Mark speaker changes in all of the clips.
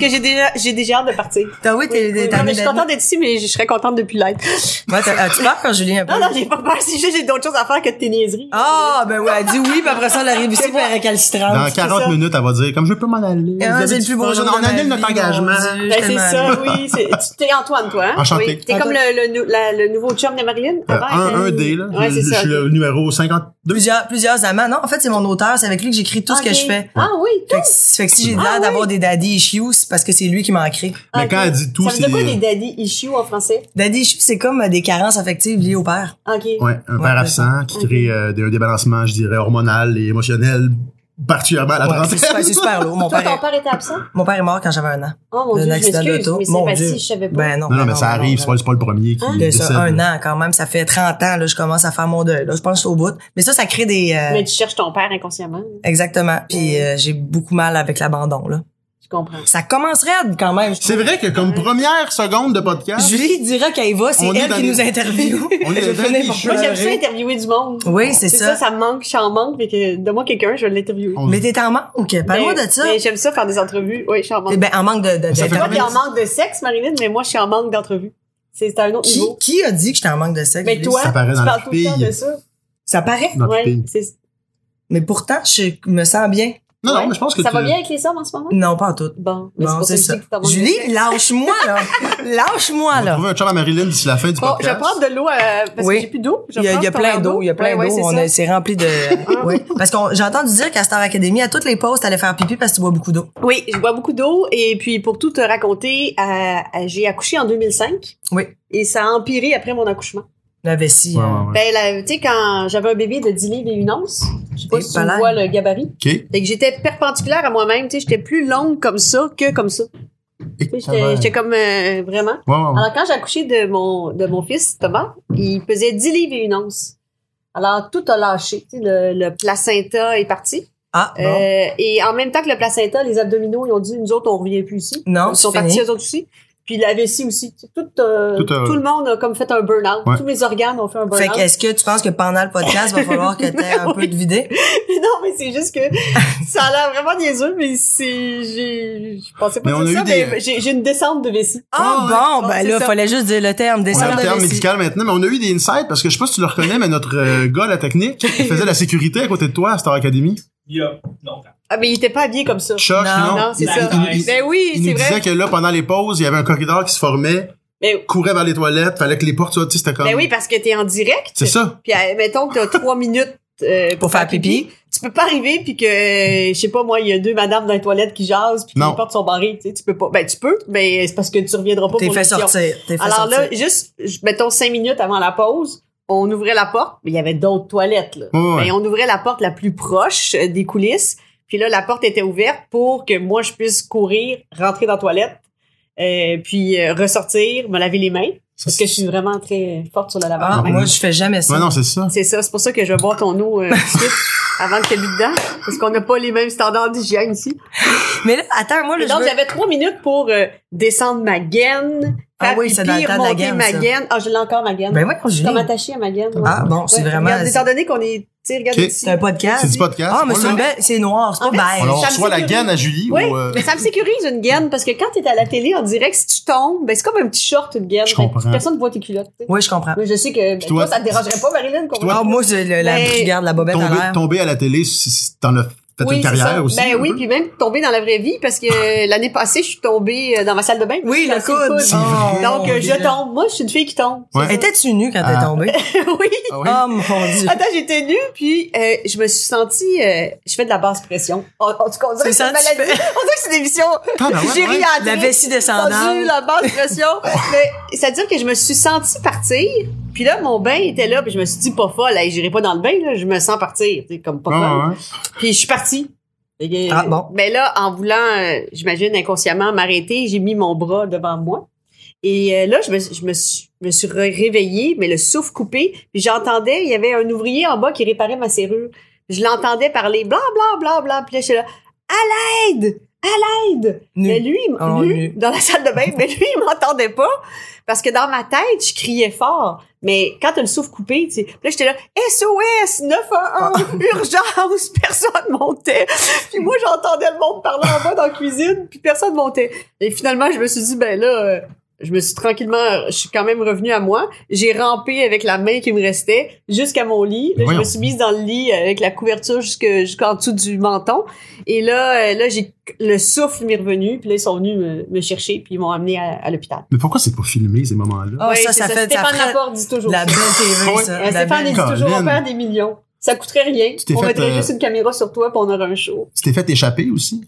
Speaker 1: mais j'ai déjà, j'ai déjà hâte de partir.
Speaker 2: T'as oui,
Speaker 1: Oui,
Speaker 2: t'es t'es
Speaker 1: non, mais
Speaker 2: terminé
Speaker 1: je suis
Speaker 2: la nuit.
Speaker 1: contente d'être ici, mais je serais contente depuis l'être.
Speaker 2: Ouais, t'as- ah, tu pars quand Julien un peu?
Speaker 1: Non, non, j'ai pas peur. C'est juste, j'ai d'autres choses à faire que de tes niaiseries.
Speaker 2: Ah, ben ouais, elle dit oui, puis après ça, elle arrive ici, puis elle est récalcitrante.
Speaker 3: Dans 40
Speaker 1: Ah, ça.
Speaker 3: minutes, elle va dire, comme je peux m'en aller.
Speaker 2: Ah,
Speaker 3: Vous avez
Speaker 2: c'est le
Speaker 3: du
Speaker 2: plus beau
Speaker 3: fun.
Speaker 2: jour de
Speaker 3: On
Speaker 2: ma
Speaker 3: annule
Speaker 2: vie,
Speaker 3: notre
Speaker 2: mon
Speaker 3: engagement. Euh,
Speaker 2: Dieu, je
Speaker 1: Ben,
Speaker 2: suis
Speaker 1: c'est
Speaker 2: tellement
Speaker 1: ça,
Speaker 2: heurie.
Speaker 1: oui. c'est- tu- T'es Antoine, toi, hein?
Speaker 3: Enchanté.
Speaker 1: Oui. T'es comme
Speaker 2: Antoine.
Speaker 1: le, le, nou- la- le nouveau chum de Marilyn?
Speaker 3: Euh,
Speaker 1: avant, elle
Speaker 3: un, un
Speaker 1: était-
Speaker 3: D, là.
Speaker 1: Ouais,
Speaker 3: je,
Speaker 1: c'est
Speaker 3: je
Speaker 1: ça.
Speaker 3: suis
Speaker 1: ok.
Speaker 3: le numéro 52.
Speaker 2: Plusieurs, plusieurs amants. Non, en fait, c'est mon auteur. C'est avec lui que j'écris tout ce que
Speaker 1: Ok.
Speaker 2: je fais.
Speaker 1: Ah oui, tout.
Speaker 2: Fait que, si- fait que si j'ai l'air
Speaker 1: Ah,
Speaker 2: d'avoir des daddy issues, c'est parce que c'est lui qui m'en crée.
Speaker 3: Mais
Speaker 1: Ok.
Speaker 3: quand elle dit tout, euh,
Speaker 1: Ça veut dire
Speaker 3: c'est-
Speaker 1: quoi des daddy issues en français?
Speaker 2: Daddy issues, c'est comme euh, des carences affectives liées au père.
Speaker 1: Ok.
Speaker 3: Ouais, un
Speaker 2: Ouais,
Speaker 3: père
Speaker 2: c'est
Speaker 3: absent qui crée euh, des- un débalancement, je dirais, hormonal et émotionnel, particulièrement à la
Speaker 2: Ouais, c'est super,
Speaker 3: trentaine.
Speaker 2: c'est super lourd. Mon
Speaker 1: Toi,
Speaker 2: père,
Speaker 1: ton
Speaker 2: est,
Speaker 1: père était absent?
Speaker 2: mon père est mort quand j'avais un an.
Speaker 1: Oh mon
Speaker 2: Ben, D'un
Speaker 1: dieu, je
Speaker 2: accident
Speaker 1: m'excuse,
Speaker 2: d'auto.
Speaker 1: mais
Speaker 2: Mon
Speaker 1: c'est
Speaker 2: Dieu.
Speaker 1: facile, je savais pas.
Speaker 2: Ben non.
Speaker 3: Non,
Speaker 2: ben
Speaker 3: non, mais ça
Speaker 2: ben non,
Speaker 3: arrive,
Speaker 2: ben
Speaker 3: c'est pas, c'est pas le premier qui
Speaker 2: De
Speaker 3: décède.
Speaker 2: ça, un an quand même, ça fait 30 ans, là, je commence à faire mon deuil. Là, je pense que je suis au bout. Mais ça, ça crée des... euh,
Speaker 1: Mais tu cherches ton père inconsciemment.
Speaker 2: Exactement. Puis euh, j'ai beaucoup mal avec l'abandon. là.
Speaker 1: Je comprends.
Speaker 2: Ça commence raide quand même.
Speaker 3: C'est vrai que comme première seconde de podcast,
Speaker 2: Julie dira qu'elle y va, c'est
Speaker 3: On est
Speaker 2: elle
Speaker 3: dans
Speaker 2: qui
Speaker 3: les-
Speaker 2: nous interviewe.
Speaker 3: on est
Speaker 2: Je
Speaker 3: dans
Speaker 2: fais
Speaker 3: les
Speaker 2: n'importe
Speaker 3: shows.
Speaker 2: quoi.
Speaker 1: Moi, j'aime ça interviewer du monde.
Speaker 2: Oui, c'est
Speaker 1: C'est ça,
Speaker 2: ça.
Speaker 1: ça me manque, j'en manque, mais que de moi quelqu'un, je vais l'interviewer.
Speaker 3: On-
Speaker 2: Mais t'es en manque. Parle-moi
Speaker 1: Ben,
Speaker 2: de ça.
Speaker 1: ben, j'aime ça faire des entrevues. Oui, je suis en manque.
Speaker 2: Eh Ben, en manque de... de-
Speaker 3: Ça
Speaker 2: de-
Speaker 3: fait
Speaker 1: Toi,
Speaker 3: combien
Speaker 1: t'es en manque de sexe, Marilyn, mais moi, je suis en manque d'entrevues. C'est c'est un autre
Speaker 2: qui,
Speaker 1: niveau.
Speaker 2: qui a dit que j'étais en manque de sexe?
Speaker 1: Mais
Speaker 2: Julie?
Speaker 1: toi,
Speaker 3: Ça
Speaker 1: tu
Speaker 3: paraît dans
Speaker 1: parles
Speaker 3: la
Speaker 1: tout le temps
Speaker 3: fille.
Speaker 1: de ça.
Speaker 2: Ça paraît.
Speaker 3: notre
Speaker 1: Ouais,
Speaker 3: fille.
Speaker 1: c'est-
Speaker 2: Mais pourtant, je me sens bien.
Speaker 3: Non,
Speaker 1: ouais.
Speaker 3: non, mais je pense que
Speaker 1: Ça
Speaker 3: tu-
Speaker 1: va bien avec les hommes en ce moment?
Speaker 2: Non, pas en tout.
Speaker 1: Bon, mais
Speaker 2: Bon,
Speaker 1: c'est pour ça que
Speaker 2: c'est ça.
Speaker 1: je dis que t'as manque de
Speaker 2: Julie,
Speaker 1: sexe.
Speaker 2: lâche-moi, là. Lâche-moi,
Speaker 3: on va
Speaker 2: là.
Speaker 3: trouver un chum à Marilyn d'ici la fin du
Speaker 1: Bon, je vais
Speaker 3: podcast.
Speaker 1: prendre de l'eau euh, parce
Speaker 2: Oui.
Speaker 1: que j'ai plus d'eau. Je
Speaker 2: Il y a,
Speaker 1: prends
Speaker 2: il y a
Speaker 1: ton
Speaker 2: plein
Speaker 1: verre
Speaker 2: d'eau, il y a plein
Speaker 1: Ouais, ouais,
Speaker 2: d'eau.
Speaker 1: c'est
Speaker 2: on
Speaker 1: ça. Ah.
Speaker 2: a- c'est rempli de. ouais. Parce qu'on, j'ai entendu dire qu'à Star Academy, à toutes les pauses, t'allais faire pipi parce que tu bois beaucoup d'eau.
Speaker 1: Oui, je bois beaucoup d'eau et puis pour tout te raconter, euh, euh, j'ai accouché en 2005
Speaker 2: Oui.
Speaker 1: et ça a empiré après mon accouchement.
Speaker 2: La vessie.
Speaker 3: Ouais,
Speaker 2: euh,
Speaker 3: ouais, ouais.
Speaker 1: Ben, la- tu sais, quand j'avais un bébé de 10 livres et 1 once, je sais pas
Speaker 2: Et
Speaker 1: si
Speaker 2: palais.
Speaker 1: tu vois le gabarit,
Speaker 3: OK.
Speaker 1: fait que j'étais perpendiculaire à moi-même, tu sais, j'étais plus longue comme ça que comme ça.
Speaker 3: Et-
Speaker 1: Tu sais,
Speaker 3: ça va.
Speaker 1: J'étais j'étais comme euh, vraiment.
Speaker 3: Ouais, ouais, ouais.
Speaker 1: Alors, quand j'ai accouché de mon, de mon fils, Thomas, il pesait 10 livres et une once. Alors, tout a lâché. tu sais, Le, le placenta est parti.
Speaker 2: Ah, bon.
Speaker 1: Euh, et en même temps que le placenta, les abdominaux, ils ont dit, nous autres, on revient plus ici.
Speaker 2: Non,
Speaker 1: ils sont
Speaker 2: Ah, c'est
Speaker 1: partis,
Speaker 2: fini.
Speaker 1: eux autres aussi. Puis la vessie aussi. Tu sais, Tout, euh, tout,
Speaker 3: Tout, euh,
Speaker 1: le monde a comme fait un burn-out.
Speaker 3: Ouais.
Speaker 1: Tous mes organes ont fait un
Speaker 2: Fait
Speaker 1: burn-out.
Speaker 2: que, est-ce que tu penses que pendant le podcast, va falloir que t'aies un peu de vidé?
Speaker 1: non, mais c'est juste que ça a l'air vraiment niaiseux, mais c'est... j'ai- Je pensais pas
Speaker 3: Mais on
Speaker 1: que
Speaker 3: a
Speaker 1: c'était ça,
Speaker 3: eu des-
Speaker 1: mais j'ai j'ai une descente de vessie.
Speaker 2: Ah,
Speaker 1: ouais.
Speaker 2: bon, ben
Speaker 1: C'est
Speaker 2: là,
Speaker 1: ça.
Speaker 2: fallait juste dire le terme.
Speaker 3: On a
Speaker 2: Descendre
Speaker 3: le
Speaker 2: de
Speaker 3: terme
Speaker 2: vessie.
Speaker 3: médical maintenant, mais on a eu des insights parce que je sais pas si tu le reconnais, mais notre euh, gars, la technique, qui faisait la sécurité à côté de toi à Star Academy.
Speaker 4: Il y a longtemps.
Speaker 1: Ah, mais il était pas habillé comme ça.
Speaker 3: Choc,
Speaker 2: Non,
Speaker 3: non.
Speaker 1: Non, c'est
Speaker 3: il,
Speaker 1: ça.
Speaker 3: il- il-
Speaker 1: Ben oui,
Speaker 3: il
Speaker 1: c'est
Speaker 3: nous
Speaker 1: vrai.
Speaker 3: disait que là, pendant les pauses, il y avait un corridor qui se formait,
Speaker 1: Ben-
Speaker 3: courait vers les toilettes, fallait que les portes soient, tu sais, c'était comme.
Speaker 1: Ben oui, parce que t'es en direct.
Speaker 3: C'est ça.
Speaker 1: Puis euh, mettons que t'as trois minutes euh,
Speaker 2: Pour faire pipi.
Speaker 1: Tu peux pas arriver puis que euh, je sais pas moi, il y a deux madames dans les toilettes qui jasent puis que
Speaker 3: Non.
Speaker 1: les portes sont barrées, tu sais, tu peux pas. Ben tu peux, mais c'est parce que tu reviendras pas
Speaker 2: T'es
Speaker 1: pour
Speaker 2: fait
Speaker 1: l'émission.
Speaker 2: sortir. T'es fait
Speaker 1: Alors
Speaker 2: sortir.
Speaker 1: là, juste je- mettons cinq minutes avant la pause, on ouvrait la porte, mais il y avait d'autres toilettes là.
Speaker 3: Ouais, ouais.
Speaker 1: Ben, on ouvrait la porte la plus proche euh, des coulisses, puis là la porte était ouverte pour que moi je puisse courir, rentrer dans la toilette. euh, puis euh, ressortir, me laver les mains, parce que je suis vraiment très forte sur le lavage.
Speaker 2: Ah,
Speaker 3: Non.
Speaker 2: moi, je fais jamais
Speaker 3: Ouais,
Speaker 2: ça.
Speaker 3: non, c'est ça.
Speaker 1: C'est ça, c'est pour ça que je vais boire ton eau euh, tout de suite avant que tu dedans, parce qu'on n'a pas les mêmes standards d'hygiène ici.
Speaker 2: Ah, Mais là, attends, moi,
Speaker 1: Et
Speaker 2: là, je
Speaker 1: donc,
Speaker 2: veux-
Speaker 1: j'avais trois minutes pour euh, descendre ma gaine, faire
Speaker 2: Ah oui, c'est dans le
Speaker 1: pipi,
Speaker 2: temps de la
Speaker 1: remonter
Speaker 2: gaine,
Speaker 1: ma
Speaker 2: ça.
Speaker 1: gaine. Ah, je l'ai encore, ma gaine.
Speaker 2: Ben ouais, quand
Speaker 1: je suis
Speaker 2: Julie.
Speaker 1: comme attachée à ma gaine. ouais.
Speaker 2: Ah, bon, c'est
Speaker 1: Ouais,
Speaker 2: vraiment.
Speaker 1: regarde, étant donné qu'on est... Tu sais, regarde
Speaker 3: Ok.
Speaker 1: ici.
Speaker 2: C'est un podcast.
Speaker 3: C'est du podcast.
Speaker 2: Ah, mais
Speaker 3: On
Speaker 2: c'est une
Speaker 3: l'a.
Speaker 2: belle, c'est noir, c'est
Speaker 1: En fait,
Speaker 2: pas beige.
Speaker 3: Alors, on
Speaker 1: Ça me
Speaker 3: reçoit la
Speaker 1: sécurise.
Speaker 3: gaine à Julie
Speaker 1: Oui,
Speaker 3: ou, euh,
Speaker 1: mais ça me sécurise une gaine parce que quand t'es à la télé en direct, si tu tombes, ben c'est comme un petit short une gaine.
Speaker 3: Je
Speaker 1: Fait que
Speaker 3: comprends.
Speaker 1: Personne ne voit tes culottes. tu sais.
Speaker 2: Oui, je comprends.
Speaker 1: Mais je sais que ben, toi,
Speaker 3: toi-
Speaker 1: ça te dérangerait pas, Marilyn. qu'on-
Speaker 3: toi,
Speaker 2: Ah, moi, je, le- la,
Speaker 1: Mais-
Speaker 2: je garde la bobette en
Speaker 3: tomber,
Speaker 2: l'air.
Speaker 3: tomber à la télé, si- si t'en as fait
Speaker 1: Oui,
Speaker 3: une
Speaker 1: c'est
Speaker 3: carrière
Speaker 1: ça.
Speaker 3: aussi.
Speaker 1: Ben
Speaker 3: un
Speaker 1: oui,
Speaker 3: peu.
Speaker 1: puis même tomber dans la vraie vie parce que euh, l'année passée, je suis tombée euh, dans ma salle de bain.
Speaker 2: Oui,
Speaker 1: Dans
Speaker 2: le coude.
Speaker 3: C'est vrai.
Speaker 1: Donc, euh, je tombe. Moi, je suis une fille qui tombe.
Speaker 3: Ah, Ouais.
Speaker 2: Étais-tu nue quand
Speaker 3: Ah.
Speaker 2: t'es tombée?
Speaker 1: oui.
Speaker 3: Ah oui?
Speaker 2: Oh mon dieu.
Speaker 1: Attends, j'étais nue, puis euh, je me suis sentie... euh, je fais de la basse pression. En, en tout cas, on dirait que
Speaker 2: C'est
Speaker 1: c'est une
Speaker 2: ça, tu
Speaker 1: maladie. On dirait que c'est une émission...
Speaker 3: Ah, ben ouais,
Speaker 1: J'ai
Speaker 3: ouais.
Speaker 1: ri à
Speaker 2: La vessie
Speaker 1: descendu,
Speaker 2: descendante.
Speaker 1: la basse pression. Mais c'est-à-dire que je me suis sentie partir, puis là, mon bain était là, puis je me suis dit, pas folle, hey, j'irai pas dans le bain, là, je me sens partir, tu sais, comme pas
Speaker 3: Ouais,
Speaker 1: folle.
Speaker 3: ouais, ouais.
Speaker 1: Puis je suis partie. Fait que-
Speaker 2: Ah, bon.
Speaker 1: Mais là, en voulant, euh, j'imagine inconsciemment m'arrêter, j'ai mis mon bras devant moi. Et euh, là, je me, je me suis, je me suis ré- réveillée, mais le souffle coupé. Puis j'entendais, il y avait un ouvrier en bas qui réparait ma serrure. Je l'entendais parler, bla bla bla bla. Puis là, j'étais là, à l'aide, à l'aide.
Speaker 2: Nu.
Speaker 1: Mais lui, il m-
Speaker 2: Oh,
Speaker 1: nu,
Speaker 2: nu.
Speaker 1: dans la salle de bain, mais lui, il m'entendait pas Parce que dans ma tête, je criais fort. Mais quand t'as le souffle coupé, tu sais, puis là, j'étais là, SOS, 911, urgence, personne montait. Puis moi, j'entendais le monde parler en bas dans la cuisine, puis personne montait. Et finalement, je me suis dit, ben là, euh, je me suis tranquillement, je suis quand même revenue à moi. J'ai rampé avec la main qui me restait jusqu'à mon lit. Là, je
Speaker 3: Voyons.
Speaker 1: me suis mise dans le lit avec la couverture jusque- jusqu'en dessous du menton. Et là, euh, là, j'ai le souffle m'est revenu. Puis là, ils sont venus me, me chercher, puis ils m'ont amené à, à l'hôpital.
Speaker 3: Mais pourquoi c'est pas filmé, ces moments-là?
Speaker 2: Ah,
Speaker 1: Ouais,
Speaker 2: ça,
Speaker 1: c'est
Speaker 2: ça fait- ça
Speaker 1: Stéphane
Speaker 2: ferait-
Speaker 1: Laporte dit toujours.
Speaker 2: De la
Speaker 1: ça.
Speaker 2: belle
Speaker 3: Ah,
Speaker 2: TV, ça.
Speaker 1: Euh,
Speaker 2: de la
Speaker 1: Stéphane
Speaker 2: belle-
Speaker 1: dit toujours, on
Speaker 3: Colin.
Speaker 1: perd des millions. Ça coûterait rien.
Speaker 3: Tu t'es
Speaker 1: On
Speaker 3: fait,
Speaker 1: mettrait
Speaker 3: euh,
Speaker 1: juste une caméra sur toi, puis on aurait un show.
Speaker 3: Tu t'es fait échapper aussi?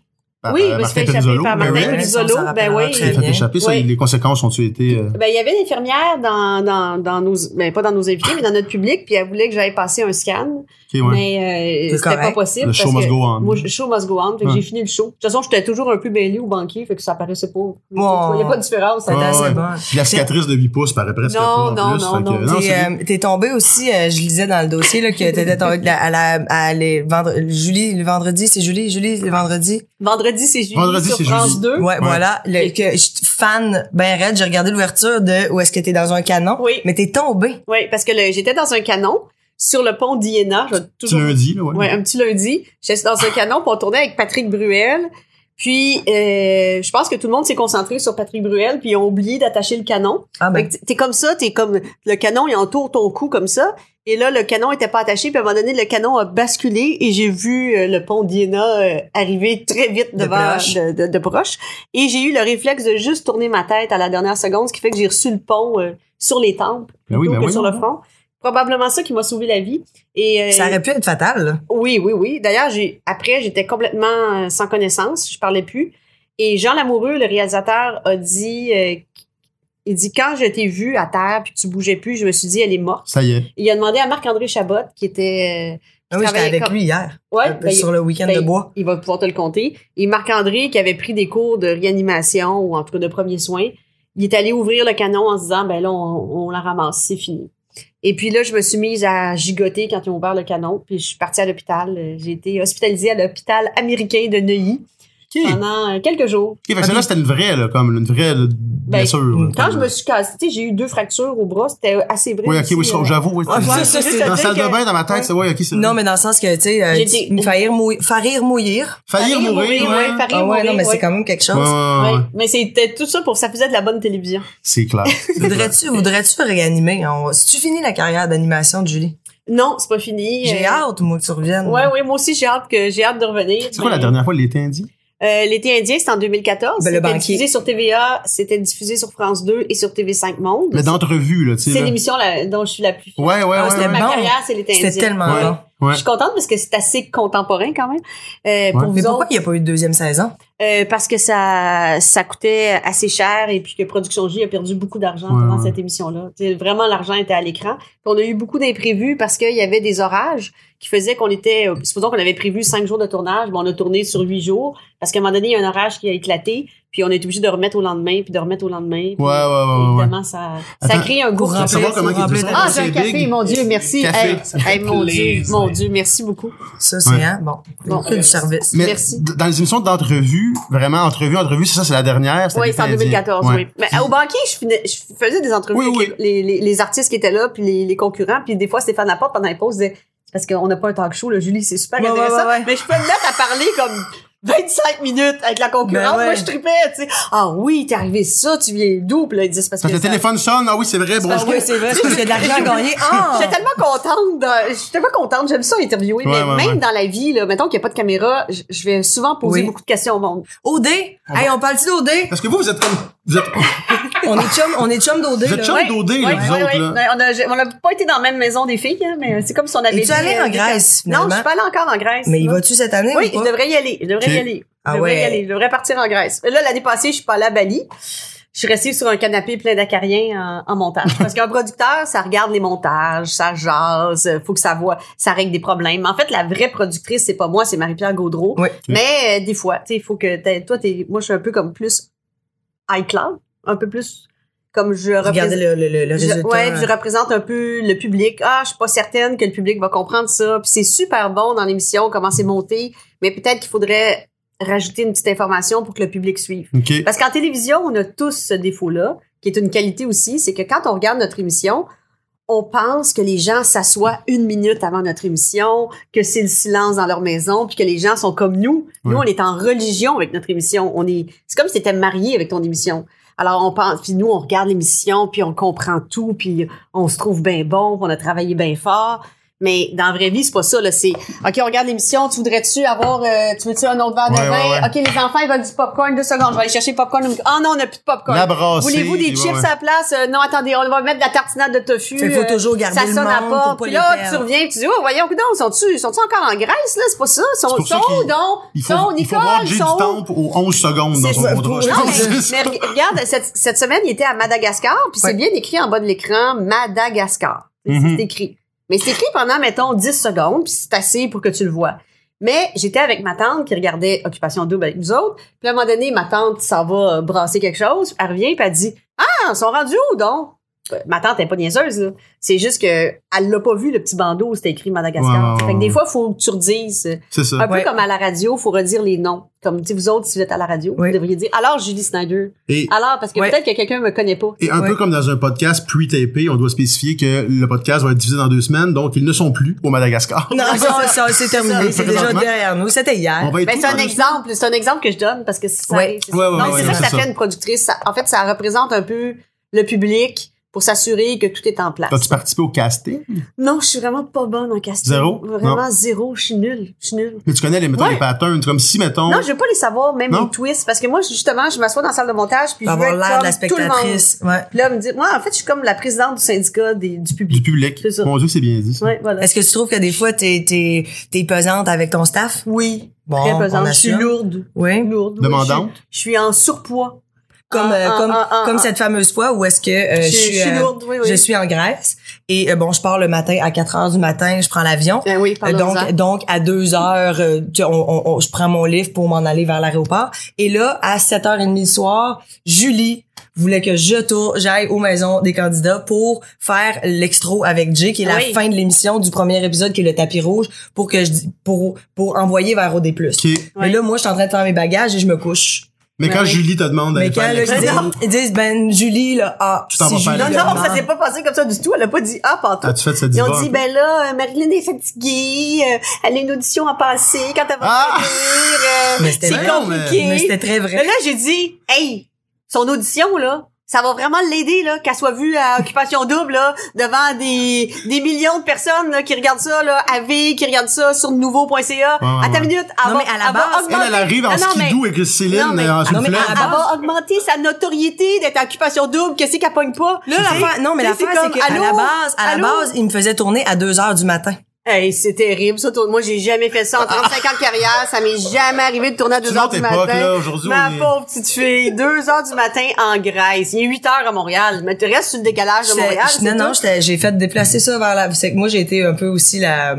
Speaker 3: Par,
Speaker 1: oui,
Speaker 3: euh,
Speaker 1: je me suis
Speaker 3: Martin
Speaker 1: fait échapper
Speaker 3: Pezzolo,
Speaker 1: par Martin
Speaker 3: Mary?
Speaker 2: Perry.
Speaker 1: Pezzolo.
Speaker 2: Ça, ça
Speaker 1: Ben
Speaker 2: rappellera
Speaker 1: oui.
Speaker 3: Tu t'es fait
Speaker 2: Bien.
Speaker 3: échapper, ça,
Speaker 1: Oui.
Speaker 3: les conséquences ont-tu été... euh,
Speaker 1: Ben, il y avait une infirmière dans, dans, dans nos, ben, pas dans nos invités, mais dans notre public, puis elle voulait que j'aille passer un scan.
Speaker 3: ok, ouais.
Speaker 1: Mais, euh,
Speaker 2: C'est
Speaker 1: c'était pas
Speaker 2: correct.
Speaker 1: possible.
Speaker 3: Le show
Speaker 1: parce
Speaker 3: must
Speaker 1: que
Speaker 3: go on.
Speaker 1: Moi, le show must go on. Fait que
Speaker 3: Ouais.
Speaker 1: j'ai fini le show. De toute façon, j'étais toujours un peu mêlée au banquier, fait que ça paraissait pas. Il n'y a pas de différence.
Speaker 2: C'était
Speaker 3: Ouais,
Speaker 2: assez
Speaker 3: ouais.
Speaker 2: bon.
Speaker 3: Puis la cicatrice de 8 pouces paraît presque
Speaker 1: Non,
Speaker 3: pas en
Speaker 1: non,
Speaker 3: plus.
Speaker 1: non,
Speaker 3: fait que-
Speaker 1: non.
Speaker 2: T'es,
Speaker 3: c'est-
Speaker 2: euh, t'es tombé aussi, euh, je lisais dans le dossier là, que t'étais tombé de la- à la, à les vendre- Julie le vendredi, c'est Julie, Julie le vendredi.
Speaker 1: Vendredi, c'est Julie
Speaker 3: Vendredi,
Speaker 1: sur
Speaker 3: c'est
Speaker 1: France
Speaker 3: Julie.
Speaker 1: 2.
Speaker 2: Ouais, voilà, le, que je suis fan ben raide, j'ai regardé l'ouverture de où est-ce que t'es dans un canon,
Speaker 1: Oui.
Speaker 2: mais t'es tombé.
Speaker 1: Oui, parce que le- j'étais dans un canon sur le pont d'Iéna. Je vais
Speaker 3: C'est
Speaker 1: toujours
Speaker 3: lundi, là, ouais.
Speaker 1: Ouais, un petit lundi. J'étais dans un canon, puis on tournait avec Patrick Bruel. Puis, euh, je pense que tout le monde s'est concentré sur Patrick Bruel, puis ils ont oublié d'attacher le canon.
Speaker 2: Ah
Speaker 1: Fait que T'es comme ça, t'es comme le canon, il entoure ton cou comme ça. Et là, le canon était pas attaché, puis à un moment donné, le canon a basculé et j'ai vu euh, le pont d'Iéna euh, arriver très vite
Speaker 2: De
Speaker 1: devant
Speaker 2: proche.
Speaker 1: de, de- de proche. Et j'ai eu le réflexe de juste tourner ma tête à la dernière seconde, ce qui fait que j'ai reçu le pont euh, sur les tempes
Speaker 3: Ben oui,
Speaker 1: plutôt
Speaker 3: ben
Speaker 1: que
Speaker 3: oui.
Speaker 1: sur le front. Probablement ça qui m'a sauvé la vie. Et, euh,
Speaker 2: Ça aurait pu être fatal. là. Ah
Speaker 1: oui, oui, oui. D'ailleurs, j'ai après j'étais complètement euh, sans connaissance, je parlais plus. Et Jean Lamoureux, le réalisateur, a dit, euh, il dit quand je t'ai vu à terre puis que tu bougeais plus, je me suis dit elle est morte.
Speaker 3: Ça y est.
Speaker 1: Et il a demandé à Marc André Chabot qui était,
Speaker 2: Ah oui, j'étais
Speaker 1: travaillais
Speaker 2: avec
Speaker 1: comme-
Speaker 2: lui hier,
Speaker 1: euh, ouais,
Speaker 2: euh,
Speaker 1: ben,
Speaker 2: sur le week-end
Speaker 1: ben,
Speaker 2: de bois.
Speaker 1: il va pouvoir te le compter. Et Marc André qui avait pris des cours de réanimation ou en tout cas de premiers soins, il est allé ouvrir le canon en se disant ben là on, on la ramasse, c'est fini. Et puis là, je me suis mise à gigoter quand ils ont ouvert le canon, puis je suis partie à l'hôpital. Euh, J'ai été hospitalisée à l'hôpital américain de Neuilly
Speaker 3: OK. OK,
Speaker 1: pendant euh, quelques jours.
Speaker 3: fait que celle-là, c'était une vraie, là, comme une vraie là, blessure.
Speaker 1: Ah,
Speaker 3: là,
Speaker 1: Ben, Quand
Speaker 3: comme-
Speaker 1: je me suis cassée, tu sais, j'ai eu deux fractures au bras, c'était euh, assez vrai.
Speaker 3: Oui, OK, oui,
Speaker 1: aussi,
Speaker 3: ça,
Speaker 1: euh,
Speaker 3: j'avoue. Oui,
Speaker 2: Ah,
Speaker 3: c'est-
Speaker 1: ouais,
Speaker 2: Ça, ça,
Speaker 1: c'est
Speaker 2: c'est-
Speaker 1: juste à
Speaker 3: dans la
Speaker 1: dire
Speaker 3: salle de
Speaker 1: que-
Speaker 3: bain, dans ma tête, c'est ouais, OK, c'est
Speaker 2: Non, mais dans le sens que, tu sais, euh,
Speaker 1: J'étais-
Speaker 2: me faire mouillir, faire rire mouillir.
Speaker 3: Faillir
Speaker 1: Faillir
Speaker 3: mourir,
Speaker 1: mourir,
Speaker 3: ouais.
Speaker 1: ouais, faillir
Speaker 2: Ah ouais, non,
Speaker 1: mourir,
Speaker 2: mais
Speaker 1: ouais.
Speaker 2: c'est quand même quelque
Speaker 3: Ouais,
Speaker 2: chose.
Speaker 3: ouais,
Speaker 1: Ouais.
Speaker 3: ouais.
Speaker 1: Mais c'était tout ça pour ça faisait de la bonne télévision.
Speaker 3: C'est clair. C'est clair.
Speaker 2: Voudrais-tu, voudrais-tu réanimer? On- Si tu finis la carrière d'animation de Julie,
Speaker 1: Non, c'est pas fini.
Speaker 2: j'ai
Speaker 1: Euh,
Speaker 2: hâte, moi, que tu reviennes.
Speaker 1: Ouais, oui, moi aussi, j'ai hâte que j'ai hâte de revenir.
Speaker 3: Mm. C'est quoi
Speaker 1: Mais,
Speaker 3: la dernière fois, l'été indien?
Speaker 1: euh, L'été indien, c'était en 2014.
Speaker 2: Ben, le
Speaker 1: c'était
Speaker 2: banquier.
Speaker 1: diffusé sur TVA, c'était diffusé sur France 2 et sur TV5 Monde.
Speaker 3: Mais d'entrevue, là, tu sais.
Speaker 1: C'est
Speaker 3: là.
Speaker 1: l'émission la- dont je suis la plus fière.
Speaker 3: Ouais, ouais,
Speaker 2: Ah,
Speaker 3: ouais.
Speaker 2: c'était
Speaker 1: Ma
Speaker 3: ouais.
Speaker 2: bon.
Speaker 1: carrière, c'est l'été indien.
Speaker 2: C'était tellement
Speaker 3: Ouais.
Speaker 2: long.
Speaker 3: Ouais.
Speaker 1: Je suis contente parce que c'est assez contemporain quand même. Euh, Pour
Speaker 2: Mais
Speaker 1: vous
Speaker 2: pourquoi
Speaker 1: autres,
Speaker 2: il n'y a pas eu de deuxième saison?
Speaker 1: Euh, parce que ça, ça coûtait assez cher et puis que Production J a perdu beaucoup d'argent
Speaker 3: Ouais,
Speaker 1: pendant
Speaker 3: ouais.
Speaker 1: cette émission-là. Tu sais, Vraiment, l'argent était à l'écran. Puis on a eu beaucoup d'imprévus parce qu'il y avait des orages qui faisaient qu'on était, euh, supposons qu'on avait prévu cinq jours de tournage, mais on a tourné sur huit jours parce qu'à un moment donné, il y a un orage qui a éclaté, puis on est obligé de remettre au lendemain, puis de remettre au lendemain. puis
Speaker 3: Ouais, ouais, ouais, ouais.
Speaker 1: Évidemment, ça, ça
Speaker 3: Attends,
Speaker 1: crée un goût.
Speaker 2: pour
Speaker 3: Faut savoir comment
Speaker 2: Remplir, remplir
Speaker 3: il
Speaker 2: de-
Speaker 3: dit
Speaker 1: Ah,
Speaker 3: ça.
Speaker 1: j'ai un
Speaker 3: C'est
Speaker 1: café,
Speaker 3: big.
Speaker 1: mon Dieu, merci.
Speaker 3: Café,
Speaker 1: Hey,
Speaker 3: ça fait
Speaker 1: hey, mon Dieu,
Speaker 3: plaisir.
Speaker 1: mon Dieu, merci beaucoup.
Speaker 2: Ça, c'est,
Speaker 3: Ouais.
Speaker 2: hein, bon.
Speaker 1: Bon.
Speaker 2: que du service.
Speaker 3: Mais
Speaker 1: Merci.
Speaker 3: d- dans les émissions d'entrevue, vraiment, entrevue, entrevue, c'est ça, c'est la dernière.
Speaker 1: Oui,
Speaker 3: l'été
Speaker 1: c'est en
Speaker 3: indien.
Speaker 1: 2014,
Speaker 3: Ouais.
Speaker 1: oui. Mais euh, au banquier, je, finais- je faisais des entrevues
Speaker 3: Oui,
Speaker 1: avec
Speaker 3: oui.
Speaker 1: Les, les- les artistes qui étaient là, puis les, les concurrents. Puis des fois, Stéphane Laporte, pendant les pauses, disait « Parce qu'on n'a pas un talk show, là, Julie, c'est super
Speaker 2: Ouais,
Speaker 1: intéressant.
Speaker 2: ouais, ouais, ouais.
Speaker 1: Mais je peux me mettre à parler comme 25 minutes avec la concurrente.
Speaker 2: Ben ouais.
Speaker 1: Moi, je tripais, tu sais. « Ah oui, t'es arrivé ça, tu viens d'où? » Puis là, ils disent « Parce que...
Speaker 3: Parce que le
Speaker 1: ça-
Speaker 3: téléphone sonne, ah oui, c'est vrai, bonjour.
Speaker 2: oui, c'est vrai, c'est parce qu'il y a de l'argent à gagner. Ah!
Speaker 1: J'étais tellement contente, de- j'étais tellement contente, j'aime ça interviewer,
Speaker 3: Ouais,
Speaker 1: mais
Speaker 3: ouais,
Speaker 1: même
Speaker 3: ouais.
Speaker 1: dans la vie, là, mettons qu'il n'y a pas de caméra, je- je vais souvent poser
Speaker 2: Oui.
Speaker 1: beaucoup de questions au monde.
Speaker 2: OD? Hey, on parle-tu d'OD?
Speaker 3: Parce que vous, vous êtes comme, vous êtes,
Speaker 2: On est chum, on est chum d'OD,
Speaker 3: Vous êtes
Speaker 2: là.
Speaker 3: chum?
Speaker 1: Ouais,
Speaker 3: d'OD, là,
Speaker 1: ouais,
Speaker 3: vous
Speaker 1: ouais,
Speaker 3: autres, là.
Speaker 1: ouais. On a- j'ai- On n'a pas été dans la même maison des filles, hein, mais c'est comme si on avait.
Speaker 2: Es-tu
Speaker 1: dit,
Speaker 2: allé
Speaker 1: euh,
Speaker 2: en Grèce,
Speaker 1: Non, je
Speaker 2: finalement?
Speaker 1: suis pas allée encore en Grèce.
Speaker 2: Mais il
Speaker 1: non.
Speaker 2: va-tu cette année?
Speaker 1: Oui,
Speaker 2: ou
Speaker 1: je
Speaker 2: pas?
Speaker 1: devrais y aller. Je devrais
Speaker 3: Ok.
Speaker 1: y aller. Je
Speaker 2: Ah
Speaker 1: devrais y
Speaker 2: ouais.
Speaker 1: aller. Je devrais partir en Grèce. Là, l'année passée, je suis pas allée à Bali. Je suis restée sur un canapé plein d'acariens en, en montage. Parce qu'un producteur, ça regarde les montages, ça jase, euh, faut que ça voit, ça règle des problèmes. En fait, la vraie productrice, c'est pas moi, c'est Marie-Pierre Gaudreau.
Speaker 2: Oui.
Speaker 1: Mais euh, des fois, tu sais, il faut que t'aies- toi, t'es, moi, je suis un peu comme plus iCloud, un peu plus comme je
Speaker 2: Regardez
Speaker 1: représente.
Speaker 2: le, le, le, le
Speaker 1: Je-
Speaker 2: résultat. euh.
Speaker 1: ouais, puis je représente un peu le public. Ah, je suis pas certaine que le public va comprendre ça. Puis c'est super bon dans l'émission, comment c'est monté, mais peut-être qu'il faudrait rajouter une petite information pour que le public suive.
Speaker 3: OK.
Speaker 1: Parce qu'en télévision, on a tous ce défaut-là, qui est une qualité aussi, c'est que quand on regarde notre émission, on pense que les gens s'assoient une minute avant notre émission, que c'est le silence dans leur maison, puis que les gens sont comme nous. Nous,
Speaker 3: Ouais.
Speaker 1: on est en religion avec notre émission. On est, c'est comme si t'étais marié avec ton émission. Alors on pense, puis nous, on regarde l'émission, puis on comprend tout, puis on se trouve bien bon, puis on a travaillé bien fort. Mais dans la vraie vie, c'est pas ça. Là, c'est OK, on regarde l'émission. Tu voudrais-tu avoir, euh, tu veux-tu un autre verre
Speaker 3: Ouais,
Speaker 1: de vin?
Speaker 3: ouais, ouais.
Speaker 1: OK, les enfants, ils veulent du popcorn. Deux secondes, je vais aller chercher le popcorn. Ah non, on n'a plus de popcorn.
Speaker 3: La brassée,
Speaker 1: Voulez-vous des
Speaker 3: ouais,
Speaker 1: chips
Speaker 3: ouais.
Speaker 1: à la place? Euh, non, attendez, on va mettre de la tartinade de tofu.
Speaker 2: Fait qu'il faut
Speaker 1: euh,
Speaker 2: toujours garder
Speaker 1: ça
Speaker 2: le
Speaker 1: sonne à
Speaker 2: monde
Speaker 1: porte.
Speaker 2: pour pas
Speaker 1: Puis
Speaker 2: les
Speaker 1: là,
Speaker 2: perdre.
Speaker 1: tu reviens, tu dis, oh, voyons, coudonc, sont-tu, sont-tu encore en Grèce, là? C'est pas ça. Sont, sont
Speaker 3: pour ça
Speaker 1: où
Speaker 3: qu'il-
Speaker 1: donc?
Speaker 3: Il faut,
Speaker 1: sont,
Speaker 3: il faut
Speaker 1: Nicole,
Speaker 3: voir Jay du
Speaker 1: sont où?
Speaker 3: Temple aux 11 secondes dans
Speaker 1: C'est
Speaker 3: son
Speaker 2: ça,
Speaker 3: contrat.
Speaker 2: pour-
Speaker 3: Je
Speaker 1: Non,
Speaker 3: pense que
Speaker 1: mais, mais
Speaker 3: c'est ça.
Speaker 1: re- regarde, cette, cette semaine, il était à Madagascar, puis
Speaker 2: Ouais.
Speaker 1: c'est bien écrit en bas de l'écran, Madagascar. C'est
Speaker 3: Mhm.
Speaker 1: c'est écrit. Mais c'est écrit pendant, mettons, 10 secondes, puis c'est assez pour que tu le vois. Mais j'étais avec ma tante qui regardait Occupation Double avec nous autres. Puis à un moment donné, ma tante s'en va euh, brasser quelque chose. Elle revient, puis elle dit « Ah, ils sont rendus où, donc? » Euh, Ma tante n'est pas niaiseuse, là. C'est juste que elle l'a pas vu, le petit bandeau où c'était écrit Madagascar.
Speaker 3: Ouais, ouais,
Speaker 1: Fait que
Speaker 3: ouais.
Speaker 1: des fois, faut que tu redises. euh,
Speaker 3: C'est ça.
Speaker 1: Un
Speaker 2: Ouais.
Speaker 1: peu comme à la radio, faut redire les noms. Comme tu sais, vous autres, si vous êtes à la radio,
Speaker 2: Oui.
Speaker 1: vous devriez dire alors Julie Snyder.
Speaker 3: Et,
Speaker 1: Alors parce que
Speaker 2: Ouais.
Speaker 1: peut-être que quelqu'un me connaît pas.
Speaker 3: et un peu
Speaker 2: Ouais.
Speaker 3: comme dans un podcast pre-tapé, on doit spécifier que le podcast va être divisé dans deux semaines, donc ils ne sont plus au Madagascar.
Speaker 2: Non, ça, ça, c'est terminé. C'est déjà
Speaker 3: Présentement.
Speaker 2: derrière nous. C'était
Speaker 3: On
Speaker 2: hier.
Speaker 3: va être
Speaker 1: Ben,
Speaker 3: tous
Speaker 1: c'est un
Speaker 3: dans deux
Speaker 1: exemple, c'est un exemple que je donne parce que ça,
Speaker 2: Ouais.
Speaker 1: c'est
Speaker 3: Ouais, ouais,
Speaker 1: non,
Speaker 3: ouais,
Speaker 1: c'est
Speaker 3: ouais,
Speaker 1: ça que
Speaker 3: c'est
Speaker 1: ça,
Speaker 3: ça.
Speaker 1: fait une productrice. Ça- en fait, ça représente un peu le public pour s'assurer que tout est en place.
Speaker 3: T'as-tu participé au casting?
Speaker 1: Non, je suis vraiment pas bonne en casting.
Speaker 3: Zéro?
Speaker 1: Vraiment zéro, je suis nulle, je suis nulle.
Speaker 3: Mais tu connais les, mettons,
Speaker 1: Ouais.
Speaker 3: les patterns, comme si, mettons,
Speaker 1: Oh. Non, je veux pas les savoir, même
Speaker 3: Non.
Speaker 1: les twists, parce que moi, justement, je m'assois dans la salle de montage puis
Speaker 2: Pour
Speaker 1: je veux
Speaker 2: avoir
Speaker 1: être
Speaker 2: l'air de la
Speaker 1: comme tout le monde.
Speaker 2: spectatrice. Ouais.
Speaker 1: Puis Là, elle me dit, moi, en fait, je suis comme la présidente du syndicat des- du
Speaker 3: du
Speaker 1: public.
Speaker 3: public.
Speaker 1: C'est ça.
Speaker 3: Mon Dieu, c'est bien dit. ça.
Speaker 1: Ouais, voilà.
Speaker 2: Est-ce que tu trouves que des fois, t'es, t'es, t'es pesante avec ton staff?
Speaker 1: Oui,
Speaker 2: Bon,
Speaker 1: très pesante.
Speaker 2: on
Speaker 1: Je suis
Speaker 2: assume. Hein?
Speaker 1: lourde.
Speaker 2: Oui.
Speaker 1: lourde. Oui,
Speaker 3: Demandante.
Speaker 1: je, suis- je suis en surpoids.
Speaker 2: Comme,
Speaker 1: Ah,
Speaker 2: euh,
Speaker 1: ah,
Speaker 2: comme,
Speaker 1: ah, ah,
Speaker 2: comme
Speaker 1: ah.
Speaker 2: cette fameuse fois où est-ce que euh,
Speaker 1: Je,
Speaker 2: je, suis,
Speaker 1: je suis
Speaker 2: euh,
Speaker 1: lourde, oui, oui.
Speaker 2: je suis en Grèce et euh, bon, je pars le matin à 4 heures du matin, je prends l'avion.
Speaker 1: Ben oui,
Speaker 2: Euh,
Speaker 1: pardon.
Speaker 2: Donc, donc à 2 heures, euh, tu sais, on, on- on- je prends mon livre pour m'en aller vers l'aéroport. Et là, à 7h30 du soir, Julie voulait que je tourne, j'aille aux maisons des candidats pour faire l'extro avec Jay, qui est la
Speaker 1: Oui.
Speaker 2: fin de l'émission du premier épisode, qui est le tapis rouge, pour que je dis- pour pour envoyer vers OD+.
Speaker 3: OK.
Speaker 2: Mais là, moi, je suis en train de faire mes bagages et je me couche.
Speaker 3: Mais quand
Speaker 1: Ouais.
Speaker 3: Julie te demande
Speaker 2: Mais
Speaker 3: d'aller
Speaker 2: quand là,
Speaker 3: faire
Speaker 2: ils,
Speaker 3: l'extérieur,
Speaker 2: disent, ils disent, ben Julie là ah
Speaker 3: ben, Tu t'en vas
Speaker 2: si
Speaker 3: faire
Speaker 2: Julie
Speaker 1: non,
Speaker 3: le
Speaker 1: non,
Speaker 2: là,
Speaker 1: ça s'est pas passé comme ça du tout. Elle a pas dit ah partout.
Speaker 3: as-tu fait cette
Speaker 1: Ils
Speaker 3: diva?
Speaker 1: ont dit, ben là, euh, Marilyn est fatiguée, euh, elle a une audition à passer, quand elle va
Speaker 3: Ah!
Speaker 1: revenir, euh,
Speaker 2: Mais c'était
Speaker 1: c'est
Speaker 2: vrai,
Speaker 1: compliqué.
Speaker 2: mais c'était très
Speaker 1: Là,
Speaker 2: vrai
Speaker 1: là, j'ai dit, hey, son audition, là, ça va vraiment l'aider, là, qu'elle soit vue à Occupation Double, là, devant des, des millions de personnes, là, qui regardent ça, là, à V, qui regardent ça sur nouveau.ca.
Speaker 3: Ouais, ouais,
Speaker 1: à ta
Speaker 3: ouais.
Speaker 1: minute, elle
Speaker 2: Non,
Speaker 1: va,
Speaker 2: mais à la
Speaker 1: elle va
Speaker 2: base-
Speaker 1: augmenter-
Speaker 3: Elle, elle arrive en
Speaker 1: Ah, non, mais-
Speaker 3: skidoo avec Céline
Speaker 1: Non, mais-
Speaker 3: euh, en
Speaker 2: non, mais
Speaker 3: soufflant.
Speaker 2: à la
Speaker 1: elle va augmenter sa notoriété d'être à Occupation Double. Qu'est-ce qu'elle pogne pas?
Speaker 2: là l'affaire non mais
Speaker 1: tu sais,
Speaker 2: l'affaire
Speaker 1: c'est
Speaker 2: c'est
Speaker 1: comme,
Speaker 2: que à
Speaker 1: allô?
Speaker 2: la base à
Speaker 1: Allô? Ah,
Speaker 2: la base ils me faisaient tourner à 2 heures du matin
Speaker 1: Hey, c'est terrible, ça. tourne- Moi, j'ai jamais fait ça. En 35 ans de carrière, ça m'est jamais arrivé de tourner à
Speaker 3: C'est
Speaker 1: 2 heures
Speaker 3: notre
Speaker 1: du
Speaker 3: époque,
Speaker 1: matin.
Speaker 3: là. Aujourd'hui,
Speaker 1: Ma
Speaker 3: on est-
Speaker 1: pauvre petite fille, 2 heures du matin en Grèce. Il est 8 heures à Montréal. Mais tu restes sur le décalage de
Speaker 2: J'étais-
Speaker 1: Montréal.
Speaker 2: je- non
Speaker 1: ah, c'est
Speaker 2: non
Speaker 1: tout.
Speaker 2: j'étais- j'ai fait déplacer ça vers la c'est que moi j'ai été un peu aussi la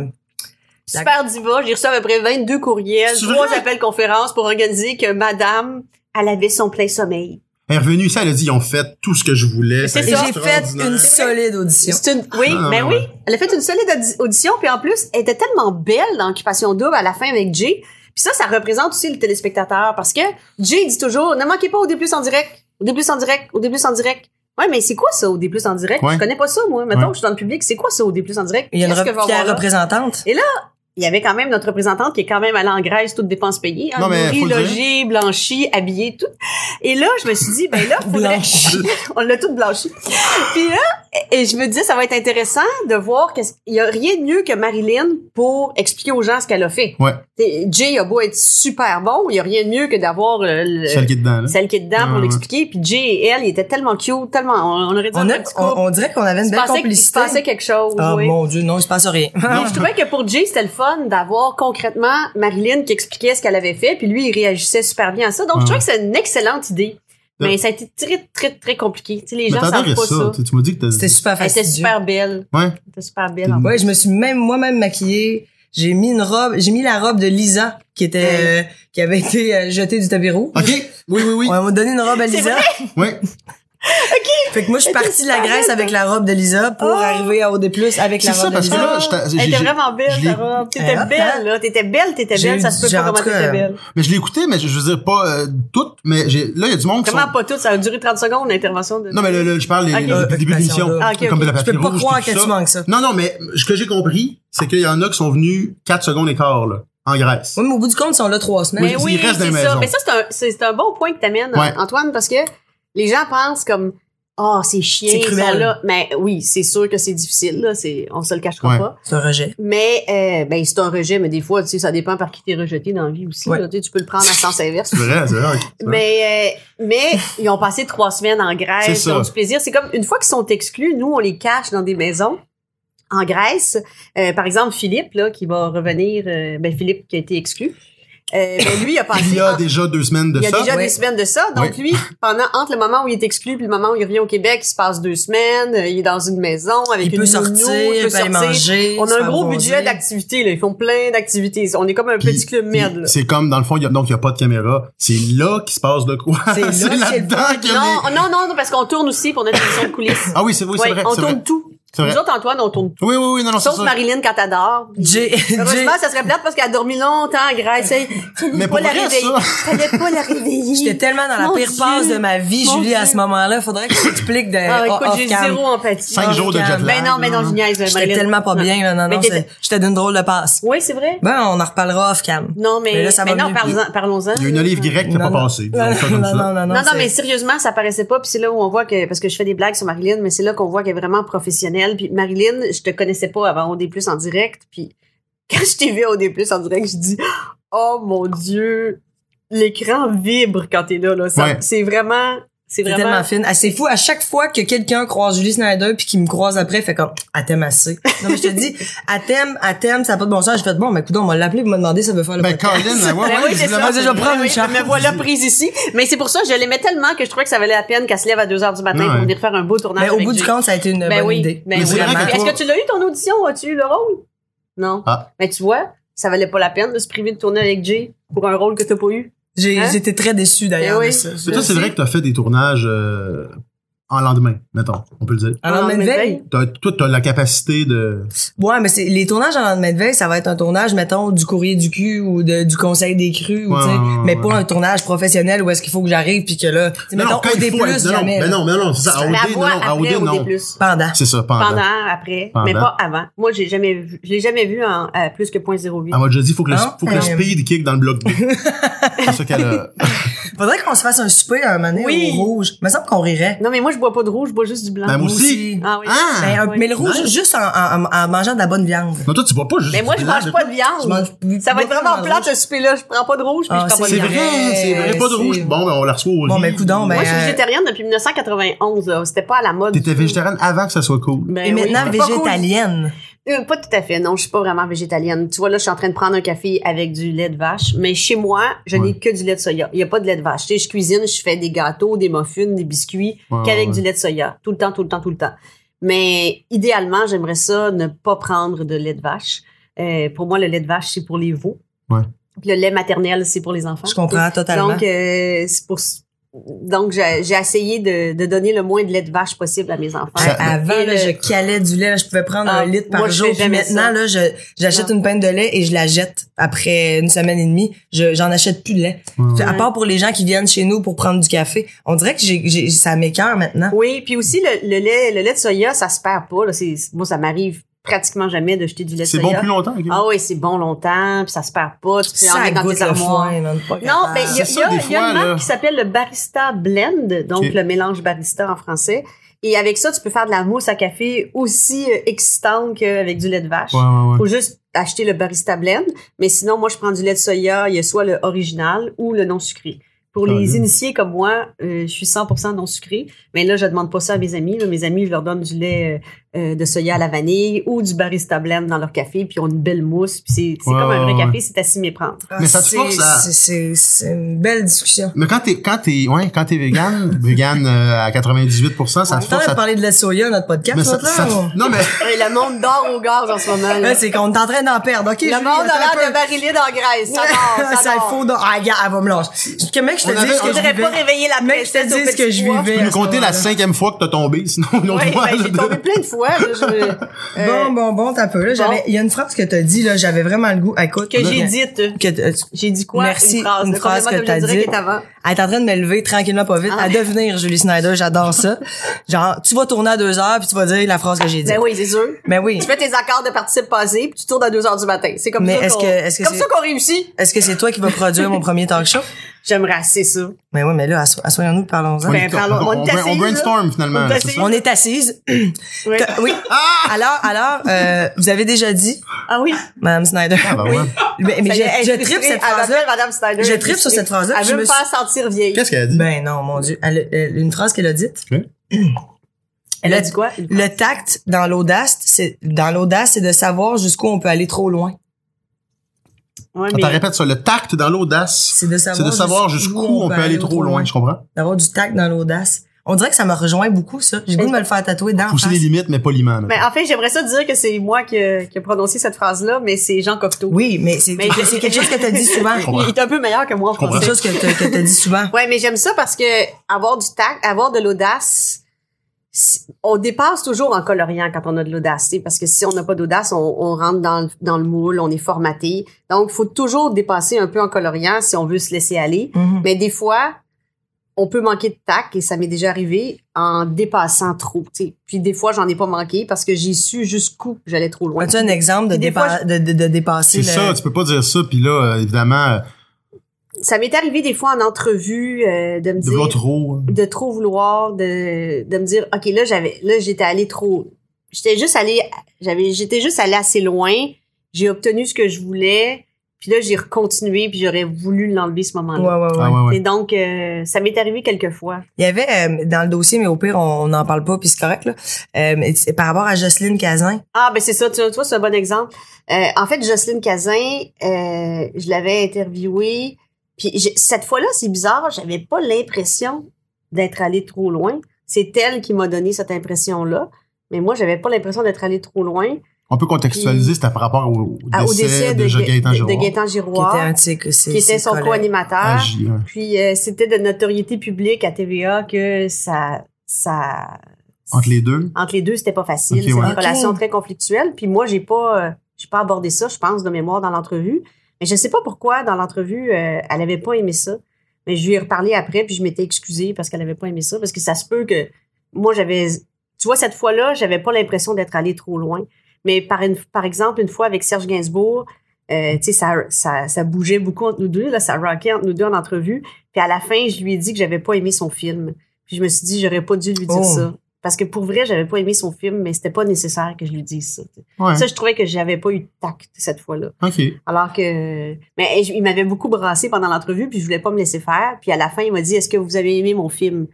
Speaker 1: Super diva. J'ai reçu à peu près 22 courriels,
Speaker 3: C'est
Speaker 1: trois
Speaker 3: vrai?
Speaker 1: appels conférences pour organiser que madame, elle avait son plein sommeil.
Speaker 3: Elle est revenue ici, elle a dit, ils ont fait tout ce que je voulais.
Speaker 1: C'est
Speaker 2: et
Speaker 1: ça.
Speaker 2: j'ai fait une solide audition
Speaker 1: C'est une, oui,
Speaker 3: Ah,
Speaker 1: ben
Speaker 3: ouais.
Speaker 1: oui. Elle a fait une solide audi- audition, puis en plus, elle était tellement belle dans Occupation Double à la fin avec Jay. Puis ça, ça représente aussi le téléspectateur, parce que Jay dit toujours, ne manquez pas au D plus en direct, au D plus en direct, au D plus en direct. Ouais, mais c'est quoi ça, au D plus en direct?
Speaker 3: Ouais.
Speaker 1: Je connais pas ça, moi. Mettons
Speaker 3: Ouais.
Speaker 1: que je suis dans le public, c'est quoi ça, au D plus en direct?
Speaker 2: il y a une
Speaker 1: Qu'est-ce que je vais
Speaker 2: fière
Speaker 1: voir là?
Speaker 2: représentante
Speaker 1: Il y avait quand même notre représentante qui est quand même allée en Grèce, toutes dépenses payées, hein,
Speaker 3: Non, mais
Speaker 1: nourrie,
Speaker 3: faut le dire.
Speaker 1: logée, blanchie, habillée, tout. Et là, je me suis dit, ben là, faudrait,
Speaker 2: blanche
Speaker 1: on l'a toute blanchie. Puis là, et je me disais, ça va être intéressant de voir qu'est-ce il y a rien de mieux que Marilyn pour expliquer aux gens ce qu'elle a fait.
Speaker 3: Ouais,
Speaker 1: T'sais, Jay a beau être super bon, il y a rien de mieux que d'avoir euh, le-
Speaker 3: celle qui est dedans, là.
Speaker 1: celle qui est dedans pour
Speaker 3: Ouais,
Speaker 1: l'expliquer. Puis Jay et elle, ils étaient tellement cute, tellement, on, on aurait dit
Speaker 2: on,
Speaker 1: un
Speaker 2: a,
Speaker 1: petit couple.
Speaker 2: on, on dirait qu'on avait une
Speaker 1: Il se
Speaker 2: belle
Speaker 1: passait- il se
Speaker 2: complicité
Speaker 1: passait quelque chose.
Speaker 2: ah
Speaker 1: oui.
Speaker 2: mon dieu non il se passe rien
Speaker 3: Non,
Speaker 1: Ah, Je trouvais que pour Jay, c'était le fun d'avoir concrètement Marilyn qui expliquait ce qu'elle avait fait, puis lui, il réagissait super bien à ça. Donc,
Speaker 3: Ouais.
Speaker 1: je trouvais que c'est une excellente idée.
Speaker 3: Ouais.
Speaker 1: Mais ça a été très, très, très compliqué. Tu sais, les
Speaker 3: Mais
Speaker 1: gens savent
Speaker 3: t'adorais
Speaker 1: pas
Speaker 3: ça.
Speaker 1: ça.
Speaker 3: Tu tu m'as dit que
Speaker 2: c'était
Speaker 3: t'as...
Speaker 2: super
Speaker 1: Elle
Speaker 2: facile
Speaker 1: était super belle.
Speaker 3: Ouais.
Speaker 1: Elle était super belle. en
Speaker 3: Mm.
Speaker 2: Ouais, je me suis même moi-même maquillée. J'ai mis une robe, j'ai mis la robe de Lisa qui était euh, qui avait été euh, jetée du tapis rouge.
Speaker 3: OK. Oui, oui, oui.
Speaker 2: On m'a donné une robe à
Speaker 1: C'est
Speaker 2: Lisa.
Speaker 3: Ouais.
Speaker 2: Fait que moi, je suis
Speaker 1: Elle était
Speaker 2: partie de la
Speaker 1: super
Speaker 2: Grèce
Speaker 1: belle.
Speaker 2: avec la robe de Lisa pour
Speaker 1: Oh.
Speaker 2: arriver à OD+, avec la
Speaker 3: C'est ça,
Speaker 2: robe de
Speaker 3: parce que
Speaker 2: Lisa.
Speaker 3: là, je t'a- j'ai-
Speaker 1: Elle était
Speaker 3: j'ai-
Speaker 1: vraiment belle,
Speaker 3: je l'ai-
Speaker 1: ta robe. T'étais
Speaker 2: Ah,
Speaker 1: belle, là. T'étais belle, t'étais
Speaker 2: J'ai
Speaker 1: belle. Ça se peut
Speaker 2: eu
Speaker 1: pas
Speaker 2: du
Speaker 1: comment t'étais
Speaker 2: genre,
Speaker 1: belle.
Speaker 3: Mais je l'ai écouté, mais je, je veux dire, pas euh, toutes, mais j'ai- là, il y a du monde qui sont...
Speaker 1: Comment pas tout? Ça a duré 30 secondes, l'intervention de...
Speaker 3: Non, mais le, le- je parle des
Speaker 1: Ok.
Speaker 3: débuts début de l'émission.
Speaker 1: Ah, ok,
Speaker 3: Comme
Speaker 1: ok.
Speaker 3: de la
Speaker 2: Je peux
Speaker 3: papier
Speaker 2: pas
Speaker 3: rouge,
Speaker 2: croire
Speaker 3: tout
Speaker 2: que
Speaker 3: ça.
Speaker 2: tu manques ça.
Speaker 3: Non, non, mais ce que j'ai compris, c'est qu'il y en a qui sont venus 4 secondes et quart, là, en Grèce.
Speaker 2: Oui, mais au bout du compte, ils sont là trois semaines.
Speaker 1: Mais
Speaker 3: Oui,
Speaker 1: Ben oui,
Speaker 3: il reste dans
Speaker 1: c'est
Speaker 3: la
Speaker 1: ça.
Speaker 3: maison.
Speaker 1: Mais ça, c'est un, c'est c'est un bon point que t'amènes,
Speaker 3: Ouais.
Speaker 1: Antoine, parce que les gens pensent comme, ah, oh, c'est chiant,
Speaker 2: C'est
Speaker 1: ils sont
Speaker 2: cruel.
Speaker 1: là. Mais oui, c'est sûr que c'est difficile, là. C'est, on se le cachera
Speaker 3: Ouais.
Speaker 1: pas.
Speaker 2: C'est un rejet.
Speaker 1: Mais, euh, ben, c'est un rejet, mais des fois, tu sais, ça dépend par qui t'es rejeté dans la vie aussi,
Speaker 2: Ouais.
Speaker 1: là. Tu sais, tu peux le prendre à sens inverse.
Speaker 3: C'est vrai, c'est vrai. c'est vrai.
Speaker 1: Mais, euh, mais ils ont passé trois semaines en
Speaker 3: C'est
Speaker 1: Grèce,
Speaker 3: ça.
Speaker 1: ils ont du plaisir. C'est comme une fois qu'ils sont exclus, nous on les cache dans des maisons en Grèce. Euh, par exemple Philippe là qui va revenir, euh, ben Philippe qui a été exclu. Euh, ben, lui il a passé
Speaker 3: Il y a
Speaker 1: en-
Speaker 3: déjà deux semaines de
Speaker 1: il y a
Speaker 3: ça.
Speaker 1: déjà
Speaker 2: Oui.
Speaker 1: des semaines de ça. Donc lui pendant entre le moment où il est exclu puis le moment où il revient au Québec, il se passe deux semaines. euh, Il est dans une maison avec
Speaker 2: Il
Speaker 1: une
Speaker 2: peut
Speaker 1: nounou,
Speaker 2: sortir, il peut aller manger.
Speaker 1: On
Speaker 2: se
Speaker 1: a un
Speaker 2: faire
Speaker 1: gros
Speaker 2: bronzer.
Speaker 1: budget d'activités. là. Ils font plein d'activités. On est comme un
Speaker 3: Puis,
Speaker 1: petit club merde.
Speaker 3: puis,
Speaker 1: là.
Speaker 3: C'est comme, dans le fond, il y a, donc il n'y a pas de caméra. C'est là qu'il se passe de quoi.
Speaker 2: C'est là
Speaker 3: C'est
Speaker 2: qu'il y a le
Speaker 3: là-dedans qu'il y a
Speaker 1: Non,
Speaker 3: des-
Speaker 1: non, non, non, parce qu'on tourne aussi pour notre émission de coulisses.
Speaker 3: Ah oui, c'est oui, c'est
Speaker 1: Ouais,
Speaker 3: vrai.
Speaker 1: on
Speaker 3: c'est
Speaker 1: tourne
Speaker 3: vrai,
Speaker 1: tout.
Speaker 3: c'est vrai.
Speaker 1: Nous autres, Antoine, on tourne tout.
Speaker 3: Oui, oui, oui, non, non, c'est
Speaker 1: Sauf
Speaker 3: ça.
Speaker 1: Marilyn quand elle dort.
Speaker 2: Jay, Jay,
Speaker 1: Heureusement, ça serait plate parce qu'elle a dormi longtemps en Grèce. Hey,
Speaker 3: Mais
Speaker 1: pas
Speaker 3: pour
Speaker 1: la
Speaker 3: vrai,
Speaker 1: réveiller.
Speaker 3: ça.
Speaker 1: Fallait pas la réveiller.
Speaker 2: j'étais tellement dans la
Speaker 1: Mon
Speaker 2: pire
Speaker 1: Dieu.
Speaker 2: passe de ma vie,
Speaker 1: Mon
Speaker 2: Julie, à
Speaker 1: Dieu.
Speaker 2: ce moment-là. Faudrait que tu expliques de,
Speaker 1: Ah,
Speaker 2: off-
Speaker 1: écoute, j'ai
Speaker 2: off-cam.
Speaker 1: zéro empathie.
Speaker 3: euh, Cinq
Speaker 1: Ah,
Speaker 3: jours de
Speaker 2: regarde.
Speaker 3: jet lag.
Speaker 1: Ben non, ben non, je niaise,
Speaker 2: J'étais
Speaker 1: Marilyn.
Speaker 2: tellement pas
Speaker 1: Non.
Speaker 2: bien, là. Non,
Speaker 1: Mais
Speaker 2: non,
Speaker 1: t'étais-
Speaker 2: c'est- j'étais d'une drôle de passe.
Speaker 1: Oui, c'est vrai.
Speaker 2: Ben, on en reparlera off-cam.
Speaker 1: Non, mais,
Speaker 2: Mais là, ça
Speaker 1: mais
Speaker 2: va
Speaker 1: non,
Speaker 2: mieux.
Speaker 1: parlons-en. parlons-en.
Speaker 3: Il y a une olive grecque qui n'a
Speaker 2: Non,
Speaker 3: pas
Speaker 2: non.
Speaker 3: passé.
Speaker 2: Non,
Speaker 3: disons ça
Speaker 2: non,
Speaker 3: comme ça.
Speaker 2: non, non, non,
Speaker 1: Non, non,
Speaker 2: c'est-
Speaker 1: mais sérieusement, ça paraissait pas. Puis c'est là où on voit que, parce que je fais des blagues sur Marilyn, mais c'est là qu'on voit qu'elle est vraiment professionnelle. Puis Marilyn, je te connaissais pas avant OD Plus en direct. Puis quand je t'ai vu à OD Plus en direct, je dis, oh mon Dieu, l'écran vibre quand t'es là. là. Ça-
Speaker 3: Ouais.
Speaker 1: C'est vraiment, c'est
Speaker 2: C'est
Speaker 1: vraiment.
Speaker 2: tellement fine. Ah, c'est fou. À chaque fois que quelqu'un croise Julie Snyder puis qu'il me croise après, elle fait comme, elle t'aime assez. Non, mais je te dis, elle t'aime, elle t'aime, ça n'a pas de bon sens. Je fais, bon, ben, écoute, on va l'appeler pour me demander si elle veut faire le
Speaker 3: Ben,
Speaker 2: podcast.
Speaker 3: Colin, ouais,
Speaker 1: Ben
Speaker 3: ouais,
Speaker 1: oui, c'est
Speaker 3: visiblement,
Speaker 1: ça.
Speaker 2: je vais prendre
Speaker 1: Ben oui,
Speaker 2: une chance.
Speaker 1: Me voilà prise ici. Mais c'est pour ça, je l'aimais tellement que je trouvais que ça valait la peine qu'elle se lève à 2 heures du matin
Speaker 3: Ouais.
Speaker 1: pour venir faire un beau tournage.
Speaker 2: Mais au
Speaker 1: avec
Speaker 2: bout du
Speaker 1: Jay.
Speaker 2: compte, ça a été une
Speaker 1: Ben
Speaker 2: bonne
Speaker 1: oui,
Speaker 2: idée.
Speaker 1: ben
Speaker 3: Mais
Speaker 1: oui.
Speaker 3: c'est vrai que
Speaker 1: Est-ce
Speaker 3: toi-
Speaker 1: que tu l'as eu ton audition? As-tu eu le rôle? Non.
Speaker 3: Ah.
Speaker 1: Mais tu vois, ça valait pas la peine de se priver de tourner avec Jay pour un rôle que t'as pas eu.
Speaker 2: J'ai,
Speaker 1: Hein?
Speaker 2: j'étais très déçue d'ailleurs.
Speaker 1: Ben
Speaker 2: de
Speaker 1: oui.
Speaker 2: ça.
Speaker 3: Mais toi, c'est vrai que t'as fait des tournages euh, en lendemain, mettons, on peut le dire.
Speaker 2: En lendemain de veille?
Speaker 3: T'as- Toi, t'as la capacité de...
Speaker 2: Ouais, mais c'est, les tournages en lendemain de veille, ça va être un tournage, mettons, du courrier du cul ou de- du conseil des crus ou,
Speaker 3: Ouais,
Speaker 2: tu sais,
Speaker 3: ouais, ouais,
Speaker 2: mais
Speaker 3: ouais.
Speaker 2: pas un tournage professionnel où est-ce qu'il faut que j'arrive puis que là, tu sais, mettons,
Speaker 3: quand
Speaker 2: au
Speaker 3: il
Speaker 2: dé
Speaker 3: faut
Speaker 2: plus,
Speaker 3: être- non, non,
Speaker 2: jamais. là.
Speaker 3: mais non, mais non, c'est ça.
Speaker 1: mais
Speaker 3: À OD,
Speaker 1: à
Speaker 3: non,
Speaker 1: voir
Speaker 3: non, à
Speaker 1: après,
Speaker 3: OD,
Speaker 1: au
Speaker 3: non.
Speaker 1: D+.
Speaker 2: Pendant.
Speaker 3: C'est ça, pendant.
Speaker 1: Pendant, après, mais
Speaker 3: Pendant.
Speaker 1: pas avant. Moi, j'ai jamais vu, je l'ai jamais vu en à plus que 0.08.
Speaker 3: Elle m'a déjà dit, faut que, le,
Speaker 2: Ah,
Speaker 3: faut que le
Speaker 2: euh.
Speaker 3: speed kick dans le bloc B. c'est ça qu'elle a.
Speaker 2: Faudrait qu'on se fasse un souper à un moment donné
Speaker 1: Oui.
Speaker 2: au rouge. Il me semble qu'on rirait.
Speaker 1: Non, mais moi, je bois pas de rouge, je bois juste du blanc.
Speaker 3: Ben, moi aussi.
Speaker 1: Ah oui.
Speaker 3: Ah!
Speaker 2: Ben, un-
Speaker 1: Oui.
Speaker 2: Mais le rouge, juste en, en- en- en mangeant de la bonne viande.
Speaker 3: Non, toi, tu bois pas juste.
Speaker 1: mais Ben, moi, je
Speaker 3: du blanc,
Speaker 1: mange pas de
Speaker 2: Je mange plus-
Speaker 1: viande. Ah Ça va être
Speaker 2: pas
Speaker 1: vraiment
Speaker 2: de
Speaker 1: plat
Speaker 2: rouge.
Speaker 1: ce souper-là. Je prends pas de rouge, puis
Speaker 2: Ah,
Speaker 1: je prends pas
Speaker 2: c'est
Speaker 1: de
Speaker 3: C'est
Speaker 1: viande.
Speaker 3: vrai, c'est vrai. Pas de
Speaker 2: C'est-
Speaker 3: rouge. Bon, ben, on la reçoit au
Speaker 2: Bon,
Speaker 3: riz.
Speaker 2: ben, coudonc, ben,
Speaker 1: Moi, je suis
Speaker 2: Euh,
Speaker 1: végétarienne depuis 1991. là. C'était pas à la mode.
Speaker 3: T'étais végétarienne avant que ça soit cool.
Speaker 1: Ben
Speaker 2: euh, Et
Speaker 1: oui.
Speaker 2: maintenant,
Speaker 1: Mais pas cool.
Speaker 2: végétalienne.
Speaker 1: Euh, pas tout à fait, non, je suis pas vraiment végétalienne. Tu vois, là, je suis en train de prendre un café avec du lait de vache, mais chez moi, je
Speaker 3: Ouais.
Speaker 1: n'ai que du lait de soya. Il n'y a pas de lait de vache. Tu sais, je cuisine, je fais des gâteaux, des muffins, des biscuits,
Speaker 3: Ouais,
Speaker 1: qu'avec
Speaker 3: Ah, ouais.
Speaker 1: du lait de soya. Tout le temps, tout le temps, tout le temps. Mais idéalement, j'aimerais ça ne pas prendre de lait de vache. Euh, pour moi, le lait de vache, c'est pour les veaux.
Speaker 3: Ouais.
Speaker 1: Puis le lait maternel, c'est pour les enfants.
Speaker 2: Je comprends totalement.
Speaker 1: Donc, euh, c'est pour... Donc, j'ai j'ai essayé de, de donner le moins de lait de vache possible à mes enfants.
Speaker 2: Hey,
Speaker 3: Ça-
Speaker 2: avant,
Speaker 1: Et
Speaker 2: là,
Speaker 1: le-
Speaker 2: je calais du lait. là, Je pouvais prendre
Speaker 1: Ah,
Speaker 2: un litre
Speaker 1: moi,
Speaker 2: par
Speaker 1: je
Speaker 2: jour.
Speaker 1: fais
Speaker 2: Puis
Speaker 1: jamais
Speaker 2: maintenant,
Speaker 1: ça.
Speaker 2: là, je- j'achète
Speaker 1: Non.
Speaker 2: une pinte de lait et je la jette après une semaine et demie. Je- J'en achète plus de lait.
Speaker 3: Ouais.
Speaker 2: À part pour les gens qui viennent chez nous pour prendre du café. On dirait que j'ai- j'ai- ça m'écœure maintenant.
Speaker 1: Oui, puis aussi le, le lait, le lait de soya, ça se perd pas. Là. C'est- moi, ça m'arrive pratiquement jamais de jeter du lait de
Speaker 3: C'est
Speaker 1: soya.
Speaker 3: bon plus longtemps, ok?
Speaker 1: Ah oui, c'est bon longtemps, puis ça se perd pas. Tu peux en
Speaker 2: Ça
Speaker 1: mettre dans
Speaker 2: goûte
Speaker 1: tes
Speaker 2: le
Speaker 1: armoires.
Speaker 2: foin. là, on est pas
Speaker 1: Non,
Speaker 2: capable.
Speaker 1: mais il y a,
Speaker 3: C'est
Speaker 1: il y a-
Speaker 3: ça, des
Speaker 1: il y a une
Speaker 3: fois, là.
Speaker 1: marque qui s'appelle le Barista Blend, donc
Speaker 3: Ok.
Speaker 1: le mélange barista en français. Et avec ça, tu peux faire de la mousse à café aussi euh, excitante qu'avec du lait de vache.
Speaker 3: Ouais, ouais, ouais.
Speaker 1: Faut juste acheter le Barista Blend, mais sinon, moi, je prends du lait de soya, il y a soit le original ou le non sucré. Pour
Speaker 3: Ah,
Speaker 1: les
Speaker 3: oui.
Speaker 1: initiés comme moi, euh, je suis 100% non sucré, mais là, je demande pas ça à mes amis. là. Mes amis, je leur donne du lait euh, euh, de soya à la vanille ou du Barista Blend dans leur café, puis ils ont une belle mousse, puis c'est c'est
Speaker 3: Ouais,
Speaker 1: comme un vrai
Speaker 3: ouais,
Speaker 1: café, c'est à s'y méprendre.
Speaker 2: Ah,
Speaker 3: ça te
Speaker 2: c'est-
Speaker 3: force à-
Speaker 2: c'est- C'est c'est une belle discussion.
Speaker 3: Mais quand t'es, quand t'es, ouais, quand t'es vegan, vegan euh, à 98%, ça te
Speaker 2: On
Speaker 3: force
Speaker 2: a
Speaker 3: à...
Speaker 2: parlé de la soya notre podcast,
Speaker 3: mais ça-
Speaker 2: l'autre, là,
Speaker 3: ça-
Speaker 2: ou-
Speaker 3: non, mais
Speaker 1: Hey, le monde dort au gaz en ce moment. là.
Speaker 2: Là, c'est qu'on est en train d'en perdre. OK,
Speaker 1: Le
Speaker 2: Julie,
Speaker 1: monde
Speaker 2: attends un
Speaker 1: a
Speaker 2: peu.
Speaker 1: l'air de bariller dans la graisse. Ça dort, ça
Speaker 2: Ça, il
Speaker 1: dort.
Speaker 2: faut... dans- Ah, gars, elle va me lâcher. Comment que je te
Speaker 3: On
Speaker 2: dis
Speaker 3: avait-
Speaker 2: ce
Speaker 3: on
Speaker 2: que je
Speaker 3: vivait-
Speaker 4: voudrais pas
Speaker 2: vivais.
Speaker 4: réveiller la
Speaker 2: Mais je te
Speaker 4: princesse au
Speaker 2: dis ce
Speaker 4: petit
Speaker 2: que je
Speaker 4: pois.
Speaker 2: vivais.
Speaker 3: Tu
Speaker 2: à
Speaker 3: nous
Speaker 2: ce
Speaker 3: compter la
Speaker 2: moment-là.
Speaker 3: cinquième fois que t'as tombé, sinon ils ont
Speaker 1: Ouais,
Speaker 3: le droit
Speaker 1: ben,
Speaker 3: là,
Speaker 1: j'ai
Speaker 3: de-
Speaker 1: tombé plein de fois. là, je- euh,
Speaker 2: Bon, bon, bon, t'as peu, là. J'avais, il y a une phrase que t'as dit, là, j'avais vraiment le goût. Écoute.
Speaker 1: que j'ai
Speaker 2: là,
Speaker 1: dite. euh,
Speaker 2: que t- euh, tu-
Speaker 1: J'ai dit quoi?
Speaker 2: Merci,
Speaker 1: Une phrase,
Speaker 2: une
Speaker 1: le
Speaker 2: phrase
Speaker 1: complément,
Speaker 2: que
Speaker 1: comme je
Speaker 2: t'as
Speaker 1: dirais,
Speaker 2: dit.
Speaker 1: qui est avant.
Speaker 2: Elle est en train de me lever tranquillement pas vite.
Speaker 1: Ah.
Speaker 2: À devenir Julie Snyder, j'adore ça. Genre, tu vas tourner à deux heures puis tu vas dire la phrase que j'ai dit.
Speaker 1: Ben oui, c'est sûr.
Speaker 2: Mais oui.
Speaker 1: Tu fais tes accords de participe passé, puis tu tournes à 2 heures du matin. C'est comme
Speaker 2: Mais
Speaker 1: ça
Speaker 2: est-ce
Speaker 1: qu'on-
Speaker 2: que- est-ce que
Speaker 1: comme
Speaker 2: c'est-
Speaker 1: ça qu'on réussit.
Speaker 2: Est-ce que c'est toi qui vas produire mon premier talk show?
Speaker 1: J'aimerais assez ça.
Speaker 2: Mais oui, mais là, asso- assoyons-nous, parlons-en.
Speaker 3: On
Speaker 1: Ben,
Speaker 3: est-
Speaker 1: parlons-
Speaker 3: on-
Speaker 1: on est
Speaker 3: on-
Speaker 1: assis,
Speaker 3: on
Speaker 1: là.
Speaker 3: brainstorm finalement.
Speaker 1: On est
Speaker 3: là, c'est
Speaker 1: assis.
Speaker 3: ça.
Speaker 2: On est assises.
Speaker 1: Ouais.
Speaker 2: Que- Euh, oui.
Speaker 3: Ah!
Speaker 2: Alors, alors, euh, vous avez déjà dit,
Speaker 1: Ah oui.
Speaker 2: Madame Snyder.
Speaker 3: Ah, ben ouais.
Speaker 2: Mais, mais je, je tripe cette phrase-là.
Speaker 1: Madame Snyder.
Speaker 2: Je tripe sur cette phrase-là,
Speaker 1: Elle
Speaker 2: puis
Speaker 1: veut
Speaker 2: je
Speaker 1: me
Speaker 2: me
Speaker 1: faire sentir vieille.
Speaker 3: Qu'est-ce qu'elle a dit?
Speaker 2: Ben non, mon Dieu. Elle- elle- une phrase qu'elle a dite.
Speaker 3: Oui.
Speaker 1: Elle a dit quoi?
Speaker 2: Le tact dans l'audace, c'est dans l'audace, c'est de savoir jusqu'où on peut aller trop loin.
Speaker 1: Ouais,
Speaker 3: Attends, répète ça. Le tact dans l'audace,
Speaker 2: C'est de
Speaker 3: c'est
Speaker 2: savoir,
Speaker 3: de savoir jusqu'où on peut aller trop loin. Je comprends?
Speaker 2: D'avoir du tact dans l'audace. On dirait que ça me rejoint beaucoup, ça. J'ai le goût de me le faire tatouer dans la
Speaker 3: Pousser
Speaker 2: face.
Speaker 3: les limites, mais poliment. là.
Speaker 1: Mais ah, en fait, j'aimerais ça dire que c'est moi qui, a- qui a prononcé cette phrase-là, mais c'est Jean Cocteau.
Speaker 2: Oui, mais c'est
Speaker 1: Mais je-
Speaker 2: c'est quelque chose que t'as dit souvent.
Speaker 1: Il, il est un peu meilleur que moi en
Speaker 3: comprends.
Speaker 2: quelque
Speaker 1: français.
Speaker 2: chose que t'as- que t'as dit souvent.
Speaker 1: Ouais, mais j'aime ça parce que avoir du tact, avoir de l'audace, si- on dépasse toujours en coloriant quand on a de l'audace, tu sais, parce que si on n'a pas d'audace, on, on rentre dans le, dans le moule, on est formaté. Donc, il faut toujours dépasser un peu en coloriant si on veut se laisser aller.
Speaker 2: Mhm.
Speaker 1: Mais des fois, on peut manquer de tact et ça m'est déjà arrivé en dépassant trop. tu sais. Puis des fois, j'en ai pas manqué parce que j'ai su jusqu'où j'allais trop loin.
Speaker 2: As-tu un exemple de,
Speaker 1: Puis des
Speaker 2: dépa-
Speaker 1: fois,
Speaker 2: de, de- de dépasser
Speaker 3: C'est
Speaker 2: le...
Speaker 3: ça, tu peux pas dire ça, puis là, euh, évidemment, euh,
Speaker 1: Ça m'est arrivé des fois en entrevue euh, de me
Speaker 3: de hein.
Speaker 1: dire
Speaker 3: vouloir trop.
Speaker 1: de trop vouloir, de, de me dire ok là j'avais là j'étais allé trop, j'étais juste allé j'avais j'étais juste allé assez loin, j'ai obtenu ce que je voulais, puis là j'ai recontinué puis j'aurais voulu l'enlever ce
Speaker 2: Ouais, ouais,
Speaker 1: moment-là.
Speaker 2: ouais.
Speaker 3: Ah ouais, ouais.
Speaker 1: Et donc euh, ça m'est arrivé quelques fois.
Speaker 2: Il y avait euh, dans le dossier, mais au pire, on n'en parle pas, puis c'est correct. Là. Euh, mais c'est par rapport à Jocelyne Cazin,
Speaker 1: Ah, ben c'est ça, tu vois, c'est un bon exemple. Euh, en fait, Jocelyne Cazin, euh, je l'avais interviewée. Puis j'ai- cette fois-là, c'est bizarre, j'avais pas l'impression d'être allée trop loin. C'est elle qui m'a donné cette impression-là. Mais moi, j'avais pas l'impression d'être allée trop loin
Speaker 3: On peut contextualiser, c'était par rapport au, au
Speaker 1: à-
Speaker 3: décès,
Speaker 1: Ah, au décès
Speaker 3: de,
Speaker 1: de, Ga-
Speaker 3: Gaëtan
Speaker 1: de- de
Speaker 3: Giroir.
Speaker 1: Gaétan Giroir,
Speaker 2: qui était un de ses- que ses-
Speaker 1: qui était
Speaker 2: ses
Speaker 1: son
Speaker 2: collègues.
Speaker 3: Ah,
Speaker 1: co-animateur.
Speaker 3: J, ouais.
Speaker 1: Puis euh, c'était de notoriété publique à TVA que ça, ça
Speaker 3: Entre les deux.
Speaker 1: entre les deux, c'était pas facile.
Speaker 3: Ok,
Speaker 1: c'est
Speaker 3: ouais.
Speaker 1: une
Speaker 2: Ok.
Speaker 1: relation très conflictuelle. Puis moi, j'ai pas, euh, j'ai pas abordé ça, je pense, de mémoire dans l'entrevue. Mais je sais pas pourquoi, dans l'entrevue, euh, elle avait pas aimé ça. Mais je lui ai reparlé après, puis je m'étais excusée parce qu'elle avait pas aimé ça. Parce que ça se peut que moi, j'avais. Tu vois, cette fois-là, j'avais pas l'impression d'être allée trop loin. Mais par, une, par exemple, une fois avec Serge Gainsbourg, euh, tu sais, ça, ça, ça bougeait beaucoup entre nous deux, là, ça rockait entre nous deux en entrevue. Puis à la fin, je lui ai dit que j'avais pas aimé son film. Puis je me suis dit, j'aurais pas dû lui dire
Speaker 2: Oh.
Speaker 1: ça. Parce que pour vrai, j'avais pas aimé son film, mais c'était pas nécessaire que je lui dise ça. t'sais.
Speaker 3: Ouais.
Speaker 1: Ça, je trouvais que j'avais pas eu de tact cette fois-là.
Speaker 3: OK.
Speaker 1: Alors que, mais je- il m'avait beaucoup brassé pendant l'entrevue, puis je voulais pas me laisser faire. Puis à la fin, il m'a dit, est-ce que vous avez aimé mon film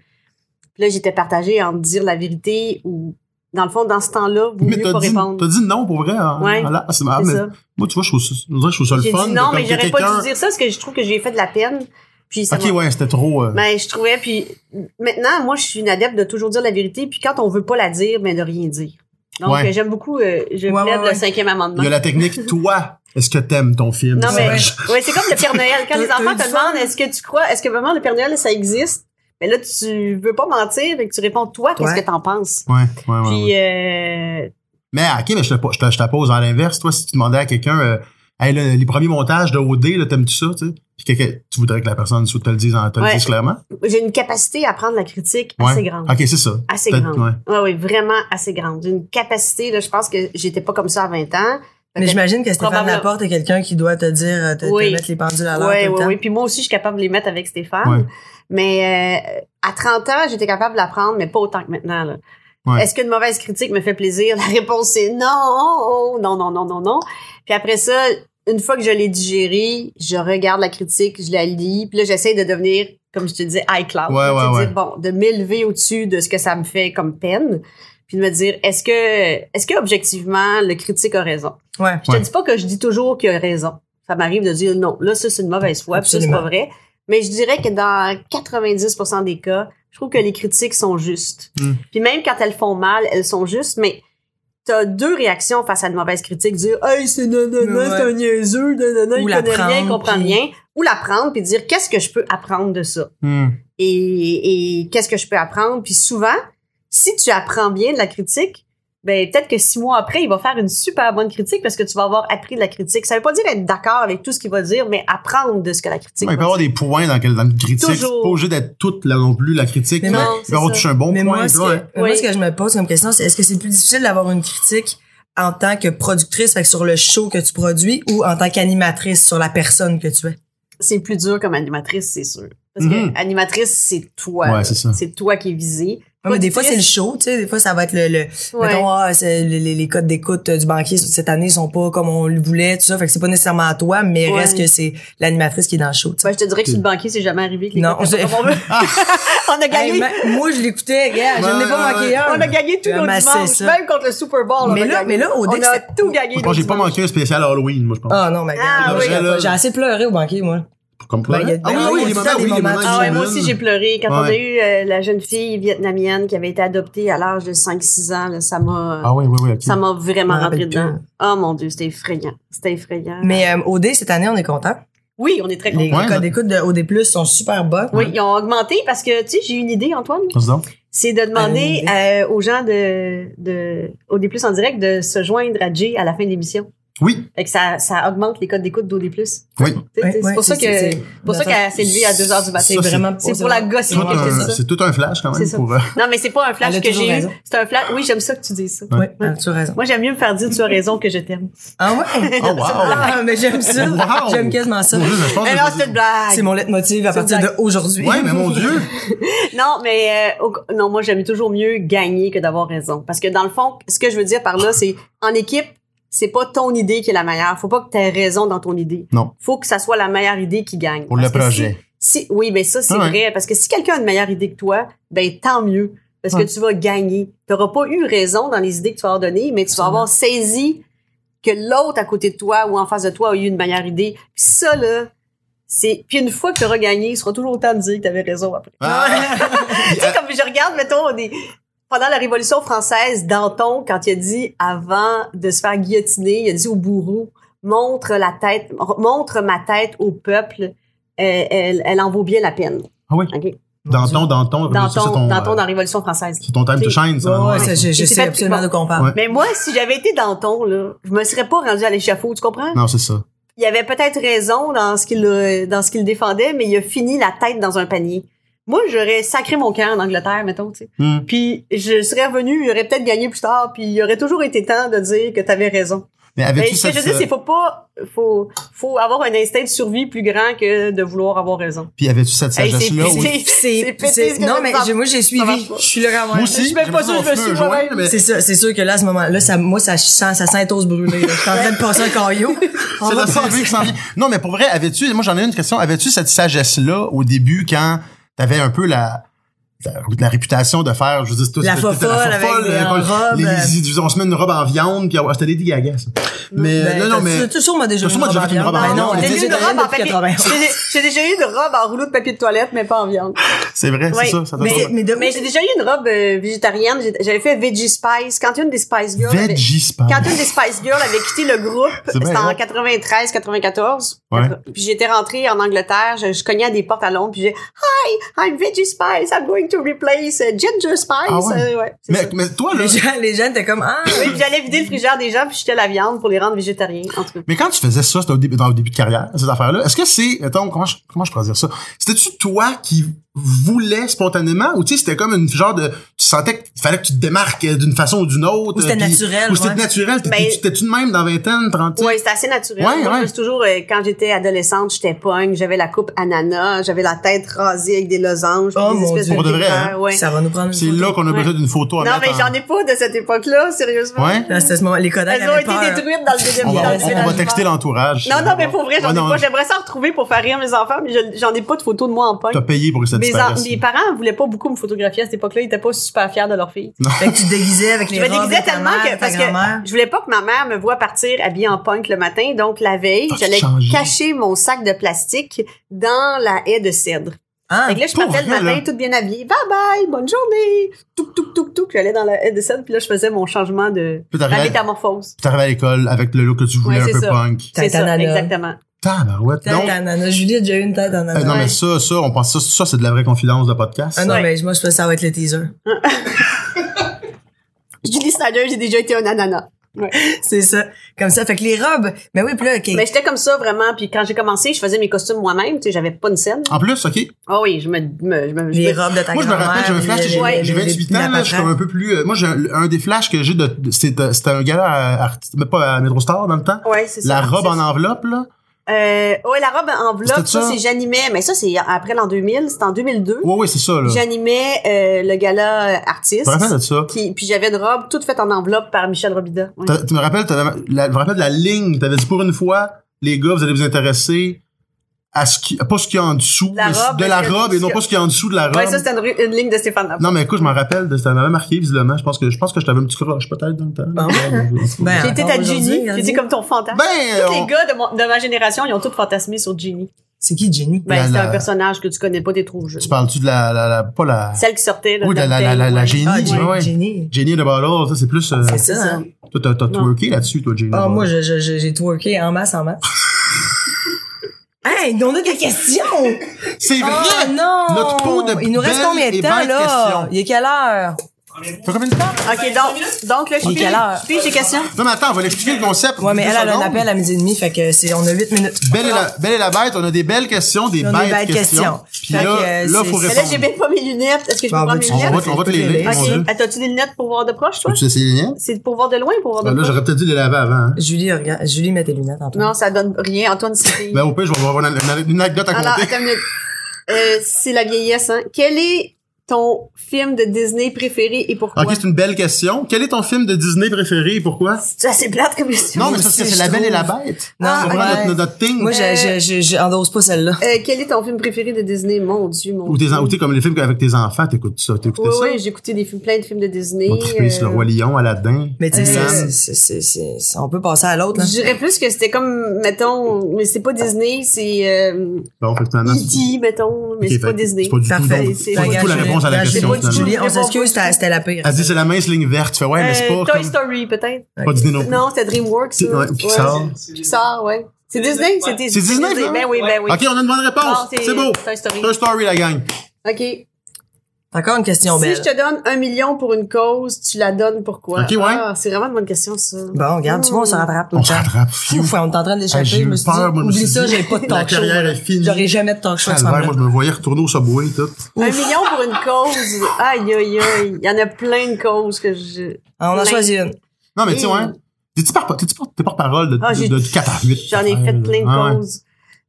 Speaker 1: Puis là, j'étais partagée entre dire la vérité ou, dans le fond, dans ce temps-là, vous
Speaker 3: Mais
Speaker 1: mieux
Speaker 3: t'as
Speaker 1: pas
Speaker 3: dit,
Speaker 1: répondre.
Speaker 3: t'as dit non pour vrai. hein.
Speaker 1: Ouais.
Speaker 3: Ah là, c'est marrant,
Speaker 1: C'est
Speaker 3: mais
Speaker 1: ça.
Speaker 3: Moi, tu vois, je trouve ça, on dirait que je trouve ça le
Speaker 1: J'ai
Speaker 3: fun.
Speaker 1: dit
Speaker 3: de
Speaker 1: non,
Speaker 3: comme
Speaker 1: mais
Speaker 3: que
Speaker 1: j'aurais pas
Speaker 3: quelqu'un-
Speaker 1: dû dire ça parce que je trouve que j'ai fait de la peine. Puis ça m'a-
Speaker 3: OK, ouais, c'était trop. euh,
Speaker 1: Mais je trouvais, puis maintenant, moi, je suis une adepte de toujours dire la vérité, puis quand on veut pas la dire, mais de rien dire. Donc,
Speaker 3: Ouais.
Speaker 1: euh, j'aime beaucoup, euh, je
Speaker 2: Ouais,
Speaker 1: plaide
Speaker 2: ouais, ouais.
Speaker 1: le cinquième amendement.
Speaker 3: Il y a la technique, toi, est-ce que t'aimes ton film?
Speaker 1: Non, mais
Speaker 2: Ouais.
Speaker 1: ouais, c'est comme le Père Noël. Quand
Speaker 2: T'as-
Speaker 1: les
Speaker 2: t'as eu
Speaker 1: enfants
Speaker 2: du
Speaker 1: te
Speaker 2: fun?
Speaker 1: demandent est-ce que tu crois, est-ce que vraiment le Père Noël, ça existe? Mais là, tu veux pas mentir et que tu réponds toi, qu'est-ce
Speaker 2: Ouais.
Speaker 1: que t'en penses?
Speaker 3: Ouais, ouais, ouais. ouais.
Speaker 1: Puis, euh,
Speaker 3: Mais OK, mais je te, po- je te, je te pose à l'inverse. Toi, si tu demandais à quelqu'un, euh, Hey, le- les premiers montages de OD, là, t'aimes-tu ça? Tu, sais? Puis quelqu'un- tu voudrais que la personne sous te le dise, en- te le
Speaker 1: Ouais.
Speaker 3: dise clairement?
Speaker 1: euh, j'ai une capacité à prendre la critique
Speaker 3: Ouais.
Speaker 1: assez grande.
Speaker 3: OK, c'est ça.
Speaker 1: Assez
Speaker 3: Peut-être,
Speaker 1: grande.
Speaker 3: ouais.
Speaker 1: Ouais, oui, vraiment assez grande. J'ai Une capacité, là, je pense que j'étais pas comme ça à 20 ans.
Speaker 2: Mais j'imagine que Stéphane
Speaker 1: Probablement.
Speaker 2: Laporte est quelqu'un qui doit te dire, euh, te, te
Speaker 1: Oui.
Speaker 2: mettre les pendules à l'heure
Speaker 1: Oui,
Speaker 2: tout le
Speaker 1: oui,
Speaker 2: temps.
Speaker 1: oui. Puis moi aussi, je suis capable de les mettre avec Stéphane.
Speaker 3: Ouais.
Speaker 1: Mais euh, à 30 ans, j'étais capable de l'apprendre, mais pas autant que maintenant. là.
Speaker 3: Ouais.
Speaker 1: Est-ce qu'une mauvaise critique me fait plaisir? La réponse est non, non, non, non, non, non. Puis après ça, une fois que je l'ai digérée, je regarde la critique, je la lis, puis là, j'essaie de devenir, comme je te disais, high class.
Speaker 3: Ouais, ouais, ouais.
Speaker 1: Bon, de m'élever au-dessus de ce que ça me fait comme peine, puis de me dire, est-ce que, est-ce que objectivement, le critique a raison?
Speaker 2: Ouais.
Speaker 1: Je
Speaker 3: Ouais.
Speaker 1: te dis pas que je dis toujours qu'il a raison. Ça m'arrive de dire non, là, ça, c'est une mauvaise foi, puis ça, c'est
Speaker 2: Absolument.
Speaker 1: pas vrai. Mais je dirais que dans 90 des cas, je trouve que les critiques sont justes.
Speaker 2: Hmm.
Speaker 3: Mm.
Speaker 1: Puis même quand elles font mal, elles sont justes, mais t'as deux réactions face à une mauvaise critique. Dire « Hey, c'est nanana,
Speaker 2: Ouais.
Speaker 1: c'est un niaiseux, nanana, il
Speaker 2: Ou la
Speaker 1: connaît rien, il
Speaker 2: prendre,
Speaker 1: comprend
Speaker 2: puis-
Speaker 1: rien. » ou l'apprendre puis dire qu'est-ce que je peux apprendre de ça
Speaker 3: Hmm.
Speaker 1: et, et qu'est-ce que je peux apprendre. Puis souvent, si tu apprends bien de la critique, ben peut-être que six mois après, il va faire une super bonne critique parce que tu vas avoir appris de la critique. Ça veut pas dire être d'accord avec tout ce qu'il va dire, mais apprendre de ce que la critique
Speaker 3: Ouais, il peut
Speaker 1: va
Speaker 3: y avoir des points dans, quel- dans une critique. C'est pas
Speaker 1: Toujours.
Speaker 3: obligé d'être toute là non plus, la critique.
Speaker 2: Mais
Speaker 3: mais
Speaker 1: non,
Speaker 3: il peut y avoir
Speaker 1: c'est
Speaker 3: touché un bon
Speaker 2: Mais
Speaker 3: point.
Speaker 2: moi, ce
Speaker 3: puis
Speaker 2: que,
Speaker 3: ouais.
Speaker 2: moi,
Speaker 1: Oui.
Speaker 2: ce que je me pose comme question, c'est est-ce que c'est plus difficile d'avoir une critique en tant que productrice, fait que sur le show que tu produis, ou en tant qu'animatrice sur la personne que tu es?
Speaker 1: dire. C'est plus dur comme animatrice, c'est sûr. Parce
Speaker 3: Mhm.
Speaker 1: que animatrice, c'est toi.
Speaker 3: Ouais,
Speaker 1: là.
Speaker 3: c'est ça.
Speaker 1: C'est toi qui est visé.
Speaker 2: Ouais, mais des fois, c'est le
Speaker 1: Productrice,
Speaker 2: show, tu sais. Des fois, ça va être le, le
Speaker 1: ouais.
Speaker 2: mettons, ah, c'est- les, les- les codes d'écoute euh, du banquier cette année sont pas comme on le voulait, tout ça. Fait que c'est pas nécessairement à toi, mais
Speaker 1: Ouais.
Speaker 2: reste que c'est l'animatrice qui est dans le show, tu sais.
Speaker 1: Ouais, je te dirais que sur le banquier, c'est jamais arrivé que les
Speaker 2: Non,
Speaker 1: gars-
Speaker 2: c'est- Ah!
Speaker 1: on, veut- on a gagné.
Speaker 2: Hey, ma- moi, je l'écoutais, gars, je
Speaker 3: Ouais,
Speaker 2: n'ai pas
Speaker 3: ouais,
Speaker 2: manqué
Speaker 3: ouais.
Speaker 2: un.
Speaker 1: on a gagné tout
Speaker 2: Euh,
Speaker 1: nos
Speaker 2: mais c'est
Speaker 1: dimanches,
Speaker 2: ça.
Speaker 1: même contre le Super Bowl.
Speaker 2: Mais
Speaker 1: on a
Speaker 2: là-
Speaker 1: gagné.
Speaker 2: mais là, au
Speaker 1: on
Speaker 2: début,
Speaker 1: a
Speaker 2: c'est-
Speaker 1: tout gagné.
Speaker 3: Je
Speaker 1: nos
Speaker 3: pense que j'ai pas
Speaker 1: dimanches.
Speaker 3: manqué un spécial Halloween, moi, je pense.
Speaker 2: Ah non, mais
Speaker 1: Ah,
Speaker 2: regarde,
Speaker 1: oui.
Speaker 2: j'ai- j'ai assez pleuré au banquier, moi.
Speaker 3: Comme
Speaker 2: Ben, il y a-
Speaker 3: ah oui,
Speaker 2: ah
Speaker 3: oui,
Speaker 2: oui,
Speaker 3: les
Speaker 2: tout
Speaker 3: moments,
Speaker 2: le temps,
Speaker 3: oui,
Speaker 2: des
Speaker 3: les moments.
Speaker 2: moments.
Speaker 1: Ah ouais,
Speaker 3: qui
Speaker 1: moi
Speaker 3: sont
Speaker 1: aussi
Speaker 3: jeunes.
Speaker 1: j'ai pleuré quand on a
Speaker 3: Ouais.
Speaker 1: eu euh, la jeune fille vietnamienne qui avait été adoptée à l'âge de 5-6 ans. là, ça m'a
Speaker 3: Ah oui, oui, oui. ok.
Speaker 1: ça m'a vraiment
Speaker 2: Je m'en
Speaker 1: rentré
Speaker 2: rappelle
Speaker 1: dedans.
Speaker 2: plus.
Speaker 1: Oh mon dieu, c'était effrayant, c'était effrayant.
Speaker 2: Mais euh, OD, cette année, on est content.
Speaker 1: oui, on est très
Speaker 2: Les
Speaker 1: contents.
Speaker 3: Ouais,
Speaker 2: codes d'écoute de OD+, Plus sont super bons.
Speaker 1: Oui, ils ont augmenté parce que tu sais, j'ai une idée Antoine,
Speaker 3: Vas-y donc.
Speaker 1: c'est de
Speaker 3: Ben,
Speaker 1: demander
Speaker 2: Ah,
Speaker 1: euh, aux gens de de au plus en direct de se joindre à Jay à la fin de l'émission.
Speaker 3: Oui,
Speaker 1: Fait que ça ça augmente les codes d'écoute d'OD+. plus.
Speaker 3: oui.
Speaker 1: c'est pour ça que c'est pour ça qu'elle s'est levée à 2 heures du matin.
Speaker 3: Ça, c'est-
Speaker 1: c'est pour la gosse.
Speaker 3: Tout
Speaker 1: Ouais,
Speaker 3: un-
Speaker 1: c'est ça.
Speaker 3: C'est tout un flash quand
Speaker 1: C'est
Speaker 3: même
Speaker 1: ça.
Speaker 3: pour. euh,
Speaker 1: Non, mais c'est pas un
Speaker 2: Elle
Speaker 1: flash
Speaker 2: a
Speaker 1: que
Speaker 2: toujours
Speaker 1: j'ai eu.
Speaker 2: raison.
Speaker 1: C'est un flash. Oui, j'aime ça que tu dis ça.
Speaker 2: Oui, ah, tu as raison.
Speaker 1: Moi, j'aime mieux me faire dire tu as raison que je t'aime.
Speaker 2: Ah ouais?
Speaker 3: Oh, wow.
Speaker 2: Ah, mais j'aime ça.
Speaker 3: Wow.
Speaker 2: J'aime quasiment ça.
Speaker 3: Mon Dieu, mais je pense
Speaker 1: Mais
Speaker 3: que
Speaker 1: non,
Speaker 3: Oh, je-
Speaker 1: c'est une blague.
Speaker 2: C'est mon leitmotiv à
Speaker 1: C'est une
Speaker 2: partir
Speaker 1: blague.
Speaker 2: d'aujourd'hui.
Speaker 3: Ouais, mais mon Dieu.
Speaker 1: Non, mais euh, au- non, moi j'aime toujours mieux gagner que d'avoir raison. Parce que dans le fond, ce que je veux dire par là, c'est en équipe, c'est pas ton idée qui est la meilleure. Faut pas que tu aies raison dans ton idée.
Speaker 3: Non.
Speaker 1: Faut que ça soit la meilleure idée qui gagne.
Speaker 3: Pour le
Speaker 1: Parce que
Speaker 3: projet.
Speaker 1: Si, si- oui, mais ça c'est
Speaker 3: Ah ouais.
Speaker 1: vrai. Parce que si quelqu'un a une meilleure idée que toi, ben tant mieux. Parce
Speaker 2: Ouais.
Speaker 1: que tu vas gagner. Tu n'auras pas eu raison dans les idées que tu vas données, mais tu vas avoir saisi que l'autre à côté de toi ou en face de toi a eu une meilleure idée. Puis ça, là, c'est. Puis une fois que tu auras gagné, il sera toujours autant de dire que tu avais raison après.
Speaker 3: Ah,
Speaker 1: Tu sais, comme je regarde, mettons, des- pendant la Révolution française, Danton, quand il a dit, avant de se faire guillotiner, il a dit au bourreau, montre la tête, montre ma tête au peuple, elle, elle- elle en vaut bien la peine.
Speaker 3: Ah oui.
Speaker 1: OK.
Speaker 3: Danton, Danton. ça, c'est
Speaker 1: Danton,
Speaker 3: ton,
Speaker 1: Danton dans
Speaker 3: euh,
Speaker 1: la Révolution française.
Speaker 3: C'est ton time to shine, ça.
Speaker 2: Ouais,
Speaker 3: ouais.
Speaker 2: ouais, ça, je, je
Speaker 1: Et c'est
Speaker 2: sais
Speaker 1: fait-
Speaker 2: absolument
Speaker 1: bon.
Speaker 2: de quoi on parle.
Speaker 3: Ouais.
Speaker 1: Mais moi, si j'avais été Danton, là, je me serais pas rendu à l'échafaud, tu comprends?
Speaker 3: Non, c'est ça.
Speaker 1: Il avait peut-être raison dans ce qu'il euh, dans ce qu'il défendait, mais il a fini la tête dans un panier. Moi, j'aurais sacré mon camp en Angleterre, mettons, tu sais.
Speaker 3: Hmm.
Speaker 1: Puis je serais revenu, il aurait peut-être gagné plus tard, puis il aurait toujours été temps de dire que t'avais raison.
Speaker 3: Mais
Speaker 1: Mais
Speaker 3: avais-tu
Speaker 1: Ben, ce que je
Speaker 3: cette,
Speaker 1: dis, c'est
Speaker 3: euh,
Speaker 1: faut pas, faut, faut avoir un instinct de survie plus grand que de vouloir avoir raison.
Speaker 3: puis avais-tu cette
Speaker 1: Hey, c'est-
Speaker 3: sagesse-là?
Speaker 1: c'est-
Speaker 3: où-
Speaker 2: Puis c'est-
Speaker 1: C'est pété,
Speaker 2: c'est-
Speaker 1: ce que
Speaker 2: non
Speaker 1: je
Speaker 2: mais
Speaker 1: pense.
Speaker 2: j'ai- moi j'ai
Speaker 1: marche
Speaker 2: suivi,
Speaker 1: pas.
Speaker 2: je suis le ravant.
Speaker 3: Moi aussi.
Speaker 1: Je suis même pas
Speaker 3: j'aimerais
Speaker 1: sûre,
Speaker 3: ça,
Speaker 1: je me
Speaker 3: on
Speaker 1: suis
Speaker 3: fume un
Speaker 1: moi-même.
Speaker 3: joint, mais-
Speaker 2: C'est ça, c'est sûr que là à ce moment là ça moi ça sent ça sent tous brûlés. là. Je suis en train de passer un caillou. On
Speaker 3: C'est
Speaker 2: va
Speaker 3: la
Speaker 2: passer-
Speaker 3: survie qui s'en vient. Non, mais pour vrai, avais-tu, moi j'en ai une question, avais-tu cette sagesse-là au début quand t'avais un peu la, la, la réputation de faire, je veux dire, tout
Speaker 2: La
Speaker 3: tout- tout-
Speaker 2: fofolle avec
Speaker 3: fofolle,
Speaker 2: les-
Speaker 3: euh,
Speaker 2: en robe,
Speaker 3: les-
Speaker 2: euh.
Speaker 3: les- on se met une robe en viande, puis ah, c'était des Gaga, ça. Mais,
Speaker 2: Ben,
Speaker 3: non, non,
Speaker 2: t'as-
Speaker 3: mais,
Speaker 2: Tu sûrement déjà
Speaker 3: T'as
Speaker 2: vu
Speaker 3: sûrement déjà fait une robe en
Speaker 2: Ben
Speaker 3: viande.
Speaker 2: non,
Speaker 3: T'as
Speaker 2: elle
Speaker 3: vu
Speaker 2: est
Speaker 3: une
Speaker 2: déjà
Speaker 1: robe en
Speaker 2: depuis
Speaker 1: papier.
Speaker 2: 91.
Speaker 1: J'ai- J'ai déjà eu une robe en rouleau de papier de toilette, mais pas en viande.
Speaker 3: c'est vrai,
Speaker 1: Ouais.
Speaker 3: c'est ça, ça doit
Speaker 2: Mais,
Speaker 3: être-
Speaker 2: mais de
Speaker 1: Mais j'ai déjà eu une robe euh, végétarienne. J'ai- J'avais fait Veggie Spice. Quand une des Spice Girls. avait-
Speaker 3: Veggie Spam.
Speaker 1: Quand une des Spice Girls avait quitté le groupe,
Speaker 3: C'est bien
Speaker 1: c'était en
Speaker 3: drôle.
Speaker 1: 93, 94.
Speaker 3: Ouais.
Speaker 1: Puis j'étais rentrée en Angleterre, je, je cognais à des portes à Londres, puis j'ai Hi, I'm Veggie Spice, I'm going to replace euh, Ginger Spice.
Speaker 3: Ah ouais.
Speaker 1: Euh, ouais, c'est ça.
Speaker 3: Mais, mais toi, là,
Speaker 2: les gens les gens étaient comme ah
Speaker 1: Oui, puis j'allais vider le frigidaire des gens, puis j'étais la viande pour les rendre végétariens, en tout cas.
Speaker 3: mais quand tu faisais ça, c'était au début, dans le début de carrière, cette affaire-là, est-ce que c'est, attends, comment je, comment je pourrais dire ça? C'était-tu toi qui voulais spontanément, ou tu sais, c'était comme une genre de, tu sentais qu'il fallait que tu te démarques euh, d'une façon ou d'une autre?
Speaker 2: Ou c'était
Speaker 3: euh, puis-
Speaker 2: naturel,
Speaker 3: Ou c'était
Speaker 2: ouais.
Speaker 3: naturel? t'étais-
Speaker 1: Ben-
Speaker 3: tu- T'étais-tu de même dans vingtaine, trentaine?
Speaker 1: Ouais, c'était assez naturel.
Speaker 3: Ouais,
Speaker 1: Moi,
Speaker 3: ouais.
Speaker 1: je me suis toujours, euh, quand j'étais adolescente, j'étais pogne, j'avais la coupe ananas, j'avais la tête rasée avec des losanges, puis
Speaker 2: Oh,
Speaker 1: des
Speaker 2: mon
Speaker 1: espèces
Speaker 2: Dieu.
Speaker 1: de
Speaker 3: Pour de vrai,
Speaker 1: griffeurs,
Speaker 3: hein?
Speaker 1: ouais.
Speaker 2: ça va nous prendre une
Speaker 3: C'est
Speaker 2: photo.
Speaker 3: là qu'on a
Speaker 1: Ouais.
Speaker 3: besoin d'une photo à
Speaker 1: Non,
Speaker 3: mettre
Speaker 1: mais
Speaker 3: en-
Speaker 1: j'en ai pas de cette époque-là, sérieusement.
Speaker 3: Ouais.
Speaker 2: Là, c'était ce moment les Kodak
Speaker 1: Elles ont
Speaker 2: avaient
Speaker 1: été
Speaker 2: peur.
Speaker 1: détruites dans le deuxième
Speaker 3: On va,
Speaker 1: dans le
Speaker 2: Yes.
Speaker 3: on- on va
Speaker 1: village
Speaker 3: texter
Speaker 1: mort.
Speaker 3: l'entourage.
Speaker 1: Non, non, mais pour vrai, j'en
Speaker 3: Ouais,
Speaker 1: ai
Speaker 3: non,
Speaker 1: pas. J'aimerais ça retrouver pour faire rire mes enfants, mais je- j'en ai pas de photos de moi en
Speaker 3: T'as
Speaker 1: pogne.
Speaker 3: payé pour que ça
Speaker 1: Mes, en-
Speaker 3: disparaisse.
Speaker 1: mes parents voulaient pas beaucoup me photographier à cette époque-là. Ils étaient pas super fiers de leur fille.
Speaker 2: Fait que tu te déguisais avec les
Speaker 1: Je me
Speaker 2: robes
Speaker 1: déguisais
Speaker 2: de ta
Speaker 1: tellement
Speaker 2: mère, de
Speaker 1: que,
Speaker 2: ta
Speaker 1: parce que
Speaker 2: grand-mère.
Speaker 1: je voulais pas que ma mère me voie partir habillée en punk le matin. Donc, la veille,
Speaker 3: T'as
Speaker 1: j'allais
Speaker 3: changé.
Speaker 1: cacher mon sac de plastique dans la haie de cèdre.
Speaker 2: Hein?
Speaker 1: Fait que là, je
Speaker 3: Ah, pour
Speaker 1: partais le
Speaker 3: vrai,
Speaker 1: matin,
Speaker 3: là?
Speaker 1: toute bien habillée. Bye bye, bonne journée. Touc, touc, touc, touc. J'allais dans la haie de cèdre, puis là, je faisais mon changement de,
Speaker 3: Puis
Speaker 1: ma
Speaker 3: t'arrives à-
Speaker 1: métamorphose.
Speaker 3: puis t'arrives à l'école avec le look que tu voulais
Speaker 1: Ouais,
Speaker 3: un
Speaker 1: c'est
Speaker 3: peu
Speaker 1: ça.
Speaker 3: punk.
Speaker 2: T'as
Speaker 1: C'est ça,
Speaker 2: Tanana.
Speaker 1: exactement.
Speaker 3: Tabarouette.
Speaker 2: Tête
Speaker 3: Donc,
Speaker 2: d'ananas. Julie a déjà eu une tête
Speaker 3: euh,
Speaker 2: d'ananas.
Speaker 3: non, mais
Speaker 1: ouais.
Speaker 3: ça, ça, on pense ça, ça, c'est de la vraie confidence de podcast.
Speaker 2: Ah non,
Speaker 1: Ouais.
Speaker 2: mais moi, je pense que ça va être le teaser.
Speaker 1: Julie Snyder, j'ai déjà été un ananas. Ouais.
Speaker 2: C'est ça. Comme ça. Fait que les robes. Mais oui, puis là, OK.
Speaker 1: Mais j'étais comme ça vraiment. Puis quand j'ai commencé, je faisais mes costumes moi-même. Tu sais, j'avais pas une scène.
Speaker 3: En plus, OK.
Speaker 1: Ah oui, je me, me- je me- je
Speaker 2: les
Speaker 1: me-
Speaker 2: robes de ta
Speaker 3: Moi, je me
Speaker 2: grand-mère,
Speaker 3: rappelle, j'avais un
Speaker 2: puis
Speaker 3: flash,
Speaker 2: les-
Speaker 3: j'ai
Speaker 2: les-
Speaker 3: j'ai
Speaker 2: les-
Speaker 3: 28
Speaker 2: la
Speaker 3: ans, là, je suis
Speaker 2: paperasse.
Speaker 3: comme un peu plus... euh, moi, j'ai un, un des flashs que j'ai, de, de- c'était c'était un gala à, à- mais pas à Metro Star dans le temps.
Speaker 1: Ouais, c'est ça.
Speaker 3: La robe
Speaker 1: C'est
Speaker 3: en enveloppe, là.
Speaker 1: Euh, ouais, la robe en enveloppe,
Speaker 3: C'était
Speaker 1: ça,
Speaker 3: ça?
Speaker 1: c'est j'animais, mais ça, c'est après l'an 2000, c'est en 2002.
Speaker 3: Oui, oui, c'est ça, là.
Speaker 1: J'animais euh, le gala euh,
Speaker 3: Tu
Speaker 1: artiste.
Speaker 3: te rappelles de ça?
Speaker 1: Qui, puis j'avais une robe toute faite en enveloppe par Michel Robida. Ouais.
Speaker 3: T'as- Tu me rappelles, t'avais- la, je me rappelle de la ligne, t'avais dit pour une fois, les gars, vous allez vous intéresser à ce qui, à pas ce qu'il y a en dessous,
Speaker 1: La
Speaker 3: mais c-
Speaker 1: robe,
Speaker 3: de la
Speaker 1: est-ce que-
Speaker 3: robe et non
Speaker 1: est-ce
Speaker 3: pas ce qu'il y a en dessous de la robe.
Speaker 1: Ouais, ça, c'était une, ru- une ligne de Stéphane Lap.
Speaker 3: non, mais écoute, je m'en rappelle, de- ça m'avait marqué visiblement. Je pense que, je pense que je t'avais un petit croche peut-être dans le temps.
Speaker 2: Ah Ben,
Speaker 1: J'étais
Speaker 2: encore
Speaker 1: à Ginny,
Speaker 2: aujourd'hui,
Speaker 1: j'étais
Speaker 2: Ginny.
Speaker 1: comme ton fantasme.
Speaker 3: Ben,
Speaker 1: tous
Speaker 3: on-
Speaker 1: les gars de, mon- de ma génération, ils ont tous fantasmé sur Ginny.
Speaker 2: C'est qui, Jenny?
Speaker 1: Ben,
Speaker 3: La-
Speaker 1: c'était
Speaker 3: la-
Speaker 1: un personnage que tu connais pas, t'es trop jeune.
Speaker 3: tu parles-tu de la, la, la- pas la,
Speaker 1: Celle qui sortait, là,
Speaker 3: oui, de la,
Speaker 1: de
Speaker 3: la, la, la, la
Speaker 1: ouais.
Speaker 3: génie,
Speaker 2: Ah,
Speaker 3: ouais,
Speaker 2: Jenny.
Speaker 3: ouais.
Speaker 2: Jenny.
Speaker 3: Jenny de Bottle, ça, c'est plus, euh,
Speaker 2: C'est ça. hein?
Speaker 3: toi, t'as, t'as
Speaker 1: Non.
Speaker 3: twerké là-dessus, toi, Jenny.
Speaker 2: Ah,
Speaker 3: de
Speaker 2: moi,
Speaker 3: Bottle.
Speaker 2: je- je- je- j'ai twerké en masse, en masse. hey, on a des questions!
Speaker 3: C'est vrai!
Speaker 2: Oh non!
Speaker 3: Notre pot de
Speaker 2: Il nous reste
Speaker 3: belles
Speaker 2: combien de
Speaker 3: et
Speaker 2: temps,
Speaker 3: belles
Speaker 2: là?
Speaker 3: questions.
Speaker 2: Il est quelle heure?
Speaker 3: T'as combien de temps?
Speaker 1: OK, donc, donc là, je
Speaker 2: On est
Speaker 1: suis
Speaker 2: quelle heure?
Speaker 1: Puis j'ai question.
Speaker 3: Non, mais attends, on va l'expliquer le concept.
Speaker 2: Ouais, mais
Speaker 3: Deux
Speaker 2: elle, elle a un
Speaker 3: secondes.
Speaker 2: appel à midi et demi, fait que c'est, on a 8 minutes.
Speaker 3: Belle et, la, Belle et la bête, on a des belles questions, des
Speaker 2: On a des
Speaker 3: bêtes
Speaker 2: belles
Speaker 3: questions.
Speaker 2: questions.
Speaker 3: Puis
Speaker 2: Fait
Speaker 3: là,
Speaker 2: que, euh,
Speaker 3: là,
Speaker 2: c'est-
Speaker 3: faut
Speaker 2: Mais
Speaker 1: Mais là,
Speaker 3: répondre.
Speaker 1: j'ai même pas mes lunettes. Est-ce que je peux
Speaker 2: Bah,
Speaker 1: prendre
Speaker 2: vas-y,
Speaker 1: mes
Speaker 3: on va,
Speaker 1: lunettes?
Speaker 3: te- on va te les lire,
Speaker 2: Ok.
Speaker 3: mon Dieu.
Speaker 1: OK. Ah, T'as-tu des lunettes pour voir de proche, toi?
Speaker 3: Peux-tu essayer les miens?
Speaker 1: C'est pour voir de loin ou pour voir de
Speaker 3: Ben là,
Speaker 1: proche?
Speaker 3: j'aurais peut-être dû les laver avant. Hein.
Speaker 2: Julie, regarde, Julie, mets tes lunettes, Antoine.
Speaker 1: Non, ça donne rien. Antoine, c'est...
Speaker 3: Ben, au pire, je vais avoir une, une- une anecdote à
Speaker 1: Alors,
Speaker 3: compter.
Speaker 1: attends une minute. Euh, c'est la vieillesse, hein. Quel est ton film de Disney préféré et pourquoi?
Speaker 3: ok, c'est une belle question. Quel est ton film de Disney préféré et pourquoi?
Speaker 1: C'est assez plate comme question.
Speaker 3: Non, mais c'est parce
Speaker 2: aussi,
Speaker 3: que c'est
Speaker 2: je
Speaker 3: La Belle et la
Speaker 2: trouve.
Speaker 3: Bête.
Speaker 2: Non,
Speaker 3: c'est vraiment
Speaker 2: Ah, ouais.
Speaker 3: notre, notre, notre thing.
Speaker 2: Moi, je, je, je, je endose pas celle-là.
Speaker 1: Euh, quel est ton film préféré de Disney? Mon Dieu, mon
Speaker 3: Ou
Speaker 1: Dieu.
Speaker 3: t'es en- ou t'es comme les films avec tes enfants, t'écoutes ça, t'écoutes
Speaker 1: Oui,
Speaker 3: ça.
Speaker 1: oui, j'ai écouté des films, plein de films de Disney.
Speaker 3: On va triper sur le
Speaker 1: euh,
Speaker 3: Roi Lion, Aladdin.
Speaker 2: Mais tu sais,
Speaker 3: Mulan.
Speaker 2: c'est- c'est- c'est- c'est- c'est- on peut passer à l'autre, là.
Speaker 1: Je dirais plus que c'était comme, mettons, mais c'est pas Disney, c'est euh,
Speaker 3: Bon, fait que finalement,
Speaker 1: E.T., mettons, mais
Speaker 3: Ok,
Speaker 1: c'est pas
Speaker 3: fait-
Speaker 1: Disney.
Speaker 3: C'est pas du tout,
Speaker 2: Parfait.
Speaker 3: donc,
Speaker 1: C'est-
Speaker 3: pas du
Speaker 1: c'est-
Speaker 3: tout la réponse à la
Speaker 2: Regarde,
Speaker 3: question,
Speaker 2: Julie,
Speaker 3: finalement.
Speaker 2: Julie, on s'excuse, c'était c'était la pire.
Speaker 3: Elle dit, c'est la mince ligne verte. Tu fais, ouais, mais c'est
Speaker 1: Euh, Toy
Speaker 3: pas comme,
Speaker 1: Story, peut-être?
Speaker 3: pas Disney non plus.
Speaker 1: Non, c'était DreamWorks. ça.
Speaker 3: Ouais, Pixar.
Speaker 1: Ouais, Pixar, ouais. C'est Disney? C'est Disney.
Speaker 3: Disney, ça?
Speaker 1: Ben oui, ben oui.
Speaker 3: Ok, on a une bonne
Speaker 1: Bon,
Speaker 3: réponse. C'est beau.
Speaker 1: Toy Story.
Speaker 3: Toy Story, la gang.
Speaker 1: OK.
Speaker 2: Encore une question
Speaker 1: Si
Speaker 2: belle.
Speaker 1: je te donne un million pour une cause, tu la donnes pourquoi?
Speaker 3: Ok, ouais.
Speaker 1: Ah, c'est vraiment une bonne question, ça.
Speaker 2: Bon, regarde, tu vois, on se rattrape tout
Speaker 3: On
Speaker 2: le
Speaker 3: se
Speaker 2: temps.
Speaker 3: rattrape.
Speaker 2: Fou,
Speaker 3: Pfiou.
Speaker 2: ouais, on est en train d'échapper.
Speaker 3: Ah, j'ai
Speaker 2: je me
Speaker 3: eu
Speaker 2: suis
Speaker 3: peur,
Speaker 2: dit,
Speaker 3: moi, je me
Speaker 2: oublie
Speaker 3: suis
Speaker 2: ça,
Speaker 3: dit,
Speaker 2: j'ai pas de
Speaker 3: la
Speaker 2: talk show.
Speaker 3: carrière est finie.
Speaker 2: J'aurais jamais de talk show. à ce
Speaker 3: Calvaire,
Speaker 2: moment-là.
Speaker 3: moi, je me voyais retourner au subway, tout.
Speaker 1: Un million pour une cause. Aïe, aïe, aïe. Il y en a plein de causes que je...
Speaker 2: Ah, on a
Speaker 1: Plein.
Speaker 2: choisi une.
Speaker 3: Non, mais tu sais,
Speaker 1: Et-
Speaker 3: ouais. T'es-tu par, t'es-tu par, t'es porte-parole de,
Speaker 1: Ah,
Speaker 3: de,
Speaker 1: j'ai-
Speaker 3: de 4 à 8?
Speaker 1: J'en ai fait plein de
Speaker 3: Ouais.
Speaker 1: causes.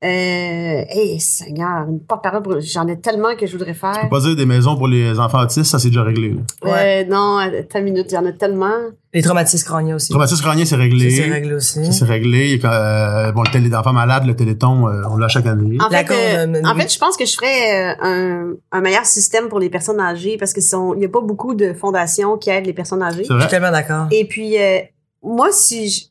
Speaker 1: Euh, hey, Seigneur, une porte-parole, pour- j'en ai tellement que je voudrais faire.
Speaker 3: Faut Pas dire des maisons pour les enfants autistes, ça c'est déjà réglé. là.
Speaker 1: Euh, non, attends une minute, il y en a tellement.
Speaker 2: Les traumatismes crâniens aussi.
Speaker 3: Traumatisme crânien, c'est réglé.
Speaker 2: Ça, c'est réglé aussi.
Speaker 3: Ça, c'est réglé. Et quand, euh, bon, le télé d'enfants malades, le téléthon, euh, on l'a chaque année.
Speaker 1: En
Speaker 2: La
Speaker 1: fait, euh,
Speaker 2: cause, euh,
Speaker 1: en
Speaker 2: oui.
Speaker 1: fait, je pense que je ferais euh, un, un meilleur système pour les personnes âgées parce que sont- il n'y a pas beaucoup de fondations qui aident les personnes âgées.
Speaker 2: Je
Speaker 3: C'est
Speaker 2: suis
Speaker 3: vrai?
Speaker 2: tellement d'accord.
Speaker 1: Et puis, euh, moi, si je-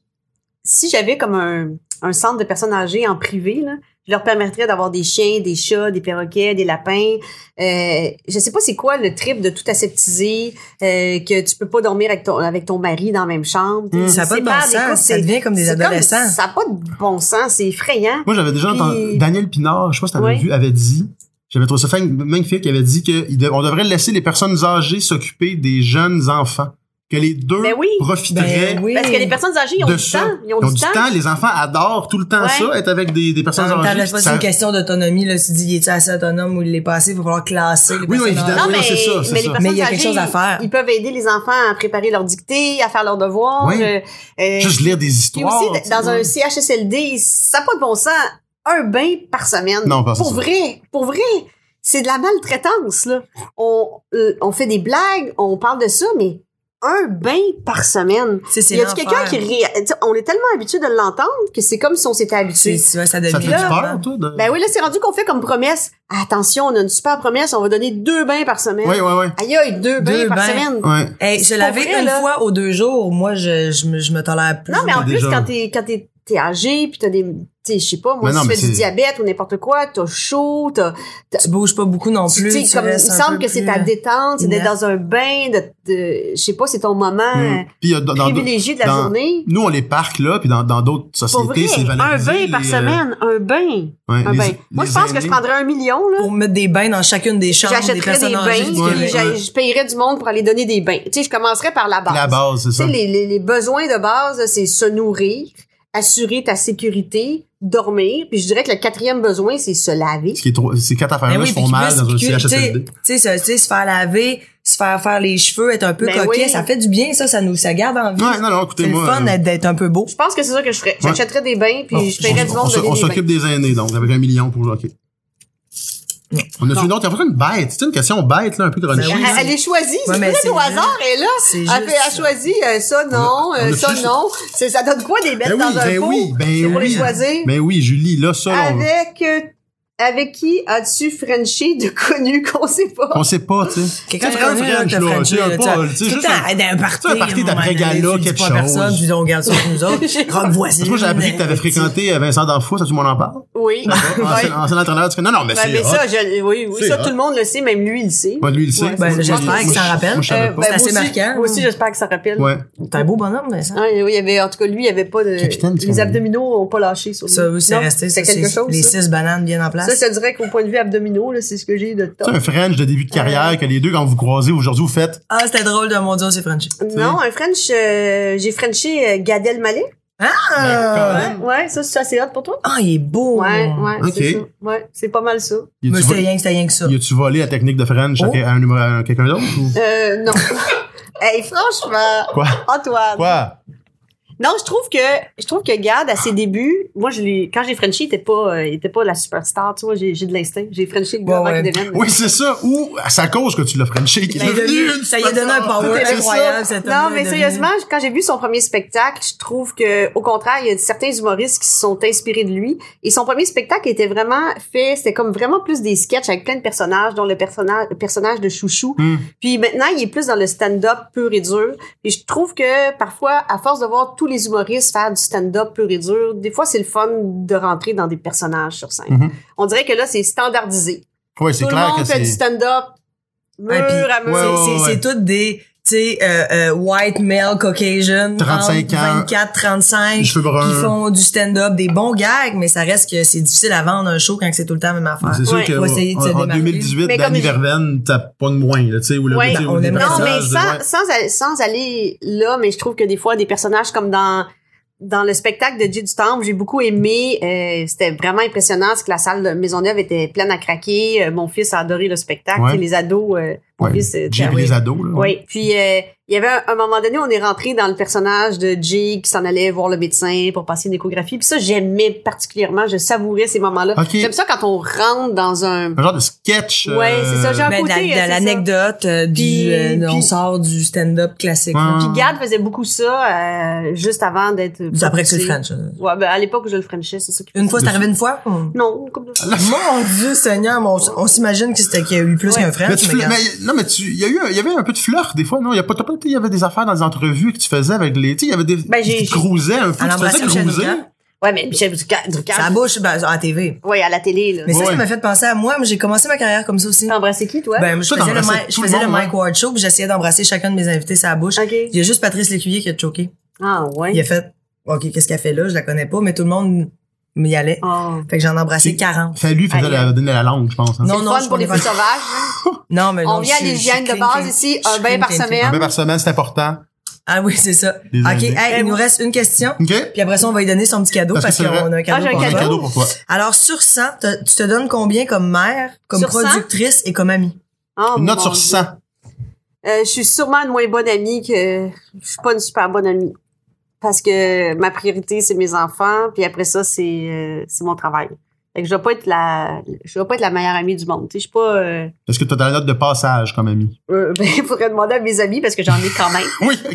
Speaker 1: si j'avais comme un, un centre de personnes âgées en privé, là, je leur permettrais d'avoir des chiens, des chats, des perroquets, des lapins. Euh, je sais pas c'est quoi le trip de tout aseptiser, euh, que tu peux pas dormir avec ton, avec ton mari dans la même chambre.
Speaker 3: Mm.
Speaker 2: Mmh, Ça n'a pas de bon
Speaker 1: Sépare des couples,
Speaker 2: sens. Ça
Speaker 1: c'est-
Speaker 2: devient comme des
Speaker 1: c'est comme-
Speaker 2: adolescents.
Speaker 1: ça n'a pas de bon sens, c'est effrayant.
Speaker 3: Moi, j'avais déjà
Speaker 1: Puis-
Speaker 3: entendu, Daniel Pinard, je sais pas si t'avais
Speaker 1: Ouais.
Speaker 3: vu, avait dit, j'avais trouvé ça fan- magnifique, il avait dit qu'on devrait laisser les personnes âgées s'occuper des jeunes enfants. Que les deux
Speaker 1: Ben oui.
Speaker 3: profiteraient
Speaker 2: Ben oui.
Speaker 1: Parce que les personnes âgées, ils ont
Speaker 3: de
Speaker 1: du
Speaker 3: ça.
Speaker 1: temps. Ils ont, du temps.
Speaker 3: Les enfants adorent tout le temps
Speaker 1: Ouais.
Speaker 3: ça, être avec des, des
Speaker 2: En
Speaker 3: personnes
Speaker 2: même temps,
Speaker 3: âgées.
Speaker 2: là, c'est pas
Speaker 3: Ça-
Speaker 2: une question d'autonomie. Là, tu dis, il est assez autonome ou il l'est pas assez? Il va falloir classer les
Speaker 3: Oui, oui,
Speaker 2: personnes
Speaker 3: évidemment.
Speaker 2: âgées.
Speaker 1: Non,
Speaker 3: Oui,
Speaker 1: mais,
Speaker 3: c'est ça, c'est
Speaker 1: mais
Speaker 3: ça.
Speaker 1: les personnes
Speaker 2: Mais il y a quelque
Speaker 1: âgées,
Speaker 2: chose à faire.
Speaker 1: Ils peuvent aider les enfants à préparer leurs dictées, à faire leurs devoirs.
Speaker 3: Oui.
Speaker 1: euh, euh,
Speaker 3: Juste lire des
Speaker 1: Puis
Speaker 3: histoires.
Speaker 1: aussi, d- dans un CHSLD, ça n'a pas de bon sens. Un bain par semaine.
Speaker 3: Non, pas
Speaker 1: pour
Speaker 3: ça.
Speaker 1: vrai, pour vrai. C'est de la maltraitance, là. On, euh, on fait des blagues, on parle de ça, mais un bain par semaine.
Speaker 2: Tu sais, c'est
Speaker 1: Il y a quelqu'un
Speaker 2: l'enfer.
Speaker 1: qui réa- tu sais, On est tellement habitué de l'entendre que c'est comme si on s'était
Speaker 2: Tu
Speaker 1: habitué.
Speaker 2: sais, tu vois, ça devient. hein.
Speaker 3: Ça te fait
Speaker 1: là,
Speaker 3: peur, toi? de-
Speaker 1: Ben oui, là, c'est rendu qu'on fait comme promesse. Attention, on a une super promesse, on va donner deux bains par semaine.
Speaker 3: Oui, oui, oui.
Speaker 1: Aïe, aïe, deux bains
Speaker 2: Deux
Speaker 1: par
Speaker 2: bains.
Speaker 1: semaine.
Speaker 3: Ouais.
Speaker 2: Hey, je
Speaker 1: C'est
Speaker 2: l'avais
Speaker 1: pas vrai,
Speaker 2: une
Speaker 1: là.
Speaker 2: fois aux deux jours. Moi, je, je, me, je me tolère plus.
Speaker 1: Non, mais en
Speaker 3: Des
Speaker 1: plus,
Speaker 3: gens.
Speaker 1: quand t'es, quand t'es, t'es âgé, puis t'as des, tu sais, je sais pas, moi,
Speaker 3: Mais non,
Speaker 1: si
Speaker 3: mais
Speaker 1: tu fais
Speaker 3: c'est-
Speaker 1: du diabète ou n'importe quoi, t'as chaud, t'as,
Speaker 2: Tu bouges pas beaucoup non
Speaker 1: tu
Speaker 2: plus.
Speaker 1: sais,
Speaker 2: tu
Speaker 1: comme, il me
Speaker 2: restes un
Speaker 1: semble
Speaker 2: peu
Speaker 1: que c'est
Speaker 2: plus,
Speaker 1: ta
Speaker 2: euh,
Speaker 1: détente, c'est d'être
Speaker 2: inerte.
Speaker 1: dans un bain, de, de- je sais pas, c'est ton moment
Speaker 3: Hmm. Puis, euh, dans-
Speaker 1: euh,
Speaker 3: dans-
Speaker 1: privilégié de la
Speaker 3: dans-
Speaker 1: journée.
Speaker 3: Nous, on les parque là, puis dans dans d'autres
Speaker 1: Pour vrai,
Speaker 3: sociétés, c'est
Speaker 1: un
Speaker 3: valorisé,
Speaker 1: bain par
Speaker 3: les, euh,
Speaker 1: semaine, un bain,
Speaker 3: ouais,
Speaker 1: un
Speaker 3: les-
Speaker 1: bain. Moi,
Speaker 3: les
Speaker 1: je pense que je
Speaker 3: aînés.
Speaker 1: prendrais un million, là.
Speaker 2: euh, Pour mettre des bains dans chacune des chambres des
Speaker 1: J'achèterais des,
Speaker 2: personnes âgées
Speaker 1: bains,
Speaker 2: du
Speaker 3: Ouais.
Speaker 1: puis
Speaker 2: Québec.
Speaker 1: j'ai- je payerais du monde pour aller donner des bains. Tu sais, je commencerais par la base.
Speaker 3: La base, hein. c'est
Speaker 1: Tu
Speaker 3: ça.
Speaker 1: sais, les, les- les besoins de base, c'est se nourrir, assurer ta sécurité, dormir. Puis je dirais que le quatrième besoin, c'est se laver.
Speaker 3: Ce qui est trop- Ces quatre
Speaker 2: Mais
Speaker 3: affaires-là
Speaker 2: Ben oui,
Speaker 3: se
Speaker 2: puis
Speaker 3: font
Speaker 2: qui
Speaker 3: mal
Speaker 2: plus,
Speaker 3: dans un
Speaker 2: qui cul,
Speaker 3: CHSLD.
Speaker 2: Tu sais, ça, tu sais, se faire laver, se faire faire les cheveux, être un peu
Speaker 1: Ben
Speaker 2: coquet,
Speaker 1: oui.
Speaker 2: ça fait du bien, ça, ça nous, ça garde en vie.
Speaker 3: Ouais, non, non,
Speaker 2: c'est le
Speaker 3: écoutez-moi. euh,
Speaker 2: fun d'être- d'être un peu beau.
Speaker 1: Je pense que c'est ça que je ferais. J'achèterais des bains, puis je paierais du
Speaker 3: on,
Speaker 1: monde
Speaker 3: se-
Speaker 1: donner
Speaker 3: on
Speaker 1: des
Speaker 3: s'occupe
Speaker 1: bains.
Speaker 3: des aînés, donc, avec un million pour OK. On a
Speaker 1: Non.
Speaker 3: fait une autre, il y a pas une bête. C'est une question bête, là, un peu chronique.
Speaker 2: Ben oui.
Speaker 1: Elle, elle est choisie,
Speaker 2: Ouais,
Speaker 1: c'est
Speaker 2: mais
Speaker 1: tout
Speaker 2: c'est
Speaker 1: au
Speaker 2: vrai.
Speaker 1: hasard, et là,
Speaker 2: C'est
Speaker 1: elle,
Speaker 2: juste
Speaker 1: fait- elle
Speaker 2: ça.
Speaker 1: choisit euh, ça non,
Speaker 3: on a
Speaker 1: euh, ça
Speaker 3: juste-
Speaker 1: non. C'est- Ça donne quoi des bêtes
Speaker 3: Ben
Speaker 1: dans un
Speaker 3: ben
Speaker 1: pot?
Speaker 3: oui, ben
Speaker 1: pour les
Speaker 3: oui.
Speaker 1: choisir.
Speaker 3: Ben oui, Julie, là, ça, là, on-
Speaker 1: avec, euh, avec qui as-tu Frenchie de connu qu'on sait pas?
Speaker 3: on sait pas, tu sais.
Speaker 2: Quelqu'un
Speaker 3: Tu sais,
Speaker 2: de connu, là,
Speaker 3: French,
Speaker 2: t'as
Speaker 3: là,
Speaker 2: Frenché,
Speaker 3: tu sais, un
Speaker 2: là,
Speaker 3: pas,
Speaker 2: t'as-
Speaker 3: tu sais,
Speaker 2: tout
Speaker 3: juste
Speaker 2: le temps,
Speaker 3: un-
Speaker 2: dans un party,
Speaker 3: un party
Speaker 2: à un moment
Speaker 3: d'après
Speaker 2: donné,
Speaker 3: gala,
Speaker 2: tu dis
Speaker 3: quelque
Speaker 2: pas à personne,
Speaker 3: chose.
Speaker 2: puis on regarde ça pour nous autres. Rock voisin.
Speaker 3: Parce que moi, j'ai appris que t'avais fréquenté euh, Vincent D'Anfou, ça, tout le monde en parle.
Speaker 1: Oui. Ouais.
Speaker 3: Ancien ancien entraîneur, tu fais, non, non, mais
Speaker 1: Ben,
Speaker 3: c'est.
Speaker 1: mais
Speaker 3: hot.
Speaker 1: ça, je, oui, oui,
Speaker 3: C'est
Speaker 1: ça,
Speaker 3: hot.
Speaker 1: tout le monde le sait, même lui, il le sait.
Speaker 3: Ouais, lui, il le sait.
Speaker 1: Ouais,
Speaker 2: Ben,
Speaker 3: Moi,
Speaker 2: j'espère
Speaker 3: moi,
Speaker 2: qu'il s'en
Speaker 3: je-
Speaker 2: rappelle.
Speaker 3: Moi, je savais
Speaker 1: Euh,
Speaker 3: pas.
Speaker 1: ben,
Speaker 2: assez
Speaker 1: moi aussi-
Speaker 2: marquant. hein.
Speaker 1: Moi aussi, j'espère que ça rappelle.
Speaker 3: Ouais.
Speaker 2: T'es un beau bonhomme, Vincent.
Speaker 1: Ah, oui, il y avait, en tout cas, lui, il avait pas de.
Speaker 3: Capitaine, c'est
Speaker 1: les
Speaker 3: comme-
Speaker 1: abdominaux n'ont pas lâché sur lui.
Speaker 2: Ça, oui, c'est
Speaker 1: Non,
Speaker 2: resté. ça,
Speaker 1: C'est quelque
Speaker 2: c'est-
Speaker 1: chose.
Speaker 2: Les
Speaker 1: ça.
Speaker 2: six bananes bien en place.
Speaker 1: ça, je te dirais qu'au point de vue abdominaux, là, c'est ce que j'ai de
Speaker 3: Tu
Speaker 1: top.
Speaker 3: sais, un French de début de carrière que les deux, quand vous vous croisez aujourd'hui, vous faites.
Speaker 2: Ah, c'était drôle de mon dieu, c'est Frenchie.
Speaker 1: Non, un French, euh, j'ai Frenché euh, Gad Elmaleh.
Speaker 2: Ah,
Speaker 3: Ben,
Speaker 1: Euh, Ouais, ouais, ça, c'est assez hot pour toi?
Speaker 2: Ah, il est beau.
Speaker 1: Ouais, ouais,
Speaker 3: Ok.
Speaker 1: c'est ça. Ouais, c'est pas mal ça.
Speaker 3: Y
Speaker 2: Mais
Speaker 3: a-tu
Speaker 2: c'était
Speaker 3: vo-
Speaker 2: rien que c'était rien que ça.
Speaker 3: y a-tu volé la technique de French à
Speaker 2: Oh.
Speaker 3: que- à un numéro- à quelqu'un d'autre? ou-
Speaker 1: Euh, non. hey, franchement,
Speaker 3: Quoi?
Speaker 1: Antoine.
Speaker 3: Quoi?
Speaker 1: Non, je trouve que je trouve que Gad à ses débuts, moi je l'ai quand j'ai Frenchie, il était pas euh, il était pas la superstar, tu vois, j'ai j'ai de l'instinct, j'ai Frenchie le gars
Speaker 2: Ouais,
Speaker 1: avant
Speaker 2: ouais.
Speaker 1: qu'il devienne.
Speaker 3: Oui, c'est ça. Ou à sa cause que tu l'as Frenché. qui est
Speaker 2: Ben, Il est
Speaker 3: devenu
Speaker 2: devenu-
Speaker 3: une
Speaker 2: ça lui a donné un
Speaker 3: superstar.
Speaker 2: power
Speaker 3: C'est ça.
Speaker 2: incroyable, cet
Speaker 1: Non,
Speaker 2: homme-là est
Speaker 1: mais
Speaker 2: devenu-
Speaker 1: sérieusement, quand j'ai vu son premier spectacle, je trouve que, au contraire, il y a certains humoristes qui se sont inspirés de lui. Et son premier spectacle était vraiment fait, c'était comme vraiment plus des sketchs avec plein de personnages, dont le personnage, le personnage de Chouchou.
Speaker 3: Hmm.
Speaker 1: Puis maintenant, il est plus dans le stand-up pur et dur. Et je trouve que parfois, à force de voir tous les humoristes faire du stand-up pur et dur, des fois, c'est le fun de rentrer dans des personnages sur scène.
Speaker 3: Mhm.
Speaker 1: On dirait que là, c'est standardisé.
Speaker 3: Oui, c'est
Speaker 1: Tout le
Speaker 3: clair que
Speaker 1: monde fait du
Speaker 3: c'est.
Speaker 1: stand-up mur
Speaker 2: Ouais, puis-
Speaker 1: à mur.
Speaker 3: Ouais, ouais,
Speaker 2: C'est- c'est- C'est
Speaker 3: ouais.
Speaker 2: toutes des, tu sais, euh, euh, white male Caucasian.
Speaker 3: 35
Speaker 2: entre
Speaker 3: ans,
Speaker 2: 24, 35.
Speaker 3: cheveux bruns.
Speaker 2: Qui font du stand-up, des bons gags, mais ça reste que c'est difficile à vendre un show quand c'est tout le temps la même affaire.
Speaker 3: C'est sûr
Speaker 1: Ouais.
Speaker 3: que
Speaker 2: Faut essayer de se
Speaker 3: en, en
Speaker 2: démarquer.
Speaker 3: 2018,
Speaker 1: Mais comme
Speaker 3: Danny
Speaker 1: je-
Speaker 3: Verven, t'as pas de moins, là, tu sais, ou le
Speaker 1: Ouais,
Speaker 3: tu sais,
Speaker 2: on
Speaker 3: ou les
Speaker 2: aime
Speaker 1: Non, mais
Speaker 3: personnages,
Speaker 1: sans,
Speaker 3: ouais.
Speaker 1: sans, aller- sans aller là, mais je trouve que des fois, des personnages comme dans dans le spectacle de Dieu du Temple, j'ai beaucoup aimé. euh, C'était vraiment impressionnant, c'est que la salle de Maisonneuve était pleine à craquer. Euh, mon fils a adoré le spectacle.
Speaker 3: Ouais.
Speaker 1: Et les ados, euh, mon
Speaker 3: Ouais.
Speaker 1: fils... euh,
Speaker 3: J'ai
Speaker 1: tiens,
Speaker 3: pris
Speaker 1: oui.
Speaker 3: les ados, là.
Speaker 1: Oui, puis euh, il y avait un, un moment donné, on est rentré dans le personnage de Jake qui s'en allait voir le médecin pour passer une échographie. Puis ça, j'aimais particulièrement, je savourais ces moments-là.
Speaker 3: Ok. Euh,
Speaker 1: J'aime ça quand on rentre dans un...
Speaker 3: Un genre de sketch.
Speaker 1: Ouais, c'est ça, genre-
Speaker 2: Ben, de la-
Speaker 1: côté, euh, c'est
Speaker 2: de l'anecdote, euh,
Speaker 1: Puis-
Speaker 2: du, euh,
Speaker 1: puis-
Speaker 2: on sort du stand-up classique. là.
Speaker 1: Puis Gad faisait beaucoup ça euh, juste avant d'être...
Speaker 2: Après que c'est le French. là.
Speaker 1: Ouais, ben à l'époque où je le Frenchais, c'est ça qui
Speaker 2: Une fois, c'est arrivé une fois? on-
Speaker 1: Non, une couple de fois.
Speaker 2: Mon Dieu Seigneur, mon- on, s'imagine que c'était qu'il y a eu plus
Speaker 1: Ouais.
Speaker 2: qu'un
Speaker 3: Mais
Speaker 2: French,
Speaker 3: tu
Speaker 2: mais
Speaker 3: fl-
Speaker 2: regarde.
Speaker 3: mais- non, mais tu, il y a eu, un- il y avait un peu de flirt, des fois, non? Il y a pas, t'as pas été- il y avait des affaires dans les entrevues que tu faisais avec les, tu sais, il y avait des,
Speaker 1: Ben, j'ai-
Speaker 3: tu
Speaker 1: j'ai-
Speaker 3: cruisais un peu,
Speaker 2: À
Speaker 3: tu faisais
Speaker 2: l'embrasser Michel
Speaker 3: cruiser.
Speaker 2: Drucker.
Speaker 1: Ouais, mais Michel Drucker. Drucker-
Speaker 2: Sa bouche, ben, à la TV.
Speaker 1: Ouais, à la télé, là.
Speaker 2: Mais ça,
Speaker 3: Ouais.
Speaker 2: ça m'a fait penser à moi, mais j'ai commencé ma carrière comme ça aussi.
Speaker 1: T'as embrassé qui, toi?
Speaker 2: Ben, moi, je
Speaker 3: Ça,
Speaker 2: faisais, le,
Speaker 3: t'embrassais
Speaker 2: Mi- je
Speaker 3: tout le
Speaker 2: faisais le
Speaker 3: monde, hein?
Speaker 2: Mike Ward Show, puis j'essayais d'embrasser chacun de mes invités sa bouche.
Speaker 1: OK.
Speaker 2: Il y a juste Patrice Lécuyer qui a choqué.
Speaker 1: Ah,
Speaker 2: Il
Speaker 1: ouais.
Speaker 2: a fait, OK, qu'est-ce qu'elle fait là? Je la connais pas, mais tout le monde m'y allait.
Speaker 1: Ah.
Speaker 2: Fait que j'en ai embrassé
Speaker 3: Puis-
Speaker 2: 40.
Speaker 3: Fait lui, faisait
Speaker 1: Aïe.
Speaker 3: la, donner la langue, je pense, hein.
Speaker 1: C'est
Speaker 2: Non,
Speaker 1: le
Speaker 2: non,
Speaker 1: fun
Speaker 2: je
Speaker 1: pour les
Speaker 2: connais
Speaker 1: feuilles
Speaker 2: pas.
Speaker 1: sauvages. hein.
Speaker 2: Non, mais
Speaker 1: On
Speaker 2: non,
Speaker 1: vient à
Speaker 2: je- je-
Speaker 1: l'hygiène
Speaker 2: je-
Speaker 1: de base ici,
Speaker 2: je-
Speaker 1: un
Speaker 2: je-
Speaker 1: bain par
Speaker 2: je- je-
Speaker 1: semaine.
Speaker 3: Un bain par semaine, c'est important.
Speaker 2: Ah oui, c'est ça.
Speaker 3: Des
Speaker 2: OK,
Speaker 3: années.
Speaker 2: hey, il nous reste une question.
Speaker 3: OK?
Speaker 2: Puis après ça, on va lui donner son petit cadeau
Speaker 3: Parce que
Speaker 2: parce,
Speaker 3: c'est vrai.
Speaker 2: qu'on a un
Speaker 1: Ah, j'ai
Speaker 2: cadeau.
Speaker 1: un
Speaker 3: On
Speaker 2: pour
Speaker 3: a un
Speaker 2: toi.
Speaker 3: cadeau pour toi.
Speaker 2: Alors, sur 100, te- tu te donnes combien comme mère, comme
Speaker 1: Sur 100?
Speaker 2: productrice et comme amie?
Speaker 1: Oh,
Speaker 3: Une note
Speaker 1: mon
Speaker 3: sur
Speaker 1: Dieu.
Speaker 3: 100.
Speaker 1: Euh, je suis sûrement une moins bonne amie que. Je suis pas une super bonne amie. Parce que ma priorité, c'est mes enfants, puis après ça, c'est euh, c'est mon travail. Fait que je vais pas être la, je vais pas être la meilleure amie du monde. Tu sais, je suis pas, euh,
Speaker 3: Est-ce que tu as la note de passage comme ami?
Speaker 1: euh, ben, il faudrait demander à mes amis parce que j'en ai quand même.
Speaker 3: Oui, ok.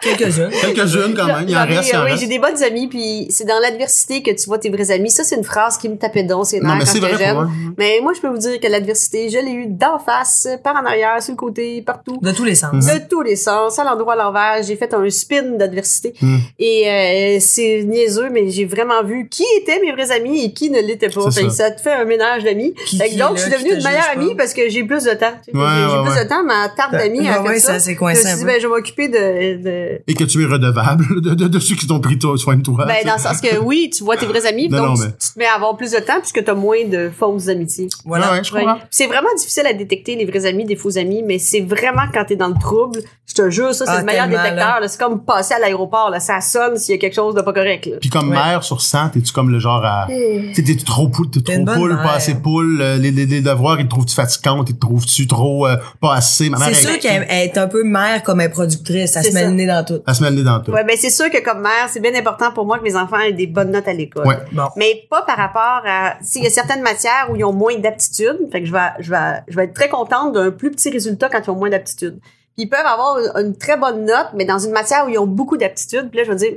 Speaker 2: Quelques-uns.
Speaker 3: quelques-unes quand même. Il en
Speaker 1: J'en ai,
Speaker 3: reste, il en
Speaker 1: euh, oui,
Speaker 3: reste.
Speaker 1: j'ai des bonnes amies, puis c'est dans l'adversité que tu vois tes vrais amis. Ça, c'est une phrase qui me tapait dans c'est
Speaker 3: Non,
Speaker 1: nerfs
Speaker 3: mais
Speaker 1: quand
Speaker 3: c'est vrai
Speaker 1: j'étais jeune.
Speaker 3: pour eux.
Speaker 1: Mais moi, je peux vous dire que l'adversité, je l'ai eue d'en face, par en arrière, sur le côté, partout.
Speaker 2: De tous les sens.
Speaker 3: Mhm.
Speaker 1: De tous les sens, à l'endroit, à l'envers. J'ai fait un spin d'adversité.
Speaker 3: Mm.
Speaker 1: Et euh, c'est niaiseux, mais j'ai vraiment vu qui étaient mes vrais amis et qui ne l'étaient pas.
Speaker 3: C'est
Speaker 1: Fait que
Speaker 3: ça.
Speaker 1: ça. te fait un ménage d'amis.
Speaker 2: Qui-
Speaker 1: Fait que
Speaker 2: qui est
Speaker 1: donc, je suis
Speaker 2: là, qui
Speaker 1: devenue
Speaker 2: te
Speaker 1: une meilleure
Speaker 2: juge pas.
Speaker 1: amie ben, parce que j'ai plus de temps. J'ai j'ai
Speaker 3: ouais,
Speaker 1: plus
Speaker 3: ouais.
Speaker 1: de temps, ma tarte d'amis a fait
Speaker 2: Ouais, Ah ouais,
Speaker 1: hein, ça.
Speaker 2: ça s'est
Speaker 1: Je me
Speaker 2: coincé
Speaker 1: suis
Speaker 2: un
Speaker 1: dit,
Speaker 2: peu.
Speaker 1: ben, je vais m'occuper de- de,
Speaker 3: Et que tu es redevable de, de, de ceux qui t'ont pris toi- soin de toi.
Speaker 1: Ben, dans le sens que oui, tu vois tes vrais amis,
Speaker 3: Non,
Speaker 1: donc
Speaker 3: non, mais-
Speaker 1: tu tu te mets à avoir plus de temps puisque tu as moins de fausses amitiés.
Speaker 2: Voilà.
Speaker 3: Ouais, ouais, je
Speaker 1: Ouais.
Speaker 3: comprends.
Speaker 1: C'est vraiment difficile à détecter les vrais amis des faux amis, mais c'est vraiment quand t'es dans le trouble, je te jure, ça c'est
Speaker 2: Ah,
Speaker 1: le meilleur
Speaker 2: tellement,
Speaker 1: détecteur. là. C'est comme passer à l'aéroport, là, ça sonne s'il y a quelque chose de pas correct. là.
Speaker 3: Puis comme
Speaker 2: Ouais.
Speaker 3: mère sur 100, t'es-tu comme le genre à...
Speaker 1: Eh.
Speaker 3: T'es, t'es trop poule, t'es
Speaker 2: T'es
Speaker 3: trop
Speaker 2: une bonne
Speaker 3: poule,
Speaker 2: mère.
Speaker 3: pas assez poule, euh, les, les, les devoirs, ils te trouvent-tu fatigante, ils te trouvent-tu trop, euh, pas assez, ma mère,
Speaker 2: C'est
Speaker 3: elle,
Speaker 2: sûr qu'elle elle est un peu mère comme elle est productrice. Elle
Speaker 1: C'est
Speaker 2: se met
Speaker 1: ça.
Speaker 2: le nez dans tout.
Speaker 3: elle se met le nez dans tout.
Speaker 1: Ouais, ben c'est sûr que comme mère, c'est bien important pour moi que mes enfants aient des bonnes notes à l'école.
Speaker 3: Ouais.
Speaker 2: Bon.
Speaker 1: Mais pas par rapport à s'il y a certaines matières où ils ont moins d'aptitude, fait que je vais je vais je vais être très contente d'un plus petit résultat quand ils ont moins d'aptitude. Puis Ils peuvent avoir une, une très bonne note, mais dans une matière où ils ont beaucoup d'aptitude, puis là je vais dire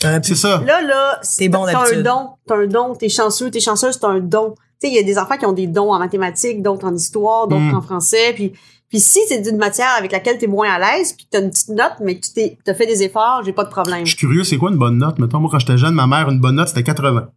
Speaker 2: T'aurais pu-
Speaker 3: C'est ça.
Speaker 1: là là,
Speaker 2: T'es bon
Speaker 1: t'as un
Speaker 2: d'habitude.
Speaker 1: don, t'as un don, t'es chanceux, t'es chanceuse, t'as un don. Tu sais, il y a des enfants qui ont des dons en mathématiques, d'autres en histoire, d'autres
Speaker 3: Mm.
Speaker 1: en français, puis puis si c'est une matière avec laquelle t'es moins à l'aise, puis t'as une petite note, mais que tu t'es- t'as fait des efforts, j'ai pas de problème.
Speaker 3: Je suis curieux, c'est quoi une bonne note? Mettons, moi, quand j'étais jeune, ma mère, une bonne note, c'était 80.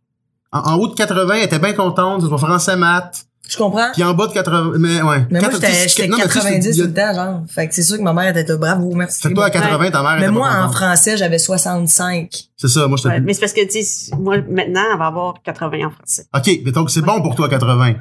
Speaker 3: En, en haut de 80, elle était bien contente, ça soit français, maths.
Speaker 2: Je comprends.
Speaker 3: Puis en bas de 80, mais ouais.
Speaker 2: Mais moi,
Speaker 3: Quatre-
Speaker 2: j'étais j'étais
Speaker 3: non, mais tu sais,
Speaker 2: 90
Speaker 3: il y
Speaker 2: tout
Speaker 3: a-
Speaker 2: le temps, genre. Fait que c'est sûr que ma mère était là, bravo, merci.
Speaker 3: Fait que toi, à 80, ta mère
Speaker 2: Mais
Speaker 3: était
Speaker 2: moi,
Speaker 3: pas
Speaker 2: en
Speaker 3: contente.
Speaker 2: français, j'avais 65.
Speaker 3: C'est ça, moi, j'étais
Speaker 1: Ouais,
Speaker 3: plus...
Speaker 1: mais c'est parce que, tu sais, moi, maintenant, elle va avoir 80 en français.
Speaker 3: OK, mais donc, c'est bon pour toi, 80.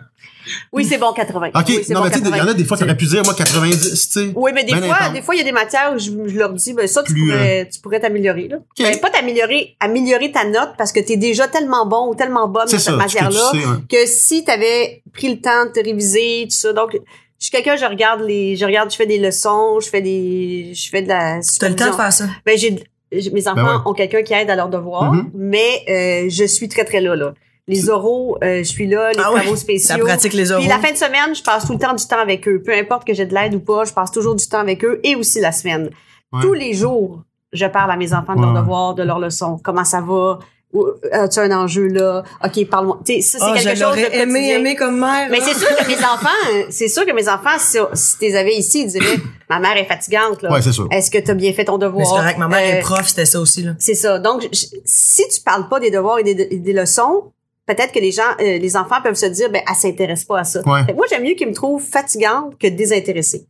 Speaker 1: Oui, c'est bon, 80.
Speaker 3: OK,
Speaker 1: oui, c'est
Speaker 3: non,
Speaker 1: bon,
Speaker 3: mais tu sais, il y en
Speaker 1: 80.
Speaker 3: a des fois, t'aurais pu dire, moi, 90, tu sais.
Speaker 1: Oui, mais des
Speaker 3: Ben
Speaker 1: fois,
Speaker 3: intense.
Speaker 1: des fois, il y a des matières où je, je leur dis, ben ça, tu
Speaker 3: Plus, euh,
Speaker 1: pourrais, tu pourrais t'améliorer, là. Ben, pas t'améliorer, améliorer ta note parce que t'es déjà tellement bon ou tellement bonne
Speaker 3: C'est
Speaker 1: dans
Speaker 3: ça,
Speaker 1: cette
Speaker 3: ce que
Speaker 1: matière-là
Speaker 3: tu sais, hein. ouais.
Speaker 1: que si t'avais pris le temps de te réviser, tout ça. Donc, je suis quelqu'un, je regarde les, je regarde, je fais des leçons, je fais des, je fais de la
Speaker 2: T'as le temps de
Speaker 1: supervision.
Speaker 2: faire ça.
Speaker 1: Ben, j'ai, j'ai- mes enfants
Speaker 3: Ben ouais.
Speaker 1: ont quelqu'un qui aide à leurs devoirs,
Speaker 3: Mhm.
Speaker 1: mais euh, je suis très, très là, là. Les oraux, euh, je suis là, les
Speaker 2: Ah ouais,
Speaker 1: travaux
Speaker 2: Ça
Speaker 1: spéciaux.
Speaker 2: pratique les oraux.
Speaker 1: Puis la fin de semaine, je passe tout le temps du temps avec eux. Peu importe que j'ai de l'aide ou pas, je passe toujours du temps avec eux et aussi la semaine.
Speaker 3: Ouais.
Speaker 1: Tous les jours, je parle à mes enfants de leurs
Speaker 3: Ouais.
Speaker 1: devoirs, de leurs leçons. Comment ça va? Ou, euh, As-tu un enjeu là? OK, parle-moi. Tu sais, ça, c'est
Speaker 2: Ah,
Speaker 1: quelque
Speaker 2: je
Speaker 1: chose
Speaker 2: l'aurais
Speaker 1: de
Speaker 2: aimé,
Speaker 1: quotidien.
Speaker 2: aimé comme mère.
Speaker 1: Mais
Speaker 2: là.
Speaker 1: c'est sûr que mes enfants, c'est sûr que mes enfants, si, si tu les avais ici, ils diraient, ma mère est fatigante, là.
Speaker 3: Ouais, c'est sûr.
Speaker 1: Est-ce que tu as bien fait ton devoir?
Speaker 2: Mais c'est correct, ma mère
Speaker 1: Euh,
Speaker 2: est prof, c'était ça aussi, là.
Speaker 1: c'est ça. Donc, je- si tu parles pas des devoirs et des, et des leçons, peut-être que les gens, euh, les enfants peuvent se dire, ben, elle s'intéresse pas à ça.
Speaker 3: Ouais.
Speaker 1: Fait que moi, j'aime mieux qu'ils me trouvent fatigante que désintéressée.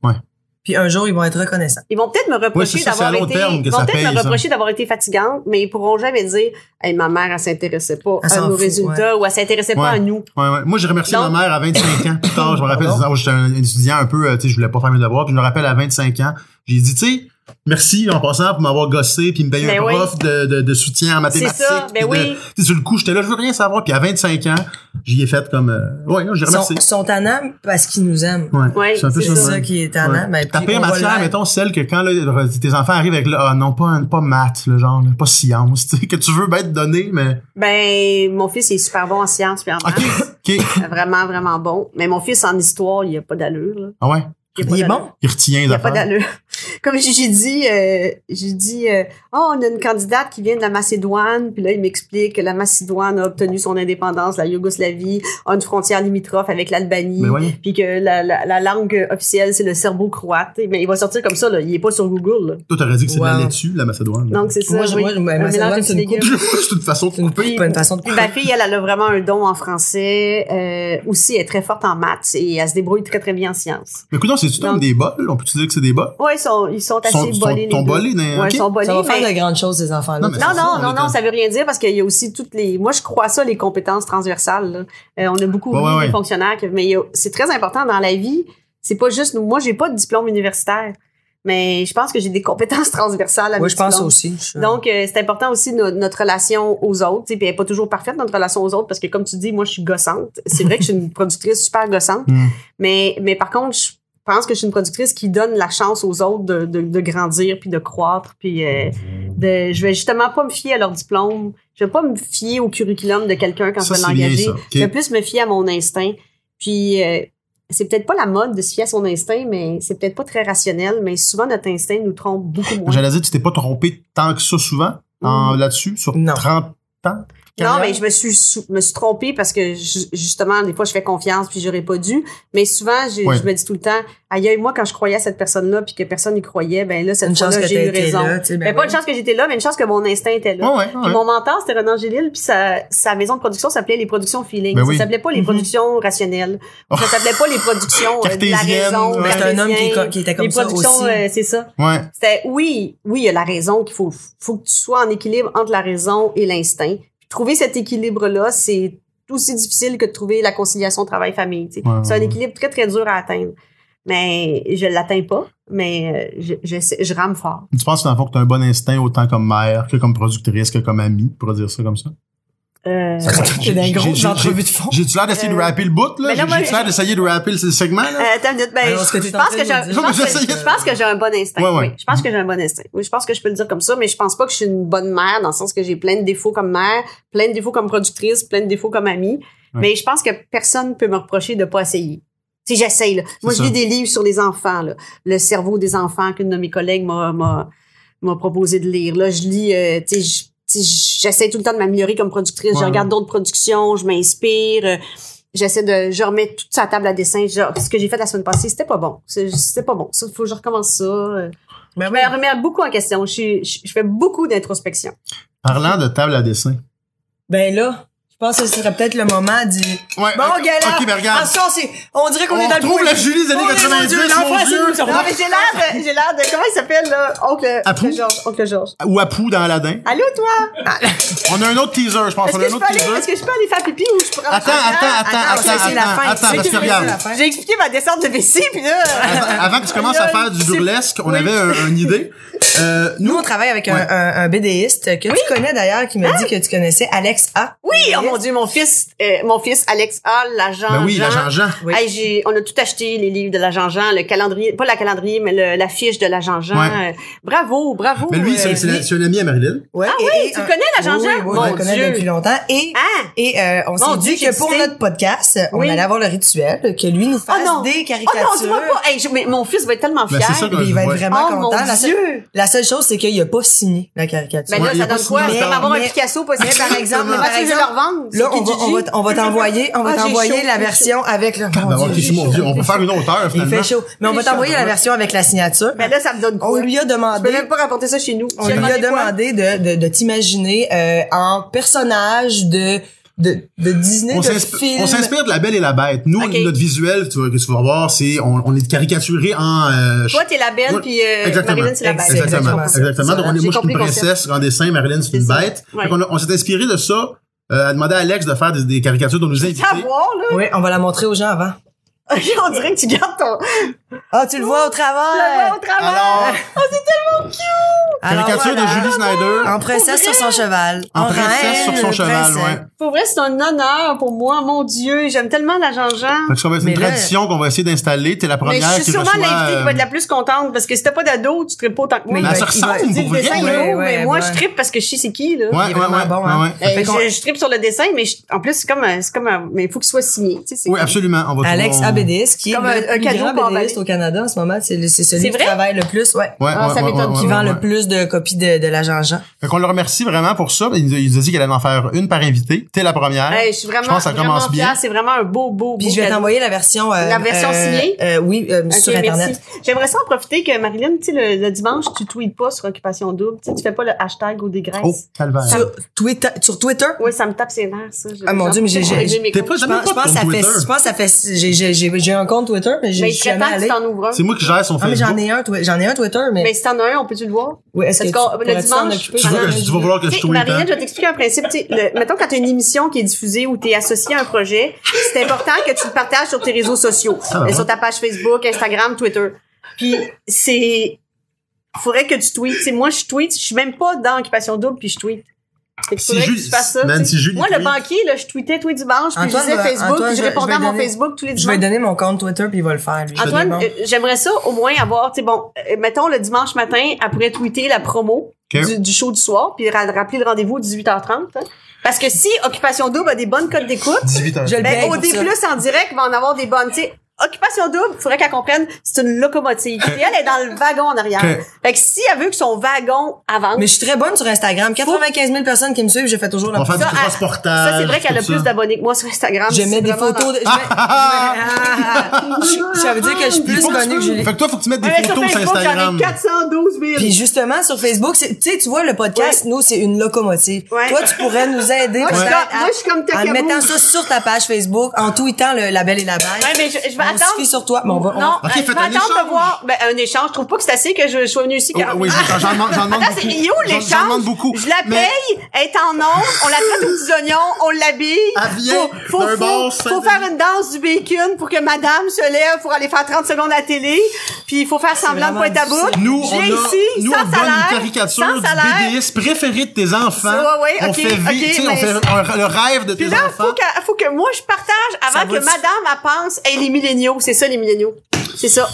Speaker 2: Puis un jour, ils vont être reconnaissants.
Speaker 1: Ils vont peut-être me reprocher
Speaker 3: Ouais, c'est ça,
Speaker 1: d'avoir
Speaker 3: c'est à long
Speaker 1: été,
Speaker 3: terme que
Speaker 1: ils vont
Speaker 3: ça hein.
Speaker 1: peut-être
Speaker 3: paye,
Speaker 1: me
Speaker 3: ça.
Speaker 1: reprocher d'avoir été fatigante, mais ils pourront jamais dire, hey, ma mère, elle s'intéressait pas
Speaker 2: Elle
Speaker 1: à
Speaker 2: s'en
Speaker 1: nos
Speaker 2: fout,
Speaker 1: résultats ou elle s'intéressait
Speaker 3: Ouais.
Speaker 1: pas à nous.
Speaker 3: Ouais, ouais. Moi, j'ai remercié
Speaker 1: Donc- Ah
Speaker 3: ma mère à 25 ans plus tard. Je me rappelle,
Speaker 2: Pardon?
Speaker 3: disant, oh, j'étais un étudiant un peu, euh, tu sais, je voulais pas faire mes devoirs. Puis je me rappelle à 25 ans, j'ai dit, tu sais, merci en passant pour m'avoir gossé puis me payer
Speaker 1: Ben
Speaker 3: un prof de, de, de soutien en
Speaker 1: C'est
Speaker 3: mathématiques.
Speaker 1: ça, ben
Speaker 3: puis de-
Speaker 1: oui.
Speaker 3: Tu sais, sur le coup, j'étais là, je veux rien savoir. Puis à 25 ans, j'y ai fait comme, euh, ouais, non, j'ai
Speaker 2: Ils sont,
Speaker 3: remercié.
Speaker 2: ils sont en âme parce qu'ils nous aiment.
Speaker 3: Ouais,
Speaker 1: Ouais,
Speaker 3: c'est un peu
Speaker 1: c'est
Speaker 2: C'est
Speaker 3: ça.
Speaker 2: ça qui est en âme.
Speaker 3: Ouais.
Speaker 2: Ben,
Speaker 3: Ta
Speaker 2: puis
Speaker 3: pire
Speaker 2: on va
Speaker 3: matière,
Speaker 2: l'aimer.
Speaker 3: mettons, celle que quand là, tes enfants arrivent avec, là, ah non, pas, pas maths, le genre, là, pas science, tu sais, que tu veux bien te donner, mais.
Speaker 1: Ben, mon fils il est super bon en sciences, puis en
Speaker 3: Ok,
Speaker 1: maths.
Speaker 3: ok.
Speaker 1: Vraiment, vraiment bon. Mais mon fils en histoire, il a pas d'allure, là.
Speaker 3: Ah ouais,
Speaker 1: a pas
Speaker 2: Il est
Speaker 1: d'allure.
Speaker 2: bon.
Speaker 3: il retient les
Speaker 1: Il n'y a pas
Speaker 3: affaires.
Speaker 1: d'allure. Comme j'ai j'ai dit, euh, j'ai dit, euh, oh, on a une candidate qui vient de la Macédoine, puis là, il m'explique que la Macédoine a obtenu son indépendance, la Yougoslavie a une frontière limitrophe avec l'Albanie,
Speaker 3: Mais Ben ouais.
Speaker 1: puis que la, la, la langue officielle, c'est le serbo-croate. Mais il va sortir comme ça, là. il est pas sur Google. là.
Speaker 3: Toi, t'aurais dit que c'est de la
Speaker 2: Wow.
Speaker 3: laitue, la Macédoine.
Speaker 1: Donc, c'est ça.
Speaker 2: Moi, je-
Speaker 1: oui.
Speaker 2: moi, je- ma-
Speaker 1: Un
Speaker 2: ma
Speaker 1: mélange
Speaker 2: Macédoine,
Speaker 1: de
Speaker 2: c'est une
Speaker 1: petits
Speaker 2: coupe.
Speaker 1: légumes.
Speaker 3: c'est une façon de
Speaker 2: C'est une
Speaker 3: couper.
Speaker 2: coupe, pas une façon de
Speaker 1: Puis ma fille, elle, elle a vraiment un don en français. Euh, aussi, elle est très forte en maths et elle se débrouille très, très bien en sciences.
Speaker 3: Mais écoute, c'est-tu comme
Speaker 1: Donc-
Speaker 3: des bols? On peut-tu dire que c'est des bols?
Speaker 1: Ouais, ils sont, ils sont assez
Speaker 3: Sont- sont-
Speaker 1: bolés, les
Speaker 3: sont
Speaker 1: deux.
Speaker 3: bolés, mais-
Speaker 1: Ouais,
Speaker 3: ok.
Speaker 1: ils sont bolés,
Speaker 2: Ça va
Speaker 1: mais-
Speaker 2: faire de grandes choses, ces enfants-là.
Speaker 3: Non, mais-
Speaker 1: ben, Non,
Speaker 3: C'est ça,
Speaker 1: non,
Speaker 3: on
Speaker 1: non,
Speaker 3: est un-
Speaker 1: non, ça veut rien dire parce qu'il y a aussi toutes les. Moi, je crois ça, les compétences transversales. là. Euh, on a beaucoup
Speaker 3: Ouais,
Speaker 1: oublié
Speaker 3: ouais,
Speaker 1: les
Speaker 3: ouais.
Speaker 1: fonctionnaires, que- mais il y a- c'est très important dans la vie. C'est pas juste. Moi, j'ai pas de diplôme universitaire, mais je pense que j'ai des compétences transversales. à
Speaker 2: Moi,
Speaker 1: mes
Speaker 2: je pense
Speaker 1: diplômes.
Speaker 2: aussi. Je-
Speaker 1: Donc, euh, c'est important aussi no- notre relation aux autres. tu sais, Puis, elle n'est pas toujours parfaite, notre relation aux autres, parce que, comme tu dis, moi, je suis gossante. C'est vrai que je suis une productrice super gossante.
Speaker 3: Hmm.
Speaker 1: Mais, mais par contre, je pense que je suis une productrice qui donne la chance aux autres de, de, de grandir puis de croître puis euh, de je vais justement pas me fier à leur diplôme je vais pas me fier au curriculum de quelqu'un quand
Speaker 3: Ça,
Speaker 1: je vais
Speaker 3: c'est bien,
Speaker 1: l'engager
Speaker 3: ça. OK.
Speaker 1: je vais plus me fier à mon instinct puis euh, c'est peut-être pas la mode de se fier à son instinct mais c'est peut-être pas très rationnel mais souvent notre instinct nous trompe beaucoup moins
Speaker 3: J'allais dire, tu t'es pas trompé tant que ça souvent
Speaker 1: Mm.
Speaker 3: en- là-dessus, sur
Speaker 2: Non.
Speaker 3: 30 ans.
Speaker 1: Non,
Speaker 2: Carrière.
Speaker 1: mais je me suis sou- me suis trompée parce que ju- justement des fois je fais confiance puis j'aurais pas dû, mais souvent je,
Speaker 3: Ouais.
Speaker 1: je me dis tout le temps aïe aïe, moi quand je croyais à cette personne là puis que personne n'y croyait ben là cette
Speaker 2: Une chance
Speaker 1: fois-là
Speaker 2: que
Speaker 1: j'ai eu
Speaker 2: t'étais
Speaker 1: raison.
Speaker 2: là, tu sais, ben
Speaker 1: mais pas
Speaker 2: oui.
Speaker 1: une chance que j'étais là, mais une chance que mon instinct était
Speaker 3: Ouais,
Speaker 1: là.
Speaker 3: ouais,
Speaker 1: Puis
Speaker 3: ouais.
Speaker 1: mon mentor c'était Renan Gélil puis sa, sa maison de production s'appelait les productions feeling.
Speaker 3: Ben
Speaker 1: ça
Speaker 3: oui.
Speaker 1: s'appelait pas les
Speaker 2: Mhm.
Speaker 1: productions rationnelles.
Speaker 3: Oh.
Speaker 1: Ça s'appelait pas les productions euh, de la
Speaker 3: Cartésiennes,
Speaker 1: raison.
Speaker 3: ouais.
Speaker 2: C'est un homme qui, est co-
Speaker 1: cartésien.
Speaker 2: qui était comme
Speaker 1: les
Speaker 2: ça
Speaker 1: productions
Speaker 2: aussi.
Speaker 1: euh, c'est ça.
Speaker 3: ouais.
Speaker 1: C'était oui, oui, il y a la raison qu'il faut, faut que tu sois en équilibre entre la raison et l'instinct. Puis Trouver cet équilibre-là, c'est aussi difficile que de trouver la conciliation travail-famille. tu sais.
Speaker 3: Ouais,
Speaker 1: c'est un
Speaker 3: ouais.
Speaker 1: équilibre très, très dur à atteindre. Mais je l'atteins pas, mais euh, je, j'essaie- je, rame fort.
Speaker 3: Tu penses dans le fond que t'as un bon instinct autant comme mère que comme productrice que comme amie, pour dire ça comme ça?
Speaker 1: Euh,
Speaker 2: C'est des
Speaker 3: J'ai-
Speaker 2: grosses
Speaker 3: j'ai-
Speaker 2: entrevues de fond.
Speaker 3: J'ai-tu l'air d'essayer de
Speaker 1: Euh,
Speaker 3: rapper le bout, là?
Speaker 1: mais là, moi,
Speaker 3: J'ai-tu l'air
Speaker 1: j'ai-
Speaker 3: d'essayer de rapper le, le segment, là?
Speaker 1: attends une minute, ben,
Speaker 2: Alors, Ah ce que
Speaker 1: je,
Speaker 2: t'es en
Speaker 1: pense
Speaker 2: train
Speaker 1: que
Speaker 2: de
Speaker 1: j'ai, un-
Speaker 2: dire.
Speaker 1: je, pense que,
Speaker 3: J'essayais de-
Speaker 1: je pense que j'ai un bon instinct.
Speaker 3: Ouais, ouais.
Speaker 1: oui. Je pense que j'ai un bon instinct. Oui, je pense que je peux le dire comme ça, mais je pense pas que je suis une bonne mère dans le sens que j'ai plein de défauts comme mère, plein de défauts comme productrice, plein de défauts comme amie.
Speaker 3: Ouais.
Speaker 1: Mais je pense que personne peut me reprocher de pas essayer. Si j'essaye, là. Moi, je
Speaker 3: ça.
Speaker 1: lis des livres sur les enfants, là. Le cerveau des enfants qu'une de mes collègues m'a, m'a, m'a proposé de lire. Là, je lis, euh, tu sais, je- tu sais, j'essaie tout le temps de m'améliorer comme productrice.
Speaker 3: Ouais,
Speaker 1: Je
Speaker 3: ouais.
Speaker 1: regarde d'autres productions, je m'inspire. euh, J'essaie de, je remets toute sa table à dessin. Genre, ce que j'ai fait la semaine passée, c'était pas bon. C'est- C'était pas bon. Ça, faut que je recommence ça. euh.
Speaker 2: Ben
Speaker 1: Je
Speaker 2: oui.
Speaker 1: me remets beaucoup en question. Je, suis- je- je fais beaucoup d'introspection.
Speaker 3: Parlant de table à dessin.
Speaker 2: Ben là, je pense que ce serait peut-être le moment du...
Speaker 3: Ouais.
Speaker 2: Bon,
Speaker 3: ok,
Speaker 2: galère!
Speaker 3: Ok, ben regarde.
Speaker 2: Attention, c'est... On dirait qu'on
Speaker 3: On
Speaker 2: est dans le...
Speaker 3: retrouve
Speaker 2: point-
Speaker 3: la Julie des années
Speaker 2: Oh, mon
Speaker 3: 90,
Speaker 2: Dieu,
Speaker 3: mon
Speaker 2: l'enfant,
Speaker 3: Dieu.
Speaker 2: c'est nous,
Speaker 1: Non, Ah, mais j'ai l'air de, j'ai l'air de, comment il s'appelle, là? Oncle,
Speaker 3: Apu?
Speaker 1: oncle Georges. Oncle Georges.
Speaker 3: Ou à Pou dans Aladdin.
Speaker 1: Allô, toi? Ah,
Speaker 3: On a un autre teaser, je pense.
Speaker 1: Est-ce
Speaker 3: Ah, On a
Speaker 1: que,
Speaker 3: un
Speaker 1: je
Speaker 3: autre
Speaker 1: peux aller,
Speaker 3: teaser.
Speaker 1: est-ce que je peux aller faire pipi ou je prends
Speaker 3: Attends, attends, attends,
Speaker 1: Ah,
Speaker 2: attends,
Speaker 3: attends,
Speaker 2: c'est la
Speaker 3: attends,
Speaker 2: fin.
Speaker 3: attends,
Speaker 2: C'est
Speaker 3: parce que
Speaker 2: la
Speaker 3: regarde.
Speaker 2: fin.
Speaker 1: J'ai expliqué ma descente de vessie, puis là.
Speaker 3: Avant avant que tu commences à faire du burlesque, on avait un- une idée. Euh,
Speaker 2: Nous,
Speaker 3: nous,
Speaker 2: on travaille avec un,
Speaker 3: Ouais.
Speaker 2: un, un BDiste que tu connais d'ailleurs, qui m'a dit que tu connaissais Alex A.
Speaker 1: Ah. Oui, oh mon Dieu, mon fils, euh, mon fils Alex A, l'agent.
Speaker 3: ben oui,
Speaker 1: Jean.
Speaker 3: l'agent Jean.
Speaker 2: Oui.
Speaker 1: Hey, j'ai, on a tout acheté, les livres de l'agent Jean, le calendrier, pas la calendrier, mais le- la fiche de l'agent Jean.
Speaker 3: Ouais.
Speaker 1: Euh, bravo, bravo.
Speaker 3: Mais lui,
Speaker 1: euh,
Speaker 3: c'est c'est la-
Speaker 1: lui-
Speaker 3: c'est un ami à Marilyn.
Speaker 2: Ouais,
Speaker 1: Ah
Speaker 2: et-
Speaker 1: oui,
Speaker 2: et
Speaker 1: tu
Speaker 2: un-
Speaker 1: connais l'agent
Speaker 2: Oui,
Speaker 1: Jean?
Speaker 2: oui, on
Speaker 1: Mon
Speaker 2: le connaît
Speaker 1: Dieu.
Speaker 2: depuis longtemps. Et,
Speaker 1: Hein?
Speaker 2: et euh, on
Speaker 1: Mon
Speaker 2: s'est
Speaker 1: Dieu,
Speaker 2: dit
Speaker 1: j'ai
Speaker 2: que pour
Speaker 1: excité.
Speaker 2: notre podcast, on
Speaker 1: Oui.
Speaker 2: allait avoir le rituel, que lui nous fasse
Speaker 1: non.
Speaker 2: des
Speaker 1: Oh non, tu vois
Speaker 2: caricatures.
Speaker 1: pas. Hey, je- mais mon fils va être tellement
Speaker 3: Ben,
Speaker 1: fier.
Speaker 3: c'est ça que-
Speaker 2: Mais il va être
Speaker 3: Ouais.
Speaker 2: vraiment
Speaker 1: Oh, mon
Speaker 2: content. La seule,
Speaker 1: Dieu.
Speaker 2: la seule chose, c'est qu'il a pas signé la caricature.
Speaker 1: Ben
Speaker 3: Ouais,
Speaker 1: là,
Speaker 3: il y a
Speaker 1: ça
Speaker 3: pas
Speaker 1: donne
Speaker 3: de
Speaker 1: quoi?
Speaker 3: signe,
Speaker 1: C'est
Speaker 3: mais-
Speaker 1: comme avoir
Speaker 2: mais-
Speaker 1: un Picasso possible.
Speaker 2: mais par exemple,
Speaker 1: Ah,
Speaker 2: par
Speaker 1: tu veux
Speaker 2: exemple,
Speaker 1: le revendre?
Speaker 2: Là,
Speaker 1: C'est
Speaker 2: on
Speaker 1: qui,
Speaker 2: va, on
Speaker 1: Gigi?
Speaker 2: va, on va t'envoyer, on va
Speaker 1: Ah, j'ai
Speaker 2: t'envoyer
Speaker 1: chaud,
Speaker 2: la
Speaker 1: j'ai
Speaker 2: version avec le.
Speaker 3: Ah, ben,
Speaker 2: Mon
Speaker 3: ok,
Speaker 2: Dieu,
Speaker 3: c'est mon Dieu, Ah, on peut faire une autre heure,
Speaker 2: il
Speaker 3: finalement.
Speaker 2: fait chaud. Mais on va
Speaker 1: Il fait
Speaker 2: t'envoyer
Speaker 1: chaud.
Speaker 2: la version avec la signature.
Speaker 1: Mais Ben là, ça me donne quoi?
Speaker 2: On lui a
Speaker 1: Je peux
Speaker 2: demandé.
Speaker 1: même pas rapporter ça chez nous.
Speaker 2: On
Speaker 1: Je
Speaker 2: lui a
Speaker 1: demandais quoi?
Speaker 2: demandé de, de, de t'imaginer euh, en personnage de, de, de Disney,
Speaker 3: On
Speaker 2: de
Speaker 3: s'inspire
Speaker 2: film.
Speaker 3: on s'inspire de La Belle et la Bête. Nous,
Speaker 1: Ok.
Speaker 3: notre visuel tu vois, que tu vas voir, c'est on, on est caricaturé en... euh,
Speaker 1: Toi, t'es la belle,
Speaker 3: Ouais.
Speaker 1: puis euh,
Speaker 3: Exactement.
Speaker 1: Marilyn, c'est la bête.
Speaker 3: Exactement.
Speaker 2: Exactement.
Speaker 3: Exactement. Donc, on est,
Speaker 1: J'ai
Speaker 3: moi, je suis
Speaker 1: compris
Speaker 3: une
Speaker 1: le concept.
Speaker 3: princesse en dessin, Marilyn, c'est une
Speaker 1: C'est ça.
Speaker 3: bête.
Speaker 1: Ouais.
Speaker 3: Fait qu'on a- on s'est inspiré de ça, euh, à demander à Alex de faire des, des caricatures de nous inviter.
Speaker 1: À voir, là.
Speaker 2: Oui, on va la montrer aux gens avant.
Speaker 1: On dirait que tu gardes ton.
Speaker 2: Ah, tu le vois au
Speaker 1: la
Speaker 2: travers.
Speaker 1: voix au travers.
Speaker 3: Alors,
Speaker 2: Alors,
Speaker 3: caricature
Speaker 2: voilà.
Speaker 3: de Julie Snyder.
Speaker 2: En princesse sur son cheval.
Speaker 3: En princesse
Speaker 2: reine,
Speaker 3: sur son cheval,
Speaker 2: princesse.
Speaker 3: ouais.
Speaker 1: Pour vrai, c'est un honneur pour moi, mon Dieu. J'aime tellement la Jean-Jean.
Speaker 3: Fait que ça va être
Speaker 2: Mais
Speaker 3: une
Speaker 2: là-
Speaker 3: tradition qu'on va essayer d'installer. T'es la
Speaker 1: Mais
Speaker 3: première
Speaker 1: je suis
Speaker 3: qui
Speaker 1: sûrement
Speaker 3: reçoit...
Speaker 1: l'invitée qui va être
Speaker 3: euh,
Speaker 1: la plus contente parce que si t'as pas d'ado, tu tripes pas autant que moi.
Speaker 2: Mais
Speaker 3: Mais elle se
Speaker 2: Il va- il va-
Speaker 3: ressemble,
Speaker 1: Tu dis
Speaker 3: pour
Speaker 1: le
Speaker 3: vrai.
Speaker 1: dessin est
Speaker 2: ouais.
Speaker 1: beau,
Speaker 2: Ouais,
Speaker 1: mais moi
Speaker 2: ouais.
Speaker 1: je tripe parce que je sais c'est qui là.
Speaker 3: euh, Ouais,
Speaker 2: Il est
Speaker 3: ouais,
Speaker 2: vraiment
Speaker 3: ouais,
Speaker 2: bon, hein.
Speaker 3: ouais, ouais.
Speaker 1: Euh,
Speaker 2: Fait qu'on-
Speaker 1: je, je tripe sur le dessin, mais je- en plus c'est comme, un- c'est comme, un- mais il faut qu'il soit signé. tu sais, c'est
Speaker 3: Oui, absolument. On va
Speaker 2: Alex
Speaker 3: on-
Speaker 2: Abédis, qui est
Speaker 1: Comme un-
Speaker 2: le
Speaker 1: un
Speaker 2: plus
Speaker 1: cadeau
Speaker 2: grand
Speaker 1: pour
Speaker 2: BDiste
Speaker 1: emballer.
Speaker 2: au Canada en ce moment. C'est le- c'est
Speaker 1: C'est
Speaker 2: celui qui
Speaker 1: vrai?
Speaker 2: travaille le plus, ouais.
Speaker 3: Ouais,
Speaker 1: Ah,
Speaker 3: ouais,
Speaker 1: ça
Speaker 3: ouais,
Speaker 1: m'étonne
Speaker 3: ouais,
Speaker 2: Qui
Speaker 3: ouais,
Speaker 2: vend
Speaker 3: ouais.
Speaker 2: le plus de copies de, de l'agent Jean.
Speaker 3: Fait qu'on le remercie vraiment pour ça. Il nous a, il nous a dit qu'il allait en faire une par invité. T'es la première.
Speaker 1: Hey, je suis vraiment,
Speaker 3: Je pense que ça
Speaker 1: vraiment
Speaker 3: commence bien.
Speaker 1: fière. C'est vraiment un beau, beau,
Speaker 2: Puis
Speaker 1: beau
Speaker 2: je vais
Speaker 1: cadeau.
Speaker 2: t'envoyer la version. euh,
Speaker 1: La version
Speaker 2: euh,
Speaker 1: signée?
Speaker 2: euh, oui, euh,
Speaker 1: Ok,
Speaker 2: sur Internet.
Speaker 1: merci. J'aimerais ça en profiter que Marilyn, tu sais, le, le dimanche, tu tweets pas sur Occupation Double. Tu sais, tu fais pas le hashtag ou des graisses.
Speaker 3: Oh, calvaire.
Speaker 2: Sur Twitter. Sur Twitter?
Speaker 1: Oui, ça me tape ses nerfs, ça. Je-
Speaker 2: Ah, mon Dieu, mais j'ai- j'ai-
Speaker 1: mes
Speaker 3: T'es
Speaker 1: comptes.
Speaker 3: pas
Speaker 2: Je
Speaker 3: jamais
Speaker 2: pense, je
Speaker 3: pas
Speaker 2: pense
Speaker 3: de
Speaker 2: que
Speaker 3: compte
Speaker 2: ça fait,
Speaker 3: Twitter.
Speaker 2: je pense que ça fait, j'ai, j'ai, j'ai, j'ai un compte Twitter, mais j'ai
Speaker 1: Mais
Speaker 2: je
Speaker 1: je
Speaker 2: suis jamais
Speaker 1: prétends que tu
Speaker 2: allée.
Speaker 1: t'en ouvres un.
Speaker 3: C'est moi qui gère son
Speaker 2: Ah, mais j'en
Speaker 3: Facebook.
Speaker 2: ai un, Twi- j'en ai un Twitter, mais.
Speaker 1: Mais si t'en as un, on peut-tu le voir?
Speaker 2: oui, est-ce
Speaker 1: Parce
Speaker 2: que tu,
Speaker 1: qu'on- le
Speaker 2: pourrais-tu t'en
Speaker 1: dimanche,
Speaker 2: occuper?
Speaker 3: Tu, veux que- tu vas vouloir que je hein.
Speaker 1: Tu sais,
Speaker 3: trouve le
Speaker 1: Marianne, je
Speaker 3: temps.
Speaker 1: vais t'expliquer un principe. Tu sais, le- mettons, quand tu as une émission qui est diffusée ou tu es associé à un projet, c'est important que tu le partages sur tes réseaux sociaux,
Speaker 3: Ah, ouais.
Speaker 1: Euh, sur ta page Facebook, Instagram, Twitter. Puis, c'est. faudrait que tu tweets. Tu sais, moi, je tweet. Je suis même pas dans Occupation Double, puis je tweet. Fait qu'il
Speaker 3: Si
Speaker 1: faudrait que
Speaker 3: Julie-
Speaker 1: tu fasses ça.
Speaker 3: Man,
Speaker 1: tu sais.
Speaker 3: si Julie
Speaker 1: Moi, le
Speaker 3: tweet-
Speaker 1: banquier, là, je tweetais tous les dimanches, puis je
Speaker 2: Antoine
Speaker 1: lisais
Speaker 2: va-
Speaker 1: Facebook,
Speaker 2: Antoine,
Speaker 1: puis je
Speaker 2: je- je
Speaker 1: répondais
Speaker 2: vais
Speaker 1: à mon
Speaker 2: donner-
Speaker 1: Facebook tous les
Speaker 2: Je vais
Speaker 1: dimanches.
Speaker 2: lui donner mon compte Twitter puis il va le faire. lui.
Speaker 1: Antoine,
Speaker 2: Bon.
Speaker 1: euh, j'aimerais ça au moins avoir, tu sais, bon, euh, mettons le dimanche matin, après tweeter la promo
Speaker 3: Ok.
Speaker 1: du, du show du soir, puis ra- rappeler le rendez-vous 18h30. hein. Parce que si Occupation Double a des bonnes codes d'écoute,
Speaker 3: 18 ans.
Speaker 2: Je le
Speaker 1: ben,
Speaker 2: paye pour
Speaker 1: OD
Speaker 2: ça.
Speaker 1: Plus en direct va en avoir des bonnes. Tu sais, Occupation Double, il faudrait qu'elle comprenne, c'est une locomotive. Et elle est dans le wagon en arrière.
Speaker 3: Ok.
Speaker 1: Fait que si elle veut que son wagon avance,
Speaker 2: Mais je suis très bonne sur Instagram. 95 000 personnes qui me suivent, je fais toujours la
Speaker 3: On va faire du
Speaker 1: Ça, elle-
Speaker 3: transportage.
Speaker 1: ça, c'est vrai qu'elle a plus d'abonnés que moi sur Instagram.
Speaker 2: Je
Speaker 1: C'est
Speaker 2: mets des
Speaker 1: vraiment
Speaker 2: photos. De, je mets- ah, je mets- Je- ça veut dire que je suis plus connue que Julie.
Speaker 3: Fait que toi, faut que tu mettes des
Speaker 1: Ouais, sur
Speaker 3: photos sur
Speaker 1: Facebook, j'en ai
Speaker 3: Instagram.
Speaker 1: 412 000.
Speaker 2: Puis justement, sur Facebook, c'est- tu sais, tu vois, le podcast, nous, c'est une locomotive.
Speaker 1: Ouais.
Speaker 2: Toi, tu pourrais nous aider.
Speaker 1: Moi, je suis
Speaker 2: peut-être,
Speaker 1: comme- moi, je suis comme
Speaker 2: En
Speaker 1: Takamou.
Speaker 2: mettant ça sur ta page Facebook, en tweetant le, la belle et la belle.
Speaker 1: Ouais, mais je, je vais
Speaker 2: On se
Speaker 1: attendre.
Speaker 2: fie sur toi. Mais on va- on-
Speaker 1: non,
Speaker 3: Ok,
Speaker 1: euh, je
Speaker 3: faites
Speaker 1: vais
Speaker 3: un
Speaker 1: attendre
Speaker 3: échange.
Speaker 1: de voir ben, un échange. Je trouve pas que c'est assez que je, je sois venue ici.
Speaker 3: Oh,
Speaker 1: Caroline.
Speaker 3: oui, j'en- j'en demande, j'en demande
Speaker 1: Attends,
Speaker 3: beaucoup.
Speaker 1: c'est il est où
Speaker 3: J'en-
Speaker 1: l'échange?
Speaker 3: J'en demande beaucoup.
Speaker 1: Je la paye,
Speaker 3: Mais
Speaker 1: elle est en onde, on la traite aux petits oignons, on l'habille.
Speaker 3: Elle vient
Speaker 1: faut, faut,
Speaker 3: d'un
Speaker 1: faut,
Speaker 3: bord,
Speaker 1: faut faire une danse du bacon pour que madame se lève pour aller faire 30 secondes à la télé. Puis il faut faire semblant de
Speaker 2: vraiment
Speaker 1: pointe à bout.
Speaker 3: Nous, on
Speaker 1: Je
Speaker 3: a,
Speaker 1: viens ici,
Speaker 3: nous,
Speaker 1: sans
Speaker 3: on donne
Speaker 1: salaire,
Speaker 3: une caricature
Speaker 1: sans
Speaker 3: du
Speaker 1: salaire.
Speaker 3: BDS préféré de tes enfants.
Speaker 1: Ça, ouais, ouais,
Speaker 3: on
Speaker 1: ok,
Speaker 3: fait vivre,
Speaker 1: ok,
Speaker 3: tu sais, on
Speaker 1: mais
Speaker 3: fait
Speaker 1: c'est-
Speaker 3: un- le rêve de
Speaker 1: Puis
Speaker 3: tes
Speaker 1: là, faut
Speaker 3: enfants.
Speaker 1: que, faut que moi je partage
Speaker 2: Ça
Speaker 1: avant
Speaker 2: va
Speaker 1: que
Speaker 2: du-
Speaker 1: madame elle pense, hey, les milléniaux, c'est ça les milléniaux. C'est ça.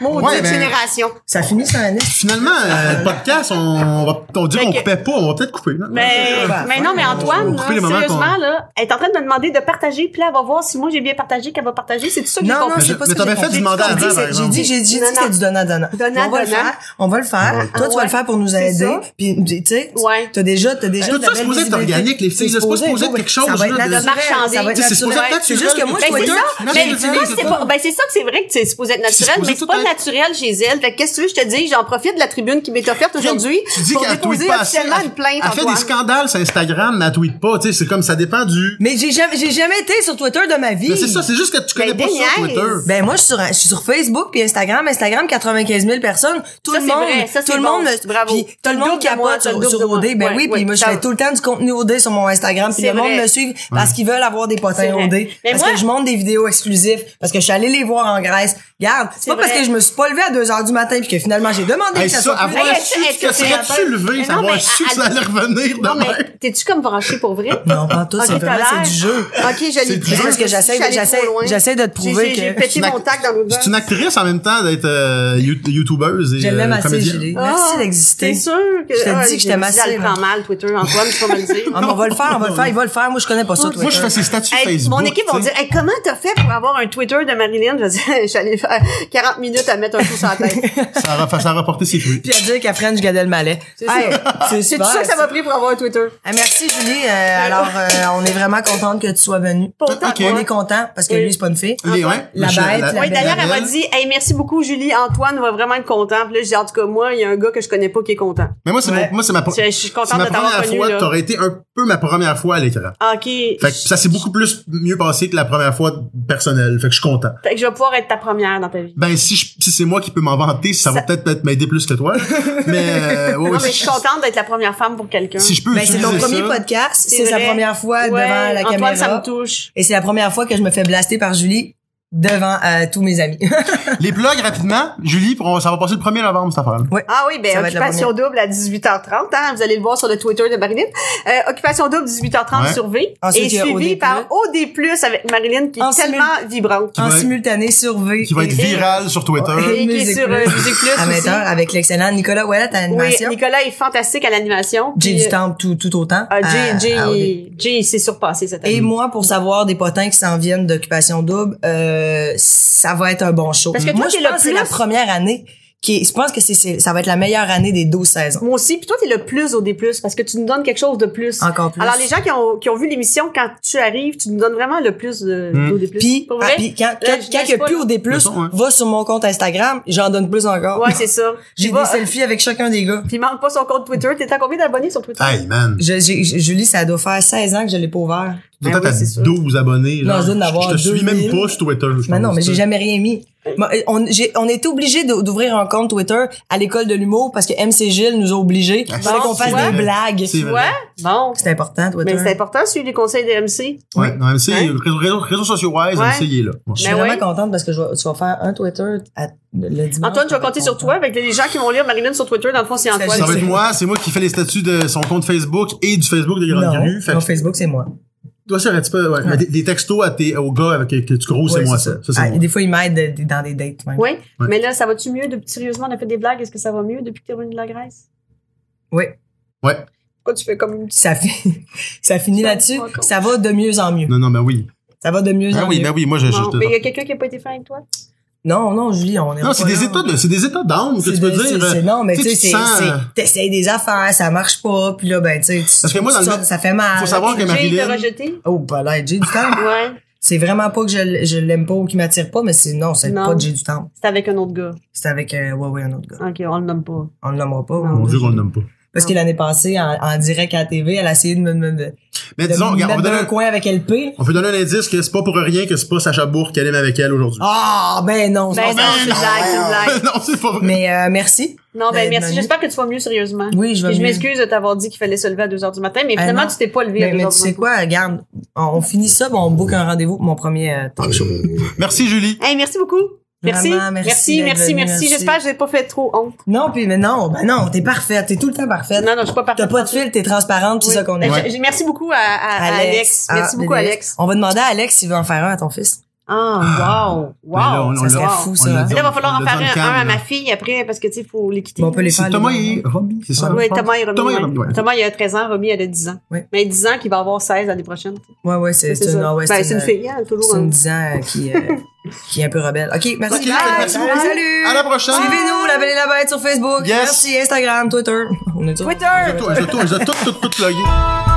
Speaker 1: Maudite
Speaker 3: Ouais, ben-
Speaker 1: génération.
Speaker 2: Ça finit sur un nez.
Speaker 3: Finalement, euh, podcast, on, on va, on dit
Speaker 1: Fait
Speaker 3: qu'on
Speaker 1: que- Ben,
Speaker 3: coupait pas, on va peut-être couper. là.
Speaker 1: Mais,
Speaker 2: Ouais.
Speaker 1: mais non, mais Antoine,
Speaker 3: On va couper
Speaker 1: là,
Speaker 3: les moments
Speaker 1: sérieusement,
Speaker 3: qu'on-
Speaker 1: là, elle est en train de me demander de partager, puis là, elle va voir si moi j'ai bien partagé, qu'elle va partager. C'est tout ça que j'ai
Speaker 2: Non, non,
Speaker 1: compris.
Speaker 3: Mais
Speaker 2: c'est
Speaker 3: je-
Speaker 2: pas ce
Speaker 3: mais
Speaker 2: que
Speaker 3: t'avais
Speaker 2: j'ai
Speaker 3: fait
Speaker 2: compris.
Speaker 3: du mandat
Speaker 2: J'ai dit,
Speaker 3: avant, par
Speaker 2: c'est- J'ai dit, j'ai dit,
Speaker 1: Non, non.
Speaker 2: c'était du donnant-donnant.
Speaker 1: Donnant-donnant. Ah
Speaker 2: On va le faire. On va le faire. Toi, tu
Speaker 1: Ouais.
Speaker 2: vas le faire pour nous
Speaker 1: C'est
Speaker 2: aider.
Speaker 1: ça.
Speaker 2: Puis, tu sais, tu-
Speaker 1: Ouais.
Speaker 2: t'as déjà, t'as déjà.
Speaker 3: Tout
Speaker 2: de
Speaker 3: ça,
Speaker 2: la
Speaker 3: c'est
Speaker 2: belle
Speaker 3: supposé être
Speaker 2: visibilité.
Speaker 3: organique, les filles. C'est supposé
Speaker 2: oui,
Speaker 3: être
Speaker 2: oui.
Speaker 3: quelque chose
Speaker 2: Ça va être
Speaker 3: là, de-
Speaker 2: naturel.
Speaker 1: marchandisé.
Speaker 2: Ça va être
Speaker 1: Tu
Speaker 3: sais, c'est supposé
Speaker 2: naturel.
Speaker 3: être
Speaker 2: C'est juste que moi,
Speaker 1: Ben,
Speaker 3: naturel,
Speaker 1: c'est
Speaker 2: Twitter,
Speaker 1: ça.
Speaker 3: Non,
Speaker 1: Mais
Speaker 3: je
Speaker 1: tu
Speaker 3: veux dire,
Speaker 1: vois,
Speaker 3: c'est
Speaker 1: c'est
Speaker 3: pas-
Speaker 1: pas- ben, c'est ça que c'est vrai que c'est supposé être
Speaker 3: C'est
Speaker 1: naturel,
Speaker 3: supposé
Speaker 1: mais c'est pas
Speaker 3: tout être-
Speaker 1: naturel chez elle. Fait que qu'est-ce que tu veux, je te dis, j'en profite de la tribune qui m'est offerte aujourd'hui
Speaker 3: Tu dis
Speaker 1: pour
Speaker 3: qu'elle
Speaker 1: déposer
Speaker 3: tweet pas assez.
Speaker 1: officiellement
Speaker 3: elle-
Speaker 1: une plainte,
Speaker 3: Elle fait des
Speaker 1: Antoine.
Speaker 3: scandales sur Instagram, mais elle tweet pas. Tu sais, c'est comme ça dépend du.
Speaker 2: Mais j'ai jamais, j'ai jamais été sur Twitter de ma vie.
Speaker 3: Mais c'est ça, c'est juste que tu connais
Speaker 1: Ben,
Speaker 3: pas ça
Speaker 1: déniaise.
Speaker 3: Twitter.
Speaker 2: Ben moi je suis sur je suis sur Facebook puis Instagram Instagram 95 000 personnes tout
Speaker 1: Ça,
Speaker 2: le
Speaker 1: c'est
Speaker 2: monde
Speaker 1: vrai. Ça, c'est
Speaker 2: tout le
Speaker 1: bon.
Speaker 2: monde me-
Speaker 1: Bravo.
Speaker 2: puis tout
Speaker 1: T'as
Speaker 2: le
Speaker 1: le
Speaker 2: monde
Speaker 1: double de moi,
Speaker 2: capote
Speaker 1: t'as le
Speaker 2: sur,
Speaker 1: double
Speaker 2: sur
Speaker 1: de moi.
Speaker 2: OD ben
Speaker 1: Ouais,
Speaker 2: oui
Speaker 1: ouais,
Speaker 2: puis moi je
Speaker 1: ça
Speaker 2: fais
Speaker 1: va.
Speaker 2: tout le temps du contenu OD sur mon Instagram puis
Speaker 1: C'est
Speaker 2: le monde
Speaker 1: vrai.
Speaker 2: me suit parce qu'ils veulent avoir des
Speaker 1: C'est
Speaker 2: potins
Speaker 1: vrai.
Speaker 2: OD
Speaker 1: Mais
Speaker 2: parce
Speaker 1: moi-
Speaker 2: que je monte des vidéos exclusives parce que je suis allée les voir en Grèce regarde c'est pas
Speaker 1: vrai.
Speaker 2: parce que je me suis pas levée à 2 heures du matin puis que finalement j'ai demandé
Speaker 3: Hey,
Speaker 2: que ça
Speaker 3: ça,
Speaker 2: soit plus-
Speaker 1: Hey,
Speaker 3: avoir
Speaker 1: est-ce-
Speaker 3: su
Speaker 1: est-ce que
Speaker 3: que
Speaker 1: c'est
Speaker 3: serais
Speaker 1: la
Speaker 3: tu
Speaker 1: peine?
Speaker 3: levé,
Speaker 1: Mais non, mais
Speaker 3: savoir su que
Speaker 1: à-
Speaker 3: ça allait revenir
Speaker 1: Non,
Speaker 3: demain.
Speaker 1: mais t'es-tu comme branché pour vrai?
Speaker 2: non pas tout
Speaker 1: Ok,
Speaker 2: simplement
Speaker 1: t'as l'air-
Speaker 2: c'est du jeu
Speaker 1: Ok, je l'ai
Speaker 3: du
Speaker 1: pris.
Speaker 3: jeu.
Speaker 2: Parce que j'essaie-
Speaker 1: Je suis allée
Speaker 2: j'essaie-
Speaker 1: trop loin.
Speaker 2: j'essaie de te
Speaker 1: J'ai-
Speaker 2: prouver
Speaker 1: j'ai-
Speaker 2: que-
Speaker 1: J'ai pété
Speaker 3: C'est une
Speaker 1: mon
Speaker 3: ac-
Speaker 1: tac dans le
Speaker 3: C'est une actrice en même temps d'être euh, yout- youtubeuse et
Speaker 2: je l'aime
Speaker 3: euh,
Speaker 2: assez
Speaker 3: comédienne.
Speaker 2: Julie merci d'exister
Speaker 1: Ah, C'est sûr que
Speaker 2: Je te
Speaker 1: Ah,
Speaker 2: dis que hein. je t'aime
Speaker 1: dit, Elle
Speaker 2: assez,
Speaker 1: le
Speaker 2: là.
Speaker 1: prend mal, Twitter, Antoine, tu vas me le dire.
Speaker 2: Ah, mais on va le faire on va le faire il va le faire moi je connais pas ça
Speaker 3: Moi, je
Speaker 2: Twitter.
Speaker 3: fais ses statuts
Speaker 1: Hey,
Speaker 3: Facebook.
Speaker 1: mon équipe
Speaker 3: tu
Speaker 1: vont
Speaker 3: sais.
Speaker 1: dire hey, comment t'as fait pour avoir un Twitter de Marilyn Je dis, je suis allée faire 40 minutes à mettre un coup sur la tête.
Speaker 3: Ça a, ça a rapporté ses fruits.
Speaker 2: puis à dire qu'à French gadait le malais.
Speaker 1: C'est ça.
Speaker 2: c'est
Speaker 1: C'est
Speaker 2: super,
Speaker 1: tout ça que ça m'a pris pour avoir un Twitter.
Speaker 2: Ah, merci Julie. Euh, alors, euh, on est vraiment contente que tu sois venue.
Speaker 1: Pourtant,
Speaker 3: Ok.
Speaker 2: On est content parce que
Speaker 1: Oui.
Speaker 2: lui, c'est pas une fille.
Speaker 1: Ah,
Speaker 3: Les- ouais,
Speaker 2: La
Speaker 3: je-
Speaker 2: bête, la
Speaker 1: Oui, d'ailleurs, elle m'a
Speaker 3: belle.
Speaker 1: dit, hey, merci beaucoup, Julie. Antoine va vraiment être content. Puis là, j'ai dit, en tout cas, moi, il y a un gars que je connais pas qui est content.
Speaker 3: Mais moi, c'est
Speaker 2: Ouais.
Speaker 3: mon- moi, c'est ma, pro-
Speaker 1: Je, je suis
Speaker 3: c'est
Speaker 1: contente
Speaker 3: ma
Speaker 1: de t'avoir
Speaker 3: première
Speaker 1: connu,
Speaker 3: fois.
Speaker 1: là.
Speaker 3: T'aurais été un peu ma première fois à l'écran.
Speaker 1: Ah, OK. Fait
Speaker 3: Fait que ça s'est beaucoup plus mieux passé que la première fois personnelle. Fait que je suis content.
Speaker 1: que je vais pouvoir être ta première dans ta vie.
Speaker 3: Ben, si, je- si c'est moi qui peux m'en vanter, ça, va
Speaker 1: Ça-
Speaker 3: peut-être peut-être m'aider plus que toi. mais, euh, ouais,
Speaker 1: Non,
Speaker 3: ouais,
Speaker 1: mais je
Speaker 3: si-
Speaker 1: suis contente d'être la première femme pour quelqu'un.
Speaker 3: si je peux
Speaker 2: Ben, c'est
Speaker 3: utiliser
Speaker 2: ton premier
Speaker 3: ça,
Speaker 2: podcast. C'est sa
Speaker 1: vrai.
Speaker 2: première fois
Speaker 1: Ouais,
Speaker 2: devant la
Speaker 1: Antoine,
Speaker 2: caméra.
Speaker 1: ça me touche.
Speaker 2: Et c'est la première fois que je me fais blaster par Julie devant euh, tous mes amis.
Speaker 3: Les blogs rapidement, Julie, pour, ça va passer le 1er novembre, cette affaire
Speaker 1: Ah oui,
Speaker 2: Ça
Speaker 1: ben
Speaker 2: va être la
Speaker 1: Occupation Double à 18h30. Hein, vous allez le voir sur le Twitter de Marilyn. Euh, Occupation Double 18h30
Speaker 3: Ouais.
Speaker 1: sur V.
Speaker 2: Ensuite,
Speaker 1: et
Speaker 2: il Ah, y a Ah,
Speaker 1: suivi
Speaker 2: OD+.
Speaker 1: par OD+, avec Marilyn qui est
Speaker 2: En
Speaker 1: tellement vibrante.
Speaker 2: en
Speaker 3: va être-
Speaker 2: simultané sur V.
Speaker 3: qui va être
Speaker 2: et-
Speaker 3: virale sur Twitter.
Speaker 2: Ouais.
Speaker 1: Et qui est
Speaker 2: Musique
Speaker 1: sur euh,
Speaker 2: Plus.
Speaker 1: Musique Plus
Speaker 2: à 20
Speaker 1: aussi.
Speaker 2: heures avec l'excellent Nicolas Ouellet à
Speaker 1: Oui,
Speaker 2: l'animation.
Speaker 1: Nicolas est fantastique à l'animation.
Speaker 2: J'ai
Speaker 1: puis, euh,
Speaker 2: du temps tout, tout autant. Euh,
Speaker 1: Ah, Jay,
Speaker 2: à-
Speaker 1: Jay,
Speaker 2: à OD.
Speaker 1: Jay, il s'est surpassé cette année.
Speaker 2: Et moi, pour savoir des potins qui s'en viennent d'occupation double, euh, ça va être un bon show.
Speaker 1: Parce que toi,
Speaker 2: moi,
Speaker 1: t'es
Speaker 2: je
Speaker 1: le
Speaker 2: pense que c'est
Speaker 1: plus-
Speaker 2: la première année qui est- je pense que c'est- c'est, ça va être la meilleure année des 12 saisons.
Speaker 1: Moi aussi, puis toi, t'es le plus au D+, parce que tu nous donnes quelque chose de plus.
Speaker 2: Encore plus.
Speaker 1: Alors, les gens qui ont, qui ont vu l'émission, quand tu arrives, tu nous donnes vraiment le plus de-
Speaker 3: Mm.
Speaker 1: d'OD+.
Speaker 2: Puis,
Speaker 1: Pour
Speaker 2: ah,
Speaker 1: vrai?
Speaker 2: puis quand,
Speaker 1: je
Speaker 2: quand,
Speaker 1: lâche
Speaker 2: quand il y a
Speaker 1: pas,
Speaker 2: plus
Speaker 1: là.
Speaker 2: au D+,
Speaker 3: Mettons, ouais.
Speaker 2: va sur mon compte Instagram, j'en donne plus encore.
Speaker 1: Ouais, c'est ça.
Speaker 2: J'ai
Speaker 1: Tu
Speaker 2: des
Speaker 1: vois,
Speaker 2: selfies avec chacun des gars.
Speaker 1: Puis il manque pas son compte Twitter. T'es à combien d'abonnés sur Twitter?
Speaker 3: Hey, man.
Speaker 2: Je, j'ai- je- Julie, ça doit faire 16 ans que je l'ai pas ouvert.
Speaker 1: Ben
Speaker 3: peut-être
Speaker 1: oui, c'est
Speaker 3: à
Speaker 1: sûr.
Speaker 3: 12 abonnés.
Speaker 2: Non,
Speaker 3: genre.
Speaker 2: je dois en avoir
Speaker 3: te suis même
Speaker 2: 2000.
Speaker 3: pas sur Twitter. je
Speaker 2: Mais Ben non,
Speaker 3: pense,
Speaker 2: mais j'ai
Speaker 3: tu sais.
Speaker 2: jamais rien mis. Moi, euh, On, j'ai- on était obligé d'ou- d'ouvrir un compte Twitter à l'école de l'humour parce que MC Gilles nous a obligés. Il fallait
Speaker 1: Bon,
Speaker 2: qu'on fasse
Speaker 1: c'est
Speaker 2: des
Speaker 3: Ah, vrai.
Speaker 2: blagues.
Speaker 3: C'est
Speaker 1: Tu vois? Bon.
Speaker 2: C'est important, Twitter.
Speaker 1: Mais c'est important, suivre les conseils de MC.
Speaker 3: Ouais, non, MC,
Speaker 1: Hein?
Speaker 3: réseaux, réseaux, réseaux sociaux-wise,
Speaker 1: Ouais.
Speaker 3: MC, il est là. Ouais.
Speaker 2: Je suis
Speaker 1: Ben
Speaker 2: vraiment
Speaker 1: oui.
Speaker 2: contente parce que je vais, tu vas faire un Twitter à- le dimanche.
Speaker 1: Antoine, je vais compter sur toi. Avec les gens qui vont lire Marilyn sur Twitter, dans le fond, c'est
Speaker 2: Ça
Speaker 1: Antoine.
Speaker 3: Ça va
Speaker 2: c'est-
Speaker 3: être moi, c'est moi qui fais les statuts de son compte Facebook et du Facebook de Grand
Speaker 2: Non,
Speaker 3: Cru. Fait que
Speaker 2: mon Facebook, c'est moi.
Speaker 3: toi, c'est un petit peu, ouais. Mais des, des textos à tes, aux gars avec que tu gros, c'est
Speaker 2: Ouais,
Speaker 3: moi, ça. Ça, c'est
Speaker 2: Ah,
Speaker 3: moi.
Speaker 2: Des fois, ils m'aident de- de- dans des dates. Même.
Speaker 1: Oui,
Speaker 3: Ouais.
Speaker 1: mais là, ça va-tu mieux? De, sérieusement, on a fait des blagues. Est-ce que ça va mieux depuis que t'es revenu de la Grèce?
Speaker 2: Oui.
Speaker 3: Ouais.
Speaker 1: Pourquoi tu fais comme une petite...
Speaker 2: Ça, fi- ça finit
Speaker 1: Ça,
Speaker 2: là-dessus.
Speaker 1: encore.
Speaker 2: Ça va de mieux en mieux.
Speaker 3: Non, non, ben oui.
Speaker 2: Ça va de mieux
Speaker 3: Ben
Speaker 2: en
Speaker 3: oui,
Speaker 2: mieux.
Speaker 3: ben oui, moi, je,
Speaker 1: Non,
Speaker 3: je-
Speaker 1: mais il y a quelqu'un qui n'a pas été fin avec toi?
Speaker 2: Non, non, Julie, on est
Speaker 3: Non, c'est
Speaker 2: pas
Speaker 3: des
Speaker 2: là.
Speaker 3: états de, c'est des états d'âme que
Speaker 2: C'est
Speaker 3: tu peux
Speaker 2: de-
Speaker 3: dire.
Speaker 2: c'est- c'est-
Speaker 3: euh,
Speaker 2: Non, mais tu sais,
Speaker 3: tu te
Speaker 2: c'est,
Speaker 3: sens,
Speaker 2: c'est-
Speaker 3: euh,
Speaker 2: t'essayes des affaires, ça marche pas, puis là, ben, tu sais, tu-
Speaker 3: Parce que moi,
Speaker 2: tu
Speaker 3: dans le
Speaker 2: sors-
Speaker 3: mé-
Speaker 2: ça fait mal.
Speaker 3: faut savoir que
Speaker 1: Jay, il t'a
Speaker 3: Marilyn,
Speaker 1: rejeté?
Speaker 2: Oh, pas là, j'ai du temps.
Speaker 1: Ouais.
Speaker 2: C'est vraiment pas que je, l- je l'aime pas ou qu'il m'attire pas, mais c'est, non, c'est
Speaker 1: Non.
Speaker 2: pas que j'ai du temps.
Speaker 1: C'était avec un autre gars.
Speaker 2: C'est avec, euh, ouais, ouais, un autre gars.
Speaker 1: OK, on le nomme pas.
Speaker 2: On le nommera pas.
Speaker 1: Non.
Speaker 3: mon Dieu, qu'on le nomme pas.
Speaker 2: Parce que l'année passée, en, en direct à la TV, elle a essayé de me, me, me- de
Speaker 3: Mais Eh, disons,
Speaker 2: me
Speaker 3: regarde, on
Speaker 2: mettre
Speaker 3: peut
Speaker 2: dans un
Speaker 3: donner,
Speaker 2: coin avec LP.
Speaker 3: on peut donner un indice que c'est pas pour rien que c'est pas Sacha Bourg qui aime avec elle aujourd'hui.
Speaker 2: Ah, ben non.
Speaker 1: Ben
Speaker 2: c'est-
Speaker 1: non, c'est une blague, c'est une blague.
Speaker 3: non, c'est pas vrai.
Speaker 2: Mais euh, merci.
Speaker 1: Non, ben
Speaker 2: Ben,
Speaker 1: merci.
Speaker 2: Manu-
Speaker 1: J'espère que tu vas mieux, sérieusement.
Speaker 2: Oui, je vais
Speaker 1: Et je
Speaker 2: mieux.
Speaker 1: m'excuse de t'avoir dit qu'il fallait se lever à 2 h du matin, mais
Speaker 2: Ben
Speaker 1: finalement,
Speaker 2: non.
Speaker 1: tu t'es pas levé
Speaker 2: Mais,
Speaker 1: à 2
Speaker 2: mais
Speaker 1: h
Speaker 2: tu
Speaker 1: du
Speaker 2: sais
Speaker 1: matin.
Speaker 2: quoi, regarde, on, on finit ça, puis on book un rendez-vous pour mon premier euh, talk show.
Speaker 3: Merci, Julie.
Speaker 1: Hey, merci beaucoup. Merci.
Speaker 2: Vraiment, merci
Speaker 1: merci,
Speaker 2: d'être
Speaker 1: merci,
Speaker 2: venu,
Speaker 1: merci.
Speaker 2: merci.
Speaker 1: J'espère que je n'ai pas fait trop honte.
Speaker 2: Non, puis mais non, ben non, t'es parfaite, t'es tout le temps parfaite.
Speaker 1: Non, non, je suis pas parfaite.
Speaker 2: T'as pas de fil, t'es transparente, c'est
Speaker 1: Oui.
Speaker 2: ça qu'on
Speaker 1: Ben,
Speaker 2: aime.
Speaker 1: j'ai- j'ai- Merci beaucoup à, à- à Alex.
Speaker 2: ah,
Speaker 1: Merci beaucoup,
Speaker 2: bébé.
Speaker 1: Alex.
Speaker 2: On va demander à Alex s'il veut en faire un à ton fils.
Speaker 1: Ah, wow. Wow.
Speaker 3: Mais là, on- on
Speaker 1: wow.
Speaker 2: Ça serait
Speaker 3: l'a-
Speaker 2: fou, ça.
Speaker 3: on l'a
Speaker 1: Mais
Speaker 3: dit,
Speaker 1: Là, il va
Speaker 3: on
Speaker 1: falloir en
Speaker 3: l'a dit
Speaker 1: faire
Speaker 3: dans le
Speaker 1: un,
Speaker 3: cadre,
Speaker 1: un à
Speaker 3: là.
Speaker 1: ma fille après, parce que, tu sais, il faut les quitter.
Speaker 2: Bon, on peut les faire.
Speaker 3: C'est Thomas et Romy, c'est ça?
Speaker 1: Oui, Thomas est remis.
Speaker 3: Thomas est
Speaker 1: ouais.
Speaker 3: remis, ouais.
Speaker 1: Thomas, il a 13 ans, Romy, elle a 10 ans.
Speaker 2: Oui.
Speaker 1: Mais 10 ans, qu'il va avoir 16 l'année prochaine.
Speaker 2: Ouais, ouais, c'est c'est
Speaker 1: ça.
Speaker 2: une, ah ouais,
Speaker 1: Ben,
Speaker 2: c'est
Speaker 1: c'est une fille, hein, toujours.
Speaker 2: C'est une
Speaker 1: un-
Speaker 2: 10 ans euh, qui, euh, qui est un peu rebelle. OK, merci.
Speaker 3: Ok,
Speaker 2: Bye.
Speaker 3: merci beaucoup.
Speaker 2: Salut.
Speaker 3: À la prochaine.
Speaker 2: Suivez-nous, la belle et la bête sur Facebook.
Speaker 3: Yes.
Speaker 2: Merci, Instagram, Twitter. On est sur-
Speaker 1: Twitter!
Speaker 3: Je dois tout, je dois tout, tout, tout plugger.